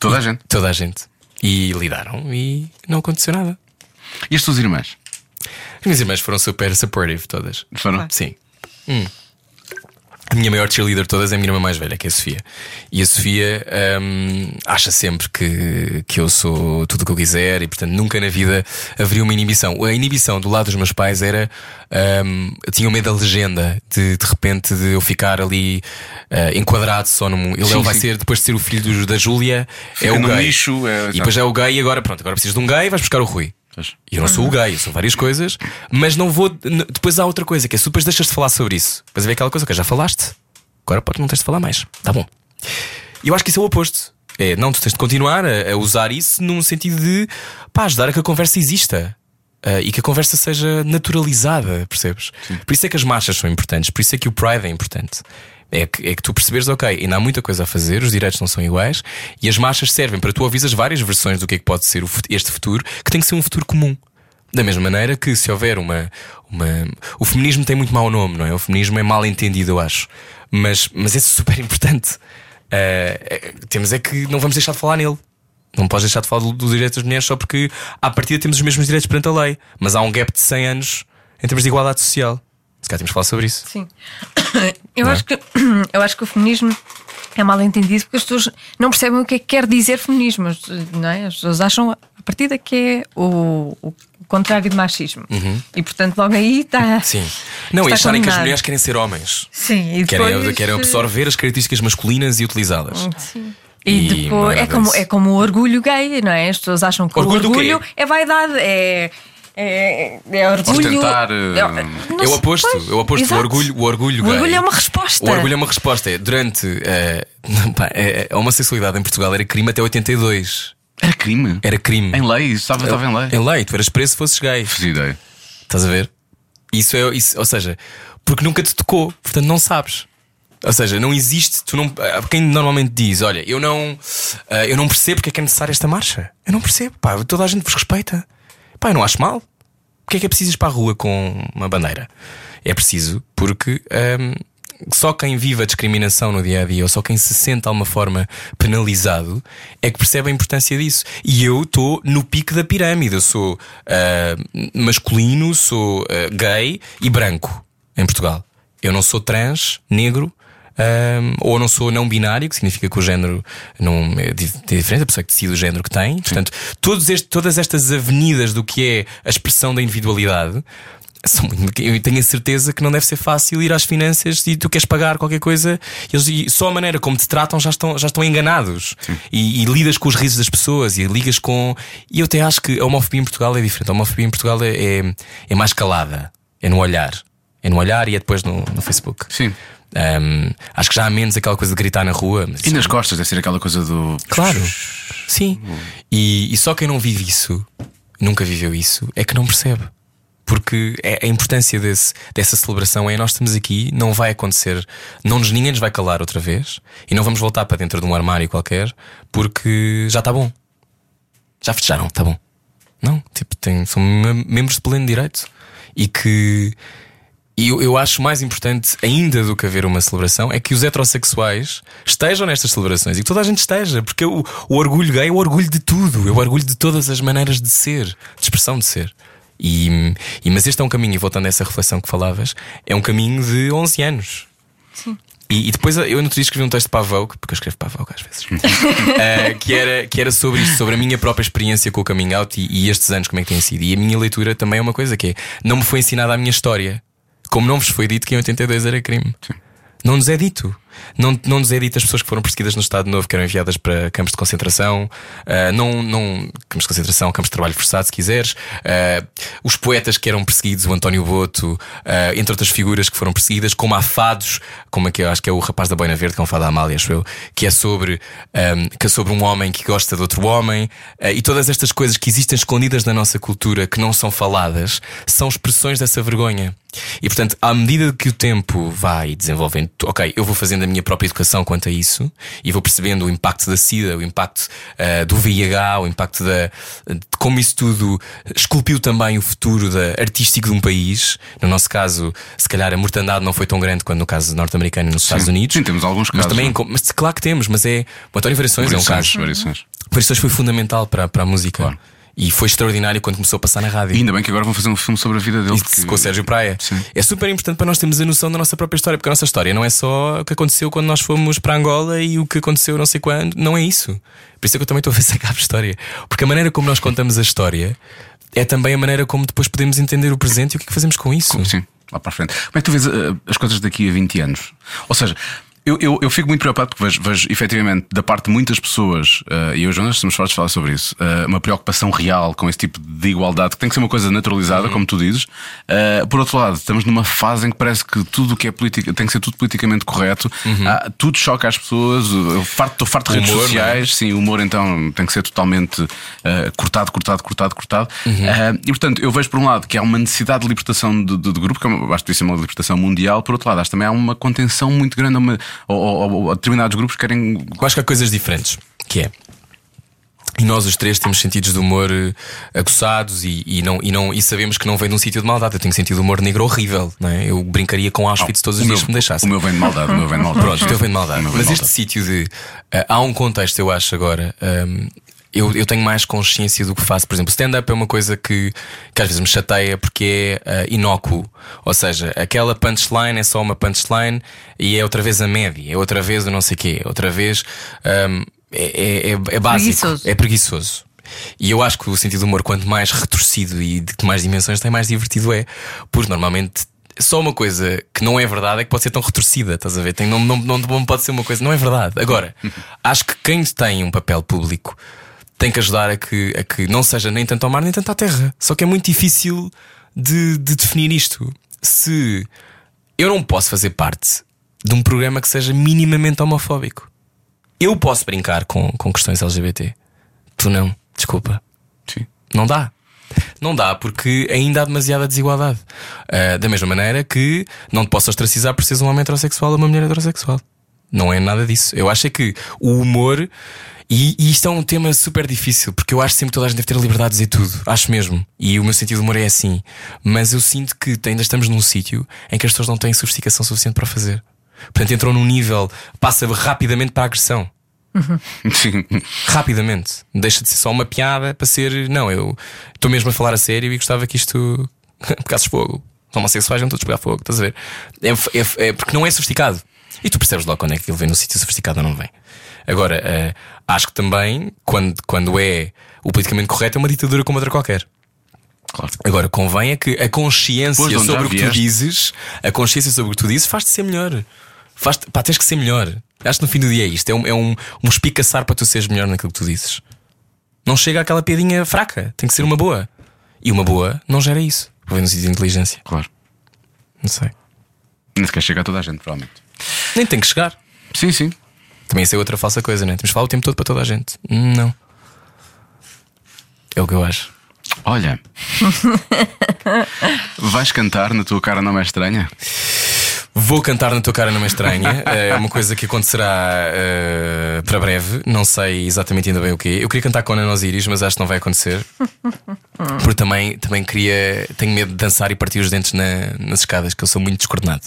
Speaker 2: Toda a gente.
Speaker 4: Toda a gente. E lidaram e não aconteceu nada.
Speaker 2: E as tuas irmãs?
Speaker 4: As minhas irmãs foram super supportive todas.
Speaker 2: Foram?
Speaker 4: Sim. Hum. A minha maior cheerleader de todas é a minha irmã mais velha, que é a Sofia. E a Sofia hum, acha sempre que, que eu sou tudo o que eu quiser e, portanto, nunca na vida haveria uma inibição. A inibição do lado dos meus pais era. hum, eu tinha medo da legenda, de de repente de eu ficar ali ah, enquadrado só num. Ele
Speaker 2: Sim,
Speaker 4: vai
Speaker 2: sim.
Speaker 4: ser, depois de ser o filho dos- da Júlia, é
Speaker 2: Fica
Speaker 4: o
Speaker 2: no
Speaker 4: gay.
Speaker 2: nicho, é-
Speaker 4: e depois é o gay e agora, pronto, agora precisas de um gay e vais buscar o Rui.
Speaker 2: Pois.
Speaker 4: E Eu não sou o gay, eu sou várias coisas, mas não vou. n- Depois há outra coisa que é: se tu depois deixas de falar sobre isso, depois haver aquela coisa que já falaste, agora pode não tens de falar mais. Tá bom. E eu acho que isso é o oposto. É, não, tu tens de continuar a, a usar isso num sentido de pá, ajudar a que a conversa exista. ah, e que a conversa seja naturalizada, percebes? Por isso é que as marchas são importantes, por isso é que o Pride é importante. É que, é que tu perceberes, ok, ainda há muita coisa a fazer, os direitos não são iguais, e as marchas servem para tu avisas várias versões do que é que pode ser o fut- este futuro, que tem que ser um futuro comum. Da mesma maneira que se houver uma, uma- O feminismo tem muito mau nome, não é? O feminismo é mal entendido, eu acho. Mas, mas é super <laughs> importante. Eh, eh, temos é que não vamos deixar de falar nele. Não podes deixar de falar do- dos direitos das mulheres só porque, à partida, temos os mesmos direitos perante a lei. Mas há um gap de 100 anos em termos de igualdade social. Se calhar temos que falar sobre isso.
Speaker 3: Sim. <coughs>
Speaker 4: é?
Speaker 3: Eu, acho que, <coughs> eu acho que o feminismo é mal entendido porque as pessoas não percebem o que é que quer dizer feminismo, as- não é? As pessoas acham a partida que é o, o contrário de machismo. E portanto, logo aí está.
Speaker 4: Uhum. Sim. Não, e
Speaker 3: está
Speaker 4: acharem que as
Speaker 3: condenado.
Speaker 4: mulheres querem ser homens.
Speaker 3: Sim, e depois, Hum,
Speaker 4: Querem, querem absorver as características masculinas e utilizá-las.
Speaker 3: Sim.
Speaker 4: E
Speaker 3: E
Speaker 4: não
Speaker 3: depois
Speaker 4: era
Speaker 3: é como,
Speaker 4: disso.
Speaker 3: é como o orgulho gay, não é? As pessoas acham que
Speaker 4: Orgulho do
Speaker 3: o
Speaker 4: quê?
Speaker 3: orgulho é vaidade, é, é, é orgulho.
Speaker 2: Ostentar, eh,
Speaker 3: não
Speaker 4: Eu
Speaker 3: sei,
Speaker 4: aposto,
Speaker 3: pois,
Speaker 4: eu aposto o
Speaker 3: exato.
Speaker 4: orgulho, o orgulho.
Speaker 3: O
Speaker 4: gay.
Speaker 3: orgulho é uma resposta.
Speaker 4: O orgulho é uma resposta. É, Durante eh, <laughs> pá, eh, a homossexualidade em Portugal era crime até 82.
Speaker 2: Era crime.
Speaker 4: Era crime.
Speaker 2: Em lei, isso estava, estava em lei.
Speaker 4: Em lei, tu eras preso se fosses gay.
Speaker 2: Fiz ideia.
Speaker 4: Estás a ver? Isso é, isso, ou seja, porque nunca te tocou, portanto não sabes. Ou seja, não existe, tu não, ah, quem normalmente diz, olha, eu não, ah, eu não percebo porque é que é necessária esta marcha. Eu não percebo, pá, toda a gente vos respeita. Pá, eu não acho mal. Porque é que é preciso ir para a rua com uma bandeira? É preciso porque ah, ahm, só quem vive a discriminação no dia a dia ou só quem se sente de alguma forma penalizado é que percebe a importância disso. E eu estou no pico da pirâmide. Eu sou ah, masculino, sou ah, gay e branco em Portugal. Eu não sou trans, negro, Ahm, ou não sou não binário, que significa que o género não é di- diferente, a pessoa que decide o género que tem. Portanto, todos este- todas estas avenidas do que é a expressão da individualidade. são muito- Eu tenho a certeza que não deve ser fácil ir às finanças e tu queres pagar qualquer coisa eles, e só a maneira como te tratam já estão, já estão enganados e, e lidas com os risos das pessoas e ligas com. E eu até acho que a homofobia em Portugal é diferente. A homofobia em Portugal é, é, é mais calada, é no olhar, é no olhar e é depois no, no Facebook.
Speaker 2: Sim.
Speaker 4: Um, acho que já há menos aquela coisa de gritar na rua. mas
Speaker 2: E
Speaker 4: isso-
Speaker 2: nas costas, deve ser aquela coisa do.
Speaker 4: Claro. Sim. E, e só quem não vive isso, nunca viveu isso, é que não percebe. Porque é, a importância desse, dessa celebração é nós estamos aqui, não vai acontecer, não nos, ninguém nos vai calar outra vez e não vamos voltar para dentro de um armário qualquer porque já está bom. Já festejaram, está bom. Não, tipo, tem, são mem- membros de pleno direito e que e eu, eu acho mais importante ainda do que haver uma celebração é que os heterossexuais estejam nestas celebrações e que toda a gente esteja, porque o, o orgulho gay é o orgulho de tudo, é o orgulho de todas as maneiras de ser, de expressão de ser. E, e- mas este é um caminho, e voltando a essa reflexão que falavas, é um caminho de 11 anos. E, e depois eu no outro dia escrevi um texto para a Vogue, porque eu escrevo para a Vogue às vezes, eh, que, era, que era sobre isto, sobre a minha própria experiência com o coming out e, e estes anos, como é que tem sido. E a minha leitura também é uma coisa que é: não me foi ensinada a minha história, como não vos foi dito que em 82 era crime. Não nos é dito. Não, não nos é dito as pessoas que foram perseguidas no Estado Novo, que eram enviadas para campos de concentração, ah, não, não, campos de concentração, campos de trabalho forçado, se quiseres, ah, os poetas que eram perseguidos, o António Boto, ah, entre outras figuras que foram perseguidas, como há fados, como é que eu acho que é o rapaz da Boina Verde, que é um fado da Amália, acho eu, que é sobre, ah, que é sobre um homem que gosta de outro homem, ah, e todas estas coisas que existem escondidas na nossa cultura, que não são faladas, são expressões dessa vergonha. E portanto, à medida que o tempo vai desenvolvendo, ok, eu vou fazendo a minha própria educação quanto a isso e vou percebendo o impacto da SIDA, o impacto ah, do VIH, o impacto da, de como isso tudo esculpiu também o futuro da, artístico de um país. No nosso caso, se calhar a mortandade não foi tão grande quanto no caso norte-americano e nos Estados Unidos.
Speaker 2: Sim, temos alguns
Speaker 4: Mas
Speaker 2: casos,
Speaker 4: também,
Speaker 2: não?
Speaker 4: com- mas claro que temos, mas é. O António Variações é um
Speaker 2: Variações,
Speaker 4: caso.
Speaker 2: variações.
Speaker 4: Variações foi fundamental para, para a música.
Speaker 2: Claro.
Speaker 4: E foi extraordinário quando começou a passar na rádio.
Speaker 2: E ainda bem que agora vão fazer um filme sobre a vida dele.
Speaker 4: Isso com o Sérgio Praia.
Speaker 2: Sim.
Speaker 4: É super importante para nós termos a noção da nossa própria história, porque a nossa história não é só o que aconteceu quando nós fomos para Angola e o que aconteceu não sei quando, não é isso. Por isso é que eu também estou a ver <laughs> se acaba a história. Porque a maneira como nós contamos a história é também a maneira como depois podemos entender o presente e o que é que fazemos com isso.
Speaker 2: Sim, lá para a frente. Como é que tu vês eh, as coisas daqui a 20 anos? Ou seja, eu, eu, eu fico muito preocupado porque vejo, vejo efetivamente da parte de muitas pessoas, eh, e eu e o Jonas estamos fortes de falar sobre isso, eh, uma preocupação real com esse tipo de igualdade que tem que ser uma coisa naturalizada, como tu dizes. Eh, por outro lado, estamos numa fase em que parece que tudo o que é política tem que ser tudo politicamente correto, Há- tudo choca as pessoas. Eu farto, estou farto de redes
Speaker 4: Humor, não é?
Speaker 2: sociais, Sim, o humor então tem que ser totalmente eh, cortado, cortado, cortado, cortado.
Speaker 4: Uhum.
Speaker 2: Eh, e portanto, eu vejo por um lado que há uma necessidade de libertação de, de- de grupo, que é uma- acho que isso é uma libertação mundial, por outro lado, acho que também há uma contenção muito grande a, uma, a- a- a- a determinados grupos que querem.
Speaker 4: Eu acho que há coisas diferentes, que é. E nós os três temos sentidos de humor eh, aguçados e, e não, e, não, e sabemos que não vem de um sítio de maldade. Eu tenho sentido de humor negro horrível, não é? Eu brincaria com Auschwitz todos os
Speaker 2: Ah, o
Speaker 4: dias
Speaker 2: meu-
Speaker 4: se me deixassem.
Speaker 2: O meu vem de maldade, o meu vem de maldade.
Speaker 4: Pronto, o teu vem de maldade.
Speaker 2: O meu vem
Speaker 4: Mas
Speaker 2: de
Speaker 4: este
Speaker 2: maldade.
Speaker 4: sítio de. ah, há um contexto, eu acho, agora. ahm, eu, eu tenho mais consciência do que faço. Por exemplo, stand-up é uma coisa que, que às vezes me chateia porque é ah, inócuo. Ou seja, aquela punchline é só uma punchline e é outra vez a média, é outra vez o não sei quê, é outra vez. ahm, é, é, é- é básico.
Speaker 3: Preguiçoso.
Speaker 4: É preguiçoso. E eu acho que o sentido do humor, quanto mais retorcido e de mais dimensões tem, mais divertido é. Porque normalmente só uma coisa que não é verdade é que pode ser tão retorcida, estás a ver? Tem, não, não, não, não pode ser uma coisa, não é verdade. Agora, acho que quem tem um papel público tem que ajudar a que, a que não seja nem tanto ao mar nem tanto à terra. Só que é muito difícil de, de definir isto. Se eu não posso fazer parte de um programa que seja minimamente homofóbico. Eu posso brincar com, com questões LGBT. Tu não, desculpa.
Speaker 2: Sim.
Speaker 4: Não dá. Não dá, porque ainda há demasiada desigualdade. Ah, da mesma maneira que não te posso ostracizar por seres um homem heterossexual ou uma mulher heterossexual. Não é nada disso. Eu acho é que o humor. E, e isto é um tema super difícil, porque eu acho sempre que toda a gente deve ter a liberdade de dizer tudo. Acho mesmo. E o meu sentido de humor é assim. Mas eu sinto que ainda estamos num sítio em que as pessoas não têm sofisticação suficiente para fazer. Portanto, entram num nível, passa rapidamente para a agressão
Speaker 2: <laughs> Sim.
Speaker 4: rapidamente. Deixa de ser só uma piada para ser. Não, eu estou mesmo a falar a sério e gostava que isto <laughs> pegasse fogo. Os homossexuais não todos pegar fogo, estás a ver? É, é- é porque não é sofisticado. E tu percebes logo quando é que ele vem num sítio sofisticado ou não vem. Agora, eh, acho que também, quando, quando é o politicamente correto, é uma ditadura como outra qualquer.
Speaker 2: Claro.
Speaker 4: Agora, convém é que a consciência
Speaker 2: Pois, onde já
Speaker 4: sobre o que tu
Speaker 2: vieste.
Speaker 4: dizes, a consciência sobre o que tu dizes faz-te ser melhor. Faz pá, tens que ser melhor. Acho que no fim do dia é isto. É um, é um, um espicaçar para tu seres melhor naquilo que tu dizes. Não chega àquela piadinha fraca. Tem que ser uma boa. E uma boa não gera isso. Vou ver no sítio de inteligência.
Speaker 2: Claro.
Speaker 4: Não sei.
Speaker 2: Nem sequer chega a toda a gente, provavelmente.
Speaker 4: Nem tem que chegar.
Speaker 2: Sim, sim.
Speaker 4: Também isso é outra falsa coisa, né? Temos de falar o tempo todo para toda a gente. Não. É o que eu acho.
Speaker 2: Olha. Vais cantar na tua cara não é estranha?
Speaker 4: Vou cantar na tua cara não
Speaker 2: <laughs>
Speaker 4: é estranha. É uma coisa que acontecerá eh, para breve. Não sei exatamente ainda bem o quê. Eu queria cantar com a Ana Osiris, mas acho que não
Speaker 2: <laughs>
Speaker 4: vai acontecer. Porque também, também queria. Tenho medo de dançar e partir os dentes na- nas escadas, que eu sou
Speaker 2: <laughs>
Speaker 4: muito descoordenado.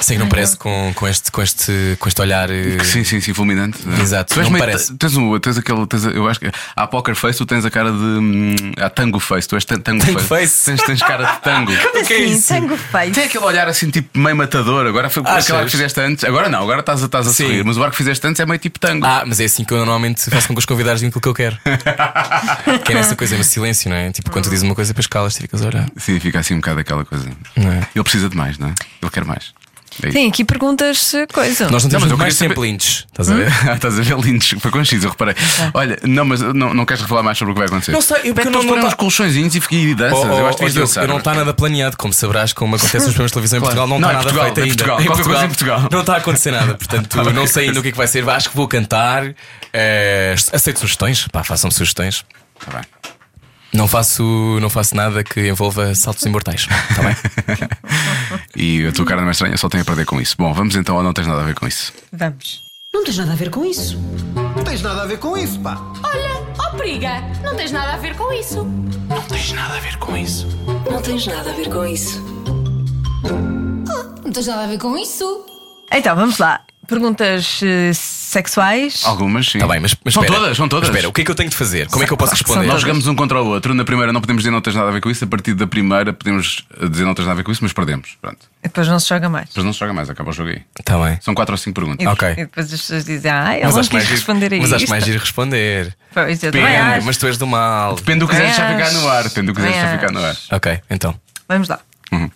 Speaker 4: Sei que não parece com, com, este, com, este, com este olhar. eh,
Speaker 2: Sim, sim, sim, fulminante. é?
Speaker 4: Exato,
Speaker 2: Tu és
Speaker 4: não
Speaker 2: meio-
Speaker 4: parece.
Speaker 2: Tens, um, tens aquele. Tens, eu acho que. Há poker face, tu tens a cara de. hum, Há tango face, tu és tan- tango,
Speaker 4: Tango face.
Speaker 2: Tens, tens cara de
Speaker 4: <laughs>
Speaker 2: tango.
Speaker 3: Como
Speaker 4: que é
Speaker 3: assim?
Speaker 4: isso?
Speaker 3: Sangue feio.
Speaker 2: Tem aquele olhar assim, tipo meio matador. Agora foi
Speaker 4: Achas?
Speaker 2: aquela que fizeste antes. Agora não, agora estás, a- estás a
Speaker 4: Sim.
Speaker 2: sorrir. Mas o ar que fizeste antes é meio tipo tango.
Speaker 4: Ah, mas é assim que eu normalmente faço com que os convidados digam aquilo que eu
Speaker 2: <laughs>
Speaker 4: quero. que é nessa coisa, no silêncio, não é? Tipo, quando tu dizes uma coisa, depois calas, tu ficas a olhar.
Speaker 2: Sim, fica assim um bocado aquela coisa.
Speaker 4: Não é?
Speaker 2: Ele precisa de mais, não é? Ele quer mais. É isso.
Speaker 3: Tem aqui perguntas eh, coisa.
Speaker 4: Nós
Speaker 2: Não,
Speaker 4: não
Speaker 2: mas
Speaker 4: temos
Speaker 2: eu
Speaker 4: muito mais
Speaker 2: queria saber-
Speaker 4: tempo lindos, estás
Speaker 2: <laughs>
Speaker 4: a ver?
Speaker 2: Ah, Estás a ver lindos, foi com X, eu reparei. Olha, não, mas não, não queres revelar mais sobre o que vai acontecer?
Speaker 4: Tá. Não sei, eu-
Speaker 2: Pede
Speaker 4: eu
Speaker 2: para eles
Speaker 4: não-
Speaker 2: porem
Speaker 4: não
Speaker 2: uns
Speaker 4: tá-
Speaker 2: colchõezinhos e fiquei
Speaker 4: Oh,
Speaker 2: danças.
Speaker 4: oh,
Speaker 2: eu acho que tens
Speaker 4: oh,
Speaker 2: de
Speaker 4: Diogo,
Speaker 2: dançar. é?
Speaker 4: eu não está nada planeado, como saberás, como acontece nos programas de televisão
Speaker 2: <laughs>
Speaker 4: em
Speaker 2: Claro.
Speaker 4: Portugal, não
Speaker 2: Não,
Speaker 4: está
Speaker 2: é
Speaker 4: nada
Speaker 2: Portugal,
Speaker 4: feito
Speaker 2: é
Speaker 4: ainda.
Speaker 2: Portugal, qualquer coisa em Portugal. Tá
Speaker 4: Não está a acontecer nada,
Speaker 2: <laughs>
Speaker 4: portanto, não sei ainda o que é que vai ser. Acho que vou cantar. eh, aceito sugestões, pá, façam sugestões.
Speaker 2: Tá bem.
Speaker 4: Não faço, não faço nada que envolva saltos imortais, está bem?
Speaker 2: E a tua cara não é estranha, só tenho a perder com isso. Bom, vamos então, ou não tens nada a ver com isso.
Speaker 3: Vamos.
Speaker 1: Não tens nada a ver com isso.
Speaker 5: Não tens nada a ver com isso, pá.
Speaker 6: Olha, ó periga, não tens nada a ver com isso.
Speaker 1: Não tens nada a ver com isso.
Speaker 6: Ah, Não tens nada a ver com isso.
Speaker 3: Então, vamos lá. Perguntas eh, sexuais.
Speaker 4: Oh.
Speaker 2: Algumas, sim.
Speaker 4: Está tá bem, mas, mas
Speaker 2: são
Speaker 4: espera.
Speaker 2: todas, são todas.
Speaker 4: Mas espera, o que é que eu tenho de fazer? Como é que eu posso responder?
Speaker 2: Nós jogamos um contra o outro. Na primeira não podemos dizer não tens nada a ver com isso. A partir da primeira podemos eh, dizer não tens nada a ver com isso, mas perdemos. Pronto.
Speaker 3: Depois não se joga mais.
Speaker 2: Depois não se joga mais, acaba o jogo aí.
Speaker 4: Está Tá bem.
Speaker 2: São quatro ou cinco perguntas.
Speaker 3: E,
Speaker 4: Ok.
Speaker 3: e depois as pessoas dizem, ah, ele
Speaker 4: Mas
Speaker 3: não
Speaker 4: acho, mais
Speaker 3: quis
Speaker 4: giro,
Speaker 3: responder a
Speaker 4: mas
Speaker 3: isto.
Speaker 4: acho mais giro responder.
Speaker 3: Pois, eu também
Speaker 2: Pena,
Speaker 3: acho.
Speaker 4: Mas tu és do mal.
Speaker 2: Depende do que quiseres deixar
Speaker 3: Também
Speaker 2: ficar no ar.
Speaker 3: acho.
Speaker 2: Depende do que quiseres deixar
Speaker 3: Também
Speaker 2: ficar no ar.
Speaker 3: acho.
Speaker 4: Ok, então.
Speaker 3: Vamos lá.
Speaker 2: Uhum.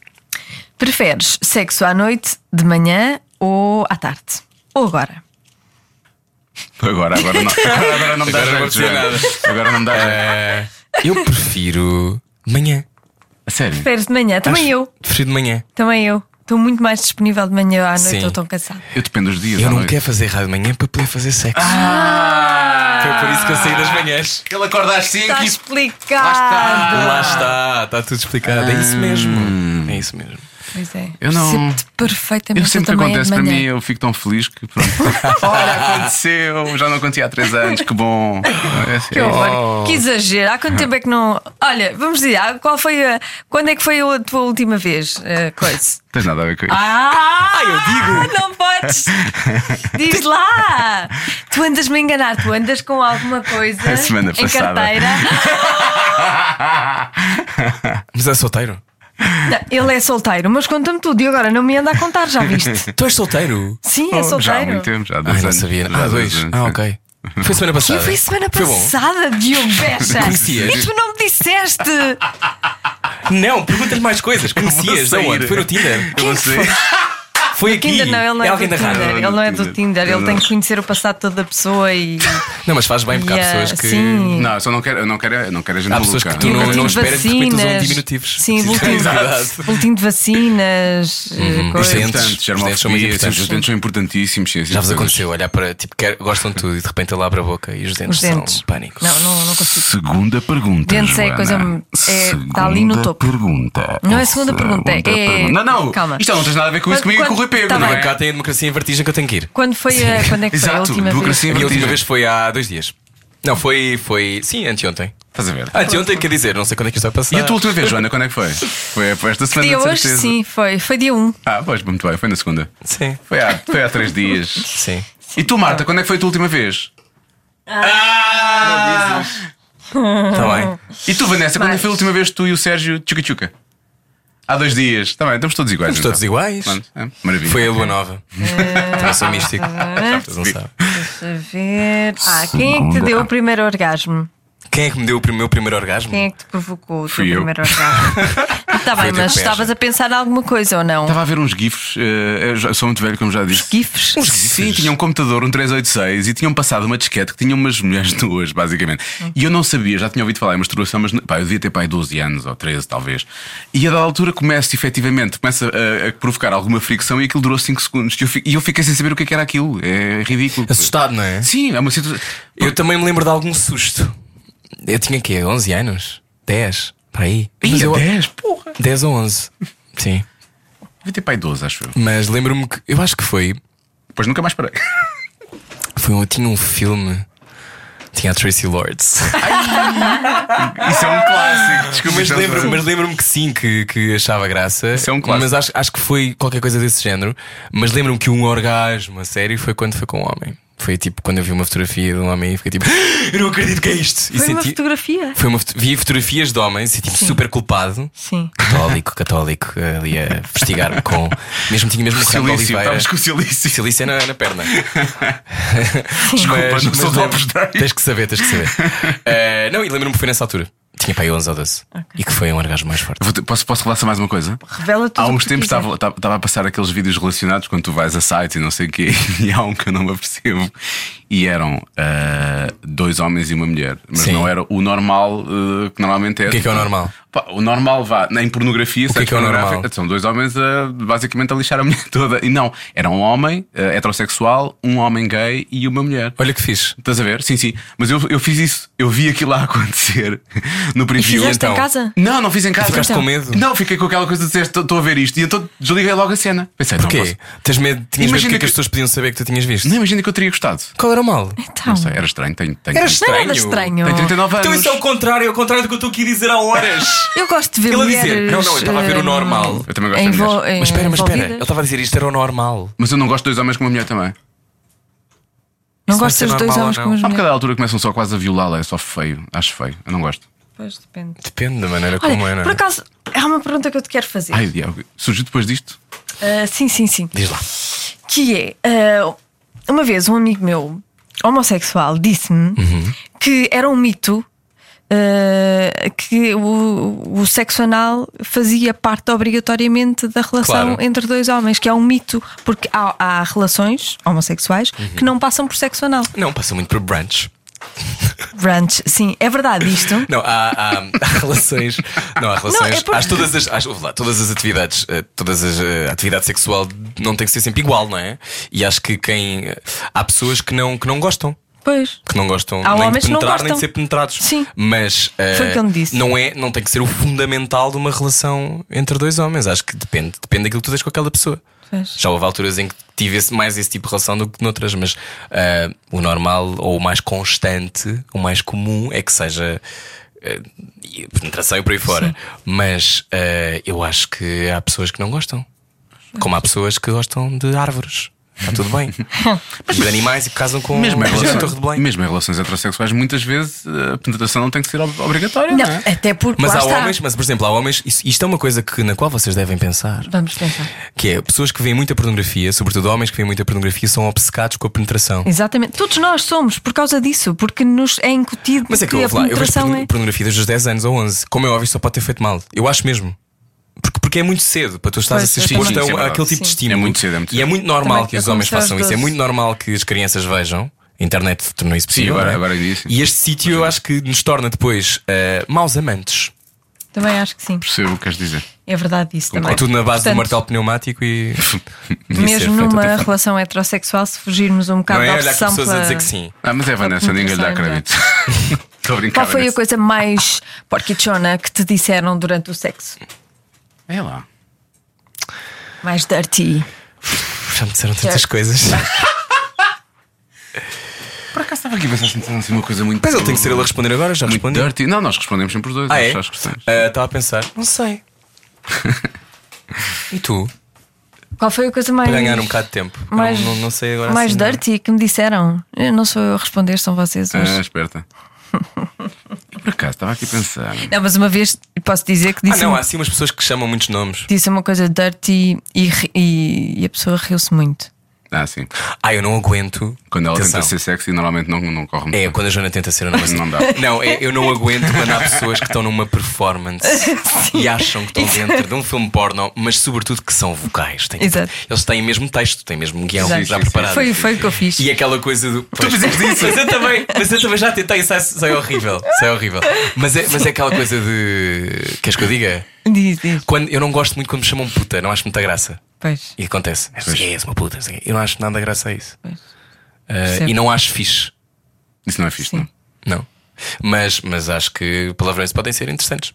Speaker 3: Preferes sexo à noite, de manhã ou à tarde? Ou agora?
Speaker 2: Agora, agora não. Agora não me dá jeito.
Speaker 4: Agora não vou dizer
Speaker 2: Joana. Agora não me dá jeito.
Speaker 4: Eh, eu prefiro de manhã.
Speaker 2: A sério.
Speaker 3: Preferes de manhã? Também
Speaker 4: Acho-
Speaker 3: eu.
Speaker 4: Prefiro de manhã.
Speaker 3: Também eu. Estou muito mais disponível de manhã à noite,
Speaker 4: Sim.
Speaker 3: estou tão cansada.
Speaker 2: Eu dependo dos dias.
Speaker 4: Eu
Speaker 2: à
Speaker 4: não
Speaker 2: noite.
Speaker 4: quero fazer rádio de manhã para poder fazer sexo. Foi por isso que eu saí das manhãs.
Speaker 2: Ele acorda às 5
Speaker 3: Está
Speaker 2: e.
Speaker 3: explicado.
Speaker 4: Lá está, está tudo explicado. É isso mesmo. É isso mesmo.
Speaker 3: Pois é.
Speaker 2: Eu não-
Speaker 3: Sinto-te
Speaker 2: Eu
Speaker 3: perfeitamente
Speaker 2: sempre que
Speaker 3: também é de
Speaker 2: acontece para
Speaker 3: manhã.
Speaker 2: mim, eu fico tão feliz que pronto.
Speaker 3: <laughs>
Speaker 2: Olha, aconteceu, já não acontecia há 3 anos, que bom. É assim.
Speaker 3: Que horror. Que exagero. Há quanto tempo é que não. Olha, vamos dizer, há- qual foi a. Quando é que foi a tua última vez? eh, coisa.
Speaker 2: Tens nada a ver com isso.
Speaker 3: Ah, eu digo! <laughs> Não podes! Diz lá! Tu andas-me a enganar, tu andas com alguma coisa
Speaker 2: A semana
Speaker 3: em
Speaker 2: passada.
Speaker 3: carteira.
Speaker 2: <laughs>
Speaker 4: Mas é solteiro?
Speaker 3: Não, ele é solteiro, mas conta-me tudo e agora não me anda a contar, já viste?
Speaker 4: Tu és solteiro?
Speaker 3: Sim, é
Speaker 2: Oh, já há muito
Speaker 3: solteiro.
Speaker 2: tempo, já há dois
Speaker 4: Ah, não
Speaker 2: anos.
Speaker 4: sabia.
Speaker 2: Já há
Speaker 4: Ah, dois.
Speaker 2: anos. <laughs>
Speaker 4: Ah, ok. Foi semana
Speaker 3: E
Speaker 4: passada.
Speaker 3: foi semana
Speaker 4: Foi bom?
Speaker 3: passada, Diogo Becha.
Speaker 4: Conhecias?
Speaker 3: E tu não me disseste.
Speaker 4: <laughs> Não, pergunta-lhe mais coisas. Conhecias?
Speaker 2: vou
Speaker 4: Da onde?
Speaker 2: sair.
Speaker 4: Foi no Tinder?
Speaker 2: Eu não sei.
Speaker 4: Foi
Speaker 3: Que
Speaker 4: aqui.
Speaker 3: ainda não, ele não é,
Speaker 4: alguém
Speaker 3: do
Speaker 4: da rádio.
Speaker 3: Tinder. Ele não é do Tinder,
Speaker 2: Eu
Speaker 3: ele
Speaker 2: não.
Speaker 3: tem que conhecer o passado toda a pessoa e.
Speaker 4: Não, mas faz bem porque
Speaker 3: e,
Speaker 4: há
Speaker 3: ah,
Speaker 4: um pessoas que.
Speaker 3: Sim.
Speaker 2: Não, eu só não quero, eu não quero, eu não quero a gente
Speaker 4: Há
Speaker 2: maluca.
Speaker 4: pessoas que tu
Speaker 3: E o
Speaker 4: não-
Speaker 3: boletim de
Speaker 4: esperas, de repente usam
Speaker 3: vacinas.
Speaker 4: diminutivos.
Speaker 3: Sim,
Speaker 4: Sim,
Speaker 3: boletim,
Speaker 4: exato.
Speaker 3: boletim de vacinas, eh, coisas.
Speaker 4: Os dentes,
Speaker 2: Portanto,
Speaker 4: os dentes são muito
Speaker 2: germofobia, esses- os
Speaker 4: importantes.
Speaker 2: dentes são importantíssimos. sim,
Speaker 4: Já vos
Speaker 2: sim.
Speaker 4: aconteceu olhar para. Tipo, quer- gostam de tudo e de repente ele abre a boca e os dentes,
Speaker 3: Os dentes.
Speaker 4: são pânico.
Speaker 3: Não, não, não consigo.
Speaker 2: Segunda pergunta.
Speaker 3: Dentes é
Speaker 2: Joana.
Speaker 3: coisa- é- tá ali no
Speaker 2: Segunda
Speaker 3: topo.
Speaker 2: Pergunta.
Speaker 3: Não é segunda pergunta, é-
Speaker 2: pergunta. Não, não.
Speaker 3: Calma.
Speaker 2: Isto não tens nada a ver com
Speaker 3: Quando-
Speaker 2: isso comigo e com o Rui
Speaker 3: quando-
Speaker 2: Pego,
Speaker 3: tá
Speaker 2: não
Speaker 4: Não,
Speaker 3: bem.
Speaker 2: é?
Speaker 4: cá tem a democracia em vertigem que eu tenho que ir.
Speaker 3: Quando foi a, quando é que foi a
Speaker 2: Exato,
Speaker 3: última
Speaker 2: democracia
Speaker 3: vez?
Speaker 4: A minha
Speaker 2: Vertigem.
Speaker 4: última vez foi há dois dias. Não, foi. foi sim, anteontem.
Speaker 2: Estás a ver?
Speaker 4: Anteontem, quer dizer, não sei quando é que isto vai passar.
Speaker 2: E a tua última vez, Joana, quando é que foi? Foi, foi esta semana,
Speaker 3: Dia
Speaker 2: de
Speaker 3: hoje
Speaker 2: certeza.
Speaker 3: sim, foi. Foi dia 1.
Speaker 2: Ah, pois, muito bem, foi na segunda.
Speaker 4: Sim.
Speaker 2: Foi há, foi há três dias.
Speaker 4: Sim.
Speaker 2: E tu, Marta, quando é que foi a tua última vez?
Speaker 4: Está bem.
Speaker 3: Ah.
Speaker 2: E tu, Vanessa, quando é
Speaker 3: Mas-
Speaker 4: Tá
Speaker 2: que foi a última vez que tu e o Sérgio tchuca tchuca? Há dois dias. Também, estamos todos iguais.
Speaker 4: Estamos todos
Speaker 2: então.
Speaker 4: iguais.
Speaker 2: Pronto, é, maravilha.
Speaker 4: Foi a lua nova. Também sou místico. Vocês não sabem.
Speaker 3: Deixa ver. Ah, quem é que te deu o primeiro orgasmo?
Speaker 4: Quem é que me deu o prim- meu primeiro orgasmo?
Speaker 3: Quem é que te provocou o teu
Speaker 2: Fui eu.
Speaker 3: primeiro
Speaker 4: <laughs>
Speaker 3: orgasmo? Está Tá
Speaker 4: Foi
Speaker 3: bem,
Speaker 4: o teu
Speaker 3: mas
Speaker 4: pé, já.
Speaker 3: estavas a pensar em alguma coisa ou não?
Speaker 2: Estava a ver uns GIFs, eh, eu já- sou muito velho, como já disse.
Speaker 3: GIFs?
Speaker 4: Uns gifs.
Speaker 2: Sim, tinha um computador, um 386, e tinham passado uma disquete que tinha umas mulheres <laughs> nuas, basicamente. E eu não sabia, já tinha ouvido falar em masturbação, mas pá, eu devia ter pai 12 anos ou 13, talvez. E a dada altura começa efetivamente, começa a, a provocar alguma fricção e aquilo durou 5 segundos. E eu, fi- e eu fiquei sem saber o que é que era aquilo. É ridículo.
Speaker 4: Assustado, não é?
Speaker 2: Sim, é uma situação.
Speaker 4: Eu também me lembro de algum susto. Eu tinha quê? 11 anos? 10? Para aí. Mas
Speaker 2: Ia,
Speaker 4: eu-
Speaker 2: 10, porra!
Speaker 4: 10 ou 11. Sim.
Speaker 2: Devia ter pai 12, acho eu.
Speaker 4: Mas lembro-me que. Eu acho que foi.
Speaker 2: Depois nunca mais parei. <laughs>
Speaker 4: foi um, tinha um filme. Tinha a Tracy <laughs> Lords.
Speaker 2: Isso é um clássico. Desculpa,
Speaker 4: mas
Speaker 2: então,
Speaker 4: lembro-me mas lembro-me que sim, que, que achava graça.
Speaker 2: Isso é um clássico.
Speaker 4: Mas acho, acho que foi qualquer coisa desse género. Mas lembro-me que um orgasmo a sério foi quando foi com um homem. Foi tipo quando eu vi uma fotografia de um homem e fiquei tipo, eu não acredito que é isto.
Speaker 3: Foi
Speaker 4: e
Speaker 3: uma
Speaker 4: senti-
Speaker 3: fotografia.
Speaker 4: Foi uma foto- vi fotografias de homens e senti-me super culpado.
Speaker 3: Sim.
Speaker 4: Católico, católico, ali a investigar-me com. Mesmo tinha mesmo um ramo de
Speaker 2: Silício,
Speaker 4: oliveira.
Speaker 2: estavas com o silício.
Speaker 4: Silício é na, na perna.
Speaker 2: Desculpa, não sou de
Speaker 4: lembro-
Speaker 2: Opus Dei.
Speaker 4: Tens que saber, tens que
Speaker 2: <laughs>
Speaker 4: saber. Eh, não, e lembro-me que foi nessa altura. Tinha para aí 11 ou 12. E que foi um orgasmo mais forte.
Speaker 2: Vou te- Posso, posso revelar só mais uma coisa?
Speaker 3: Revela tudo
Speaker 2: Há
Speaker 3: o
Speaker 2: uns
Speaker 3: que
Speaker 2: tempos
Speaker 3: quiser.
Speaker 2: estava, estava- estava a passar aqueles vídeos relacionados quando tu vais a site e não sei o quê, <laughs> e há um que eu não me apercebo. E eram ah, dois homens e uma mulher, mas
Speaker 4: Sim.
Speaker 2: não era o normal ah, que normalmente é.
Speaker 4: O que é que é o normal?
Speaker 2: Pá, o normal vá na- em pornografia,
Speaker 4: que é
Speaker 2: sites
Speaker 4: que é o normal?
Speaker 2: pornográficos, São dois homens a, basicamente a lixar a mulher <laughs> toda. E não, era um homem ah, heterossexual, um homem gay e uma mulher.
Speaker 4: Olha que fiz.
Speaker 2: Estás a ver? Sim, sim. Mas eu, eu fiz isso, eu vi aquilo lá <laughs> acontecer no preview.
Speaker 3: Fizeste
Speaker 4: então.
Speaker 3: em casa? Então.
Speaker 2: Não, não fiz em casa.
Speaker 4: Ficaste com medo?
Speaker 2: Não, fiquei com aquela coisa de dizer estou a ver isto. E então desliguei logo a cena. Pensei, não
Speaker 4: Porquê?
Speaker 2: posso.
Speaker 4: Tens medo, tinhas medo
Speaker 2: Imagina
Speaker 4: do que, é que
Speaker 2: que-
Speaker 4: as pessoas podiam saber que tu tinhas visto?
Speaker 2: Não imagina que eu teria gostado.
Speaker 4: Qual era o mal?
Speaker 3: Então,
Speaker 2: Não sei, era estranho. Tenho, tenho,
Speaker 4: Era
Speaker 3: não é
Speaker 4: estranho.
Speaker 3: nada estranho.
Speaker 2: tenho 39 anos.
Speaker 4: contrário, é o contrário do que eu estou aqui a dizer
Speaker 2: <laughs>
Speaker 4: há horas.
Speaker 3: Eu gosto de ver
Speaker 4: Ele a
Speaker 3: mulheres.
Speaker 4: dizer, não, não, eu estava a ver o
Speaker 3: eh,
Speaker 4: normal.
Speaker 2: Eu também gosto
Speaker 3: em
Speaker 2: de
Speaker 3: vo-
Speaker 2: mulheres.
Speaker 3: em-
Speaker 4: Mas espera, mas espera.
Speaker 3: envolvidas.
Speaker 4: Ele estava a dizer isto era o normal.
Speaker 2: Mas eu não gosto de dois homens com uma mulher também.
Speaker 3: Não
Speaker 4: Isso vai
Speaker 3: gosto
Speaker 4: ser
Speaker 3: dos dois
Speaker 4: normal
Speaker 3: homens
Speaker 4: ou
Speaker 3: com as
Speaker 2: Há porque
Speaker 3: mulheres.
Speaker 2: a altura começam só quase a violá-la. É só feio. Acho feio. Eu não gosto.
Speaker 3: Pois depende.
Speaker 4: Depende da maneira como é,
Speaker 3: Olha,
Speaker 4: não
Speaker 3: por
Speaker 4: é?
Speaker 3: acaso, há uma pergunta que eu te quero fazer.
Speaker 2: Ai, Diego. Surgiu depois disto?
Speaker 3: Ah, sim, sim, sim.
Speaker 4: Diz lá.
Speaker 3: Que é, ah, uma vez um amigo meu homossexual disse-me
Speaker 4: Uhum.
Speaker 3: que era um mito ah, que o, o sexo anal fazia parte obrigatoriamente da relação
Speaker 4: Claro.
Speaker 3: entre dois homens, que é um mito, porque há, há relações homossexuais que
Speaker 4: Uhum.
Speaker 3: não passam por sexo anal.
Speaker 4: Não, passa muito por brunch.
Speaker 3: Branch, sim, é verdade isto.
Speaker 4: <coughs> Não, há, há- há <laughs> relações. Não, há relações.
Speaker 3: Não, é por-
Speaker 4: Há todas as, há- ouve lá, todas as atividades, eh, todas as eh, atividade sexual não tem que ser sempre igual, não é? E acho que quem. Há pessoas que não, que não gostam.
Speaker 3: Pois.
Speaker 4: Que não gostam
Speaker 3: Há
Speaker 4: nem de
Speaker 3: homens que não
Speaker 4: penetrar, nem
Speaker 3: gostam.
Speaker 4: de ser penetrados.
Speaker 3: Sim.
Speaker 4: Mas eh,
Speaker 3: Foi o que ele me disse.
Speaker 4: não, é, não tem que ser o fundamental de uma relação entre dois homens. Acho que depende, depende daquilo que tu tens com aquela pessoa.
Speaker 3: Pois.
Speaker 4: Já houve alturas em que tive esse- mais esse tipo de relação do que noutras, mas eh, o normal ou o mais constante, o mais comum é que seja eh, e penetração e por aí fora. Mas eh, eu acho que há pessoas que não gostam. Como há pessoas que gostam de árvores. Está tudo bem.
Speaker 3: <laughs>
Speaker 4: E de animais e que casam com
Speaker 2: Mesmo em,
Speaker 4: com a
Speaker 2: relações,
Speaker 4: Torre de Belém.
Speaker 2: mesmo em relações heterossexuais, muitas vezes eh, a penetração não tem que ser ob- obrigatória.
Speaker 3: Não,
Speaker 2: Não. é?
Speaker 3: até porque
Speaker 4: Mas
Speaker 3: lá
Speaker 4: há
Speaker 3: está.
Speaker 4: homens, mas por exemplo, há homens, isso- isto é uma coisa que, na qual vocês devem pensar,
Speaker 3: Vamos pensar.
Speaker 4: que é pessoas que veem muita pornografia, sobretudo homens que veem muita pornografia, são obcecados com a
Speaker 3: Hum.
Speaker 4: penetração.
Speaker 3: Exatamente. Todos nós somos por causa disso, porque nos é incutido
Speaker 4: Mas é que eu
Speaker 3: a
Speaker 4: ouvo lá, eu vejo
Speaker 3: penetração
Speaker 4: porno-
Speaker 3: é.
Speaker 4: pornografia desde os 10 anos ou 11. Como é óbvio, só pode ter feito mal. Eu acho mesmo. Porque, porque é muito cedo para tu estás a
Speaker 3: Pois,
Speaker 4: ser
Speaker 3: eu
Speaker 4: exposto
Speaker 2: também. Sim, sim, é
Speaker 4: a- a
Speaker 2: verdade.
Speaker 4: aquele tipo de
Speaker 3: Sim.
Speaker 4: estímulo.
Speaker 2: É muito cedo, é muito
Speaker 4: E é
Speaker 2: cedo.
Speaker 4: muito normal
Speaker 3: Também
Speaker 4: que os
Speaker 3: eu
Speaker 4: homens
Speaker 3: comecei aos
Speaker 4: façam isso. É
Speaker 3: 12.
Speaker 4: muito normal que as crianças vejam. A internet tornou isso possível.
Speaker 2: agora-
Speaker 4: não é?
Speaker 2: agora é isso.
Speaker 4: E este sítio eu acho que nos torna depois eh, maus amantes.
Speaker 3: Também acho que sim.
Speaker 2: Percebo o que queres dizer.
Speaker 3: É verdade isso também.
Speaker 4: É tudo na base
Speaker 3: Portanto,
Speaker 4: do martelo pneumático e. devia ser feito
Speaker 3: Mesmo numa
Speaker 4: diferente.
Speaker 3: relação heterossexual, se fugirmos um
Speaker 4: Não
Speaker 3: bocado
Speaker 4: é
Speaker 3: da
Speaker 4: olhar que
Speaker 3: obsessão
Speaker 4: pessoas a
Speaker 3: pela-
Speaker 4: dizer que sim.
Speaker 2: Ah, mas é Vanessa, ninguém lhe dá
Speaker 3: penetração,
Speaker 2: crédito. <laughs> Estou a brincar.
Speaker 3: então. Qual foi a
Speaker 2: Vanessa.
Speaker 3: coisa mais porquichona que te disseram durante o sexo?
Speaker 2: É lá.
Speaker 3: Mais dirty.
Speaker 4: Já me disseram tantas
Speaker 3: Certo.
Speaker 4: <laughs> coisas.
Speaker 2: Por acaso estava aqui a pensar assim, assim, uma coisa muito.
Speaker 4: Mas ele tem que ser ele a responder agora, já
Speaker 2: Muito
Speaker 4: respondi.
Speaker 2: dirty. Não, nós respondemos sempre os dois.
Speaker 4: Ah,
Speaker 2: acho,
Speaker 4: é?
Speaker 2: às questões.
Speaker 4: Ah, Estava a pensar,
Speaker 2: <laughs>
Speaker 4: não sei. e tu?
Speaker 3: Qual foi a coisa mais.
Speaker 4: Para ganhar um bocado de tempo. Eu
Speaker 3: Mais,
Speaker 4: não, não- não sei agora.
Speaker 3: mais
Speaker 4: assim, não.
Speaker 3: dirty que me disseram. Eu não sou eu a responder, são vocês
Speaker 2: Ah,
Speaker 3: hoje.
Speaker 2: esperta. Eu, Por acaso estava aqui a pensar.
Speaker 3: Não, mas uma vez posso dizer que
Speaker 4: Ah,
Speaker 3: disse,
Speaker 4: não,
Speaker 3: uma-
Speaker 4: há assim umas pessoas que chamam muitos nomes.
Speaker 3: disse uma coisa dirty e, ri- e- e a pessoa riu-se muito.
Speaker 2: Ah, sim.
Speaker 4: Ah, eu não aguento.
Speaker 2: Quando ela
Speaker 4: Atenção.
Speaker 2: tenta ser sexy, normalmente não, não corre muito.
Speaker 4: É,
Speaker 2: bem.
Speaker 4: quando a Joana tenta ser uma
Speaker 2: Não dá.
Speaker 4: <laughs> Não, é, eu não aguento quando há pessoas que estão numa <laughs> performance e acham que estão dentro de um filme porno, mas sobretudo que são vocais. Têm-
Speaker 3: Exato.
Speaker 4: Eles têm mesmo texto, têm mesmo um guião
Speaker 3: Exato.
Speaker 4: já
Speaker 2: sim, sim.
Speaker 4: preparado.
Speaker 3: Foi, foi o que eu fiz.
Speaker 4: Ah, E aquela coisa do. Tu fizeste isso! Mas eu também, mas eu também já tentei, sai, sai é horrível. Sai horrível. Mas é, mas é aquela coisa de. Queres que eu diga?
Speaker 3: <laughs> Diz, diz.
Speaker 4: Quando, eu não gosto muito quando me chamam puta, não acho muita graça.
Speaker 3: Pois.
Speaker 4: E acontece. Eu sei que é esse, uma puta. sei que é. Eu não acho nada graça a isso.
Speaker 3: Pois.
Speaker 4: Ah,
Speaker 3: Percebo.
Speaker 4: e não acho fixe.
Speaker 2: Isso não é fixe,
Speaker 3: Sim.
Speaker 2: não?
Speaker 4: Não. Mas, mas acho que palavrões podem ser interessantes.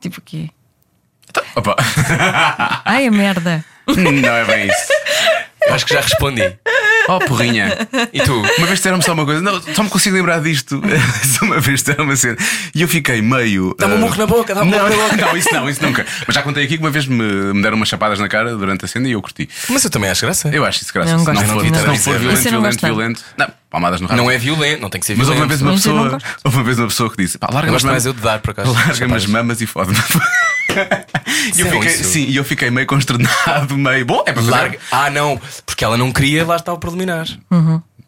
Speaker 3: Tipo o quê?
Speaker 2: Opa. <laughs>
Speaker 3: Ai, a merda.
Speaker 2: não é bem
Speaker 4: <laughs>
Speaker 2: isso.
Speaker 4: Eu acho que já respondi.
Speaker 2: Oh, porrinha.
Speaker 4: E tu?
Speaker 2: Uma vez disseram-me só uma coisa, não, só me consigo lembrar disto. <laughs> Só uma vez disseram-me assim. E eu fiquei meio.
Speaker 4: Dá-me um
Speaker 2: ah,
Speaker 4: murro na boca, dá-me um
Speaker 2: não,
Speaker 4: murro na boca.
Speaker 2: Não, isso não, isso nunca. Mas já contei aqui que uma vez me, me deram umas chapadas na cara durante a cena e eu curti.
Speaker 4: Mas eu também acho graça.
Speaker 2: Eu acho isso graça.
Speaker 3: Não
Speaker 2: se não
Speaker 3: gosto,
Speaker 2: for,
Speaker 3: não
Speaker 2: se não
Speaker 4: gosto.
Speaker 2: for
Speaker 3: Isso
Speaker 2: violento,
Speaker 3: eu não
Speaker 2: violento,
Speaker 3: gosto nada.
Speaker 2: violento. Não, palmadas no rabo.
Speaker 4: Não é violento, não tem que ser
Speaker 2: Mas houve
Speaker 4: violento.
Speaker 2: uma vez uma
Speaker 3: Mas eu não
Speaker 2: pessoa.
Speaker 3: gosto.
Speaker 2: Houve uma vez uma pessoa que disse: pá,
Speaker 4: Eu
Speaker 2: larga-me as
Speaker 4: gosto mais
Speaker 2: mãos.
Speaker 4: eu de dar,
Speaker 2: <laughs>
Speaker 4: por acaso.
Speaker 2: Larga-me as
Speaker 4: Chapadas.
Speaker 2: mamas e fode-me. <laughs> E eu
Speaker 4: Sim,
Speaker 2: fiquei,
Speaker 4: isso.
Speaker 2: sim, e eu fiquei meio consternado, meio. Bom, é para fazer.
Speaker 4: Larga. Ah, não, porque ela não queria, lá está o preliminar. E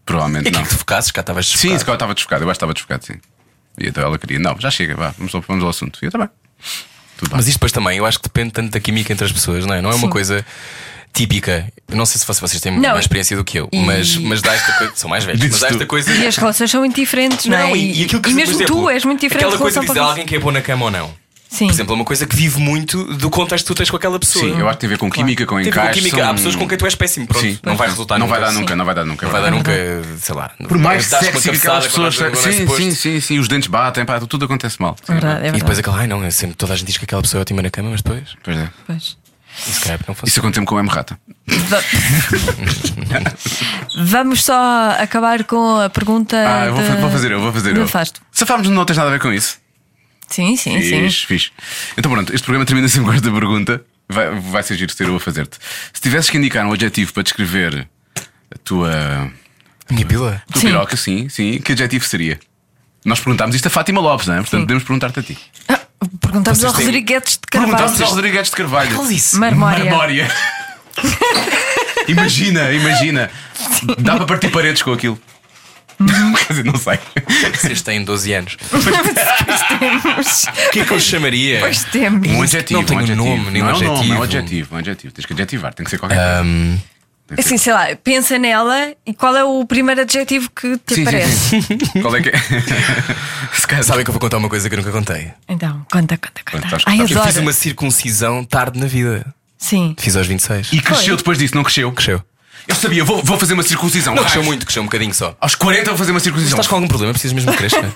Speaker 2: Provavelmente
Speaker 4: aqui
Speaker 2: não.
Speaker 4: que te focasses, cá estavas
Speaker 2: Sim,
Speaker 4: desfocado.
Speaker 2: se calhar estava desfocado, eu acho que estava desfocado, sim. E então ela queria, não, já chega, vá, vamos ao, vamos ao assunto. E eu tá também. Tudo bem.
Speaker 4: Mas isto depois também, eu acho que depende tanto da química entre as pessoas, não é? Não é uma
Speaker 3: Sim.
Speaker 4: coisa típica. Eu não sei se vocês- vocês têm
Speaker 3: Não.
Speaker 4: mais experiência do que eu,
Speaker 3: E-
Speaker 4: mas, mas dá esta coisa. São mais velhos,
Speaker 2: Dizes
Speaker 4: mas dá
Speaker 2: tu.
Speaker 4: esta coisa.
Speaker 3: E as relações são muito diferentes, não, é?
Speaker 4: e, e aquilo que
Speaker 3: e
Speaker 4: por
Speaker 3: mesmo
Speaker 4: exemplo,
Speaker 3: tu és muito diferente
Speaker 4: Aquela
Speaker 3: em relação
Speaker 4: coisa de dizer a
Speaker 3: para-
Speaker 4: alguém que é bom na cama ou não.
Speaker 3: Sim.
Speaker 4: Por exemplo, é uma coisa que vive muito do contexto que tu tens com aquela pessoa.
Speaker 2: Sim, eu acho que tem a ver com química, com
Speaker 4: Tem a ver com
Speaker 2: encaixe.
Speaker 4: química.
Speaker 2: são-
Speaker 4: Há pessoas com quem tu és péssimo, pronto.
Speaker 2: Sim.
Speaker 4: Não vai resultar
Speaker 2: Não
Speaker 4: nunca.
Speaker 2: vai dar
Speaker 4: Sim.
Speaker 2: nunca, não vai dar nunca.
Speaker 4: Não vai dar nunca, sei lá.
Speaker 2: Por mais
Speaker 4: dás-te uma
Speaker 2: sexy que
Speaker 4: cabeçada
Speaker 2: aquelas
Speaker 4: quando
Speaker 2: pessoas.
Speaker 4: não é
Speaker 2: Sim,
Speaker 4: suposto.
Speaker 2: sim, sim, sim. Os dentes batem, pá, tudo acontece mal. Sim,
Speaker 3: Verdade, é
Speaker 4: E depois
Speaker 3: verdade.
Speaker 4: aquela, ai não, eu sempre toda a gente diz que aquela pessoa é ótima na cama, mas depois.
Speaker 2: Pois é.
Speaker 3: Pois.
Speaker 4: <laughs> Isso calhar não funciona.
Speaker 2: Isso aconteceu com o M. Rata.
Speaker 3: Vamos só acabar com a pergunta.
Speaker 2: Ah, eu vou,
Speaker 3: de-
Speaker 4: Então,
Speaker 2: fa- vou fazer eu, vou fazer
Speaker 3: Não
Speaker 2: eu.
Speaker 3: faz tu.
Speaker 2: Safámos, não tens nada a ver com isso.
Speaker 3: Sim, sim, sim.
Speaker 2: Fixe, fixe. Então pronto, este programa termina sempre com esta pergunta. Vai, vai ser giro ser eu a fazer-te. Se tivesses que indicar um adjetivo para descrever a tua.
Speaker 4: A minha pila.
Speaker 2: Tu
Speaker 3: Sim.
Speaker 2: piroca, sim, sim. Que adjetivo seria? Nós perguntámos isto a Fátima Lopes, não é? Portanto,
Speaker 3: Sim.
Speaker 2: podemos perguntar-te a ti.
Speaker 3: Ah, Perguntamos
Speaker 4: Vocês
Speaker 3: ao
Speaker 4: têm-
Speaker 3: Rodriguetes de
Speaker 2: Perguntámos ao
Speaker 3: Carvalho.
Speaker 2: Rodrigues de Carvalho.
Speaker 4: Ele disse.
Speaker 3: Marmória.
Speaker 4: <laughs>
Speaker 2: Marmória. imagina, imagina. Dá para partir paredes com aquilo.
Speaker 4: Uhum.
Speaker 2: <laughs> Quer dizer, não sei.
Speaker 4: Vocês têm 12 anos. O que é que eu
Speaker 3: <laughs>
Speaker 4: chamaria?
Speaker 3: Pois temos.
Speaker 2: Um adjetivo,
Speaker 4: Não tem
Speaker 2: um adjetivo.
Speaker 4: nome, nem
Speaker 2: não
Speaker 4: um
Speaker 2: é um nome, é um
Speaker 4: adjetivo. Ah.
Speaker 2: adjetivo, um adjetivo. Tens que adjetivar, tem que ser qualquer coisa.
Speaker 4: Ahm,
Speaker 3: Assim, sei lá, pensa nela e qual é o primeiro adjetivo que te
Speaker 2: Sim,
Speaker 3: aparece?
Speaker 2: sim, sim. Qual é que é? Se calhar
Speaker 4: sabem que eu vou contar uma coisa que eu nunca contei.
Speaker 3: Então, conta, conta,
Speaker 2: Conta,
Speaker 3: conta.
Speaker 2: acho que
Speaker 3: Ai,
Speaker 2: tá.
Speaker 4: Eu
Speaker 3: adoro.
Speaker 4: fiz uma circuncisão tarde na vida.
Speaker 3: Sim.
Speaker 4: Fiz aos 26.
Speaker 2: E cresceu depois disso, não cresceu?
Speaker 4: Cresceu.
Speaker 2: Eu sabia, vou, vou fazer uma circuncisão.
Speaker 4: Não cresceu
Speaker 2: Raios.
Speaker 4: muito, cresceu um bocadinho só.
Speaker 2: Aos 40 vou fazer uma
Speaker 4: Mas
Speaker 2: circuncisão.
Speaker 4: estás com algum problema? Precisas mesmo que cresça?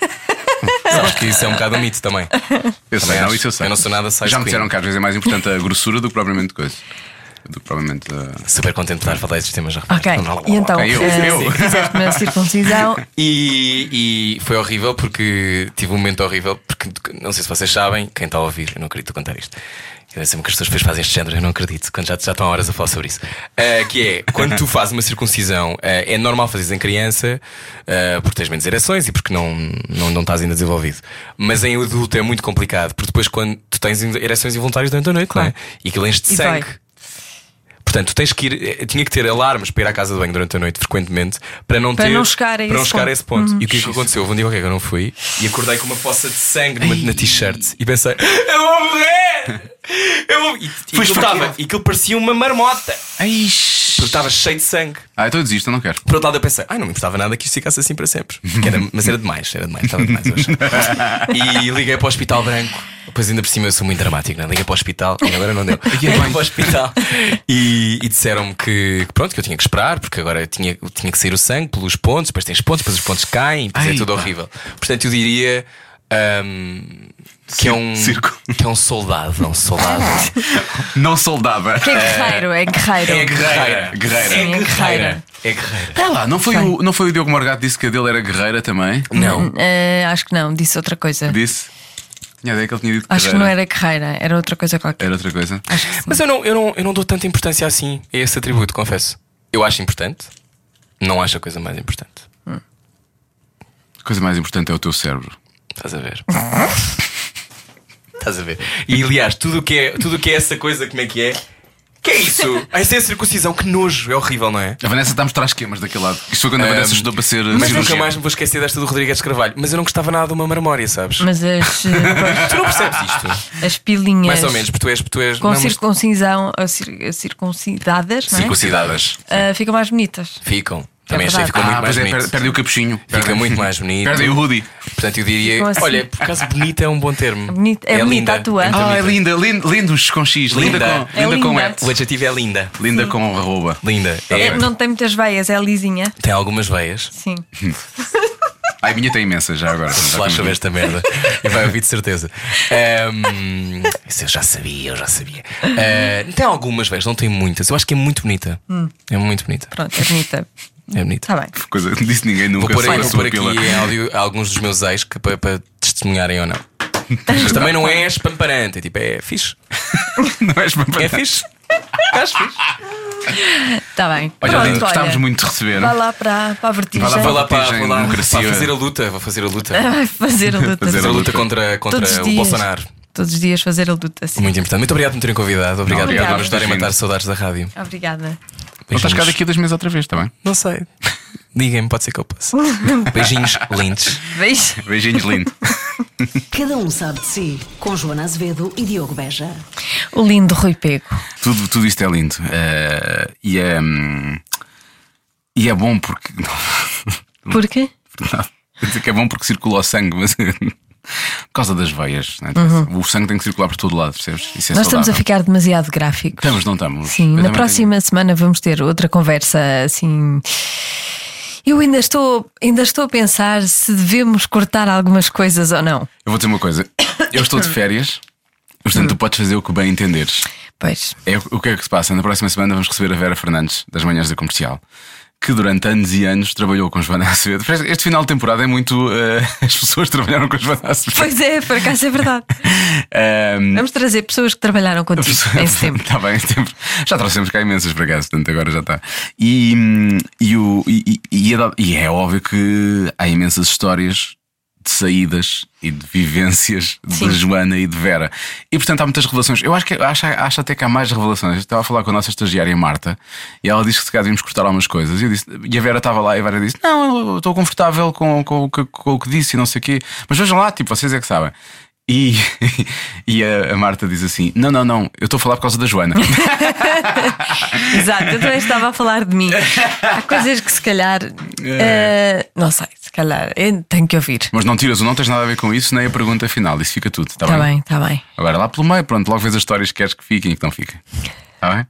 Speaker 4: Sabes que isso é um bocado um mito também.
Speaker 2: Eu sei,
Speaker 4: Também
Speaker 2: não,
Speaker 4: acho.
Speaker 2: isso eu sei.
Speaker 4: Eu não sou nada size
Speaker 2: Já me disseram
Speaker 4: queen.
Speaker 2: que às vezes é mais importante a grossura do que propriamente coisa. Do que propriamente. a-
Speaker 4: Super contente de estar a falar destes temas já. reparaste?
Speaker 3: Ok. E então,
Speaker 2: Ok, eu-
Speaker 3: eh,
Speaker 2: eu.
Speaker 3: fizeste
Speaker 4: <laughs>
Speaker 3: uma circuncisão.
Speaker 4: E, e foi horrível porque tive um momento horrível, porque não sei se vocês sabem, quem está a ouvir, eu não acredito contar isto. Eu sempre que as pessoas depois fazem este género, eu não acredito, quando já, já estão há horas a falar sobre isso. Ah, que é, quando tu fazes uma circuncisão, ah, é normal fazeres em criança, ah, porque tens menos ereções e porque não, não, não estás ainda desenvolvido. Mas em adulto é muito complicado, porque depois quando tu tens ereções involuntárias durante a noite, não é? E aquilo enche de
Speaker 3: E
Speaker 4: sangue.
Speaker 3: dói.
Speaker 4: Portanto, tu tens que ir. eh, Tinha que ter alarmes para ir à casa de banho durante a noite, frequentemente, para não
Speaker 3: Para
Speaker 4: ter.
Speaker 3: não chegar a
Speaker 4: para
Speaker 3: esse
Speaker 4: não chegar
Speaker 3: ponto.
Speaker 4: a esse ponto. E o que é que aconteceu? Houve um dia qualquer que eu não fui e acordei com uma poça de sangue numa- na t-shirt e pensei: Eu vou morrer! Eu vou. E, e aquilo, tava, e aquilo parecia uma marmota. Porque estava cheio de sangue.
Speaker 2: Ah, então eu desisto, eu não quero.
Speaker 4: Por outro lado, eu pensei, ai, não me importava nada que isto ficasse assim para
Speaker 2: <laughs>
Speaker 4: sempre. Que era- mas era demais, era demais, estava demais hoje. E liguei para o Hospital Branco. Pois ainda por cima eu sou muito dramático, não é? Liguei para o hospital, e agora não deu. Liguei para o hospital e, e disseram-me que, que pronto, que eu tinha que esperar, porque agora tinha, tinha que sair o sangue pelos pontos, depois tens pontos, depois os pontos caem, depois
Speaker 2: Ai,
Speaker 4: é tudo
Speaker 2: pá.
Speaker 4: horrível. Portanto, eu diria. ahm, que é, um,
Speaker 2: Circo.
Speaker 4: que é um soldado, é um soldado.
Speaker 2: Não soldava. Eh,
Speaker 3: Que é guerreiro, é guerreiro.
Speaker 4: É guerreira.
Speaker 2: Guerreira.
Speaker 3: Sim, é guerreira.
Speaker 4: É guerreira.
Speaker 2: É lá, não foi, o, não foi o Diogo Morgado que disse que a dele era guerreira também?
Speaker 4: Não.
Speaker 3: Eh, acho que não, disse outra coisa.
Speaker 2: Disse. Tinha ideia que ele tinha dito
Speaker 3: Acho que
Speaker 2: guerreira.
Speaker 3: não era guerreira, era outra coisa qualquer.
Speaker 2: Era outra coisa.
Speaker 3: Acho que sim.
Speaker 4: É. Mas eu não, eu, não, eu não dou tanta importância assim a esse atributo, confesso. Eu acho importante, não acho a coisa mais importante.
Speaker 2: A coisa mais importante é o teu cérebro.
Speaker 4: Estás a ver? Estás a ver? E aliás, tudo o que é, tudo o que é essa coisa, como é que é? Que é isso? Ah, isso é a circuncisão, que nojo, é horrível, não é?
Speaker 2: A Vanessa está a mostrar esquemas daquele lado. Isto foi quando a
Speaker 4: Ahm,
Speaker 2: Vanessa estudou para ser
Speaker 4: Ehm, Mas
Speaker 2: cirurgiã.
Speaker 4: nunca mais me vou esquecer desta do Rodrigues Carvalho. Mas eu não gostava nada de uma marmória, sabes?
Speaker 3: Mas as, eh,
Speaker 4: <laughs> Tu não percebes isto?
Speaker 3: as pilinhas.
Speaker 4: Mais ou menos, porque tu és. Tu és
Speaker 3: Com
Speaker 4: não, mas-
Speaker 3: circuncisão, a cir- eh, circuncidadas, não é?
Speaker 4: Circuncidadas.
Speaker 3: Ah, ficam mais bonitas.
Speaker 4: Ficam. Também achei que
Speaker 3: verdade.
Speaker 4: ficou
Speaker 2: Ah, pois
Speaker 4: muito mais
Speaker 2: é,
Speaker 4: bonito.
Speaker 2: perde, perde o capuchinho.
Speaker 4: Fica muito mais bonito.
Speaker 2: Perde o hoodie.
Speaker 4: Portanto, eu diria.
Speaker 3: Ficam assim.
Speaker 4: Olha, por acaso, bonita é um bom termo.
Speaker 3: Bonita- é bonita
Speaker 4: linda.
Speaker 3: a tua.
Speaker 4: Muito
Speaker 3: Ah,
Speaker 2: Ah, é
Speaker 4: bonita.
Speaker 2: linda, linda, lindos com X, linda,
Speaker 4: Linda.
Speaker 2: com,
Speaker 3: É
Speaker 2: linda com
Speaker 3: linda.
Speaker 2: F,
Speaker 4: O adjetivo é linda.
Speaker 2: linda com arroba.
Speaker 4: Linda.
Speaker 3: É,
Speaker 4: É,
Speaker 3: não tem muitas veias, é lisinha.
Speaker 4: Tem algumas veias.
Speaker 3: Sim.
Speaker 2: Ai, minha tem imensa já agora.
Speaker 4: Lá sobre esta merda.
Speaker 2: <laughs>
Speaker 4: E vai ouvir de certeza. Ahm, isso eu já sabia, eu já sabia. Ah, tem algumas veias, não tem muitas. Eu acho que é muito bonita. É muito bonita.
Speaker 3: Hum. Pronto, é bonita.
Speaker 4: É bonita.
Speaker 3: Está bem.
Speaker 2: Coisa, não disse ninguém
Speaker 4: Vou
Speaker 2: nunca
Speaker 4: pôr,
Speaker 2: sobre
Speaker 4: aí,
Speaker 2: a
Speaker 4: vou
Speaker 2: sua
Speaker 4: pôr aqui
Speaker 2: pila.
Speaker 4: em áudio alguns dos meus ex que, para, para testemunharem ou não. Mas também não é espamparante, é tipo, é fixe.
Speaker 2: <laughs> Não és
Speaker 4: É
Speaker 2: para <laughs>
Speaker 4: fixe. Acho fixe.
Speaker 3: Está tá bem.
Speaker 2: Olha,
Speaker 3: Pronto,
Speaker 2: lindo, gostámos
Speaker 3: olha.
Speaker 2: muito de receber.
Speaker 3: Vai lá para, para a vertigem.
Speaker 2: Vai lá
Speaker 4: Vou lá para,
Speaker 2: Vertigem,
Speaker 4: vou lá para
Speaker 2: democracia.
Speaker 4: fazer a luta, vou fazer a luta.
Speaker 3: <laughs> Vai fazer a luta.
Speaker 2: Fazer
Speaker 4: <laughs> Fazer a
Speaker 2: luta.
Speaker 4: luta contra, contra
Speaker 3: Ah, Todos os
Speaker 4: o
Speaker 3: dias.
Speaker 4: Bolsonaro.
Speaker 3: Todos os dias fazer a luta, sim.
Speaker 4: Muito importante. Muito obrigado por me terem convidado. Obrigado,
Speaker 2: Obrigado.
Speaker 4: por me ajudarem a
Speaker 2: Imagino.
Speaker 4: matar saudades da rádio.
Speaker 3: Obrigada.
Speaker 2: Não Então estás cá
Speaker 4: Beijinhos.
Speaker 2: daqui a dois meses outra vez, está bem?
Speaker 4: Não sei. Digam-me, pode ser que
Speaker 3: <laughs>
Speaker 4: eu passe. Beijinhos lindos.
Speaker 3: Beijo.
Speaker 2: Beijinhos, lindo.
Speaker 1: Cada um sabe de si. Com Joana Azevedo e Diogo Beja.
Speaker 3: O lindo Rui Pego.
Speaker 2: <laughs> tudo, tudo isto é lindo. Eh, e, é, hum, e é bom porque. <laughs> Hum.
Speaker 3: Porquê?
Speaker 2: Não, Quer dizer que é bom porque circula o sangue, mas <laughs> por causa das veias. não é? O sangue tem que circular por todo lado, percebes? Isso é
Speaker 3: Nós estamos a
Speaker 2: saudável.
Speaker 3: ficar demasiado gráficos.
Speaker 2: Estamos, não estamos. Eu
Speaker 3: Sim, na
Speaker 2: também
Speaker 3: próxima semana vamos ter outra conversa assim. Eu ainda estou, ainda estou a pensar se devemos cortar algumas coisas ou não.
Speaker 2: tenho- Eu vou dizer uma coisa. Eu estou de férias, portanto, tu podes fazer o que bem entenderes.
Speaker 3: Pois,
Speaker 2: É o o que é que se passa? Na próxima semana vamos receber a Vera Fernandes, das manhãs da comercial, que durante anos e anos trabalhou com Joana Acevedo. Este final de temporada é muito. eh, <laughs> as pessoas trabalharam com Joana Acevedo.
Speaker 3: pois é, por acaso
Speaker 2: <laughs>
Speaker 3: é verdade.
Speaker 2: Ahm,
Speaker 3: Vamos trazer pessoas que trabalharam contigo
Speaker 2: <laughs>
Speaker 3: em setembro.
Speaker 2: Está Tá bem, em setembro. Já trouxemos cá imensas para casa, portanto agora já está. E, hum, e, o- e- e- e é da- e é óbvio que há imensas histórias de saídas e de vivências
Speaker 3: Sim.
Speaker 2: de Joana e de Vera. E portanto há muitas revelações. Eu acho, que, acho, acho até que há mais revelações. Eu estava a falar com a nossa estagiária Marta e ela disse que se calhar devíamos cortar algumas coisas. E, eu disse, e a Vera estava lá e a Vera disse: Não, eu estou confortável com, com, o que- com o que disse e não sei o quê. Mas vejam lá, tipo, vocês é que sabem. E, <laughs> e a, a Marta diz assim: Não, não, não, eu estou a falar por causa da
Speaker 3: <laughs>
Speaker 2: Joana.
Speaker 3: Exato, eu também estava a falar de mim. Há coisas que se calhar.
Speaker 2: É.
Speaker 3: eh, não sei, se calhar. eu Tenho que ouvir.
Speaker 2: Mas não tiras, o não tens nada a ver com isso, nem a pergunta final. Isso fica tudo, está
Speaker 3: Está
Speaker 2: bem?
Speaker 3: Tá bem, está bem.
Speaker 2: Agora lá pelo meio, pronto, logo vês as histórias que queres que fiquem e que não fiquem. Está bem?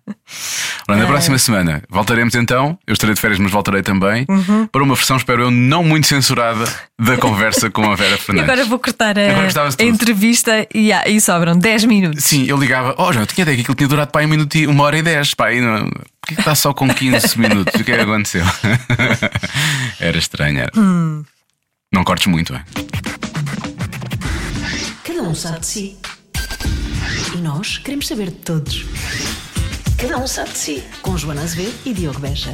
Speaker 2: Ora,
Speaker 3: É.
Speaker 2: na próxima semana voltaremos então. Eu estarei de férias, mas voltarei também.
Speaker 3: Uhum.
Speaker 2: Para uma versão, espero eu, não muito censurada da conversa com a Vera
Speaker 3: <laughs> E
Speaker 2: Fernandes.
Speaker 3: agora vou cortar
Speaker 2: Agora
Speaker 3: a,
Speaker 2: gostava-se
Speaker 3: a
Speaker 2: tudo.
Speaker 3: entrevista e, ah, e sobram 10 minutos.
Speaker 2: Sim, eu ligava, oh, João, eu tinha ideia que aquilo tinha durado para aí um minuto e uma hora e dez. Pá, aí não... Porquê que está só com 15 minutos? O que é que aconteceu? <laughs> era estranho, era. Não cortes muito, é?
Speaker 1: Cada um sabe de si. E nós queremos saber de todos. Cada um sabe de si. Com Joana Azevedo e Diogo Beja.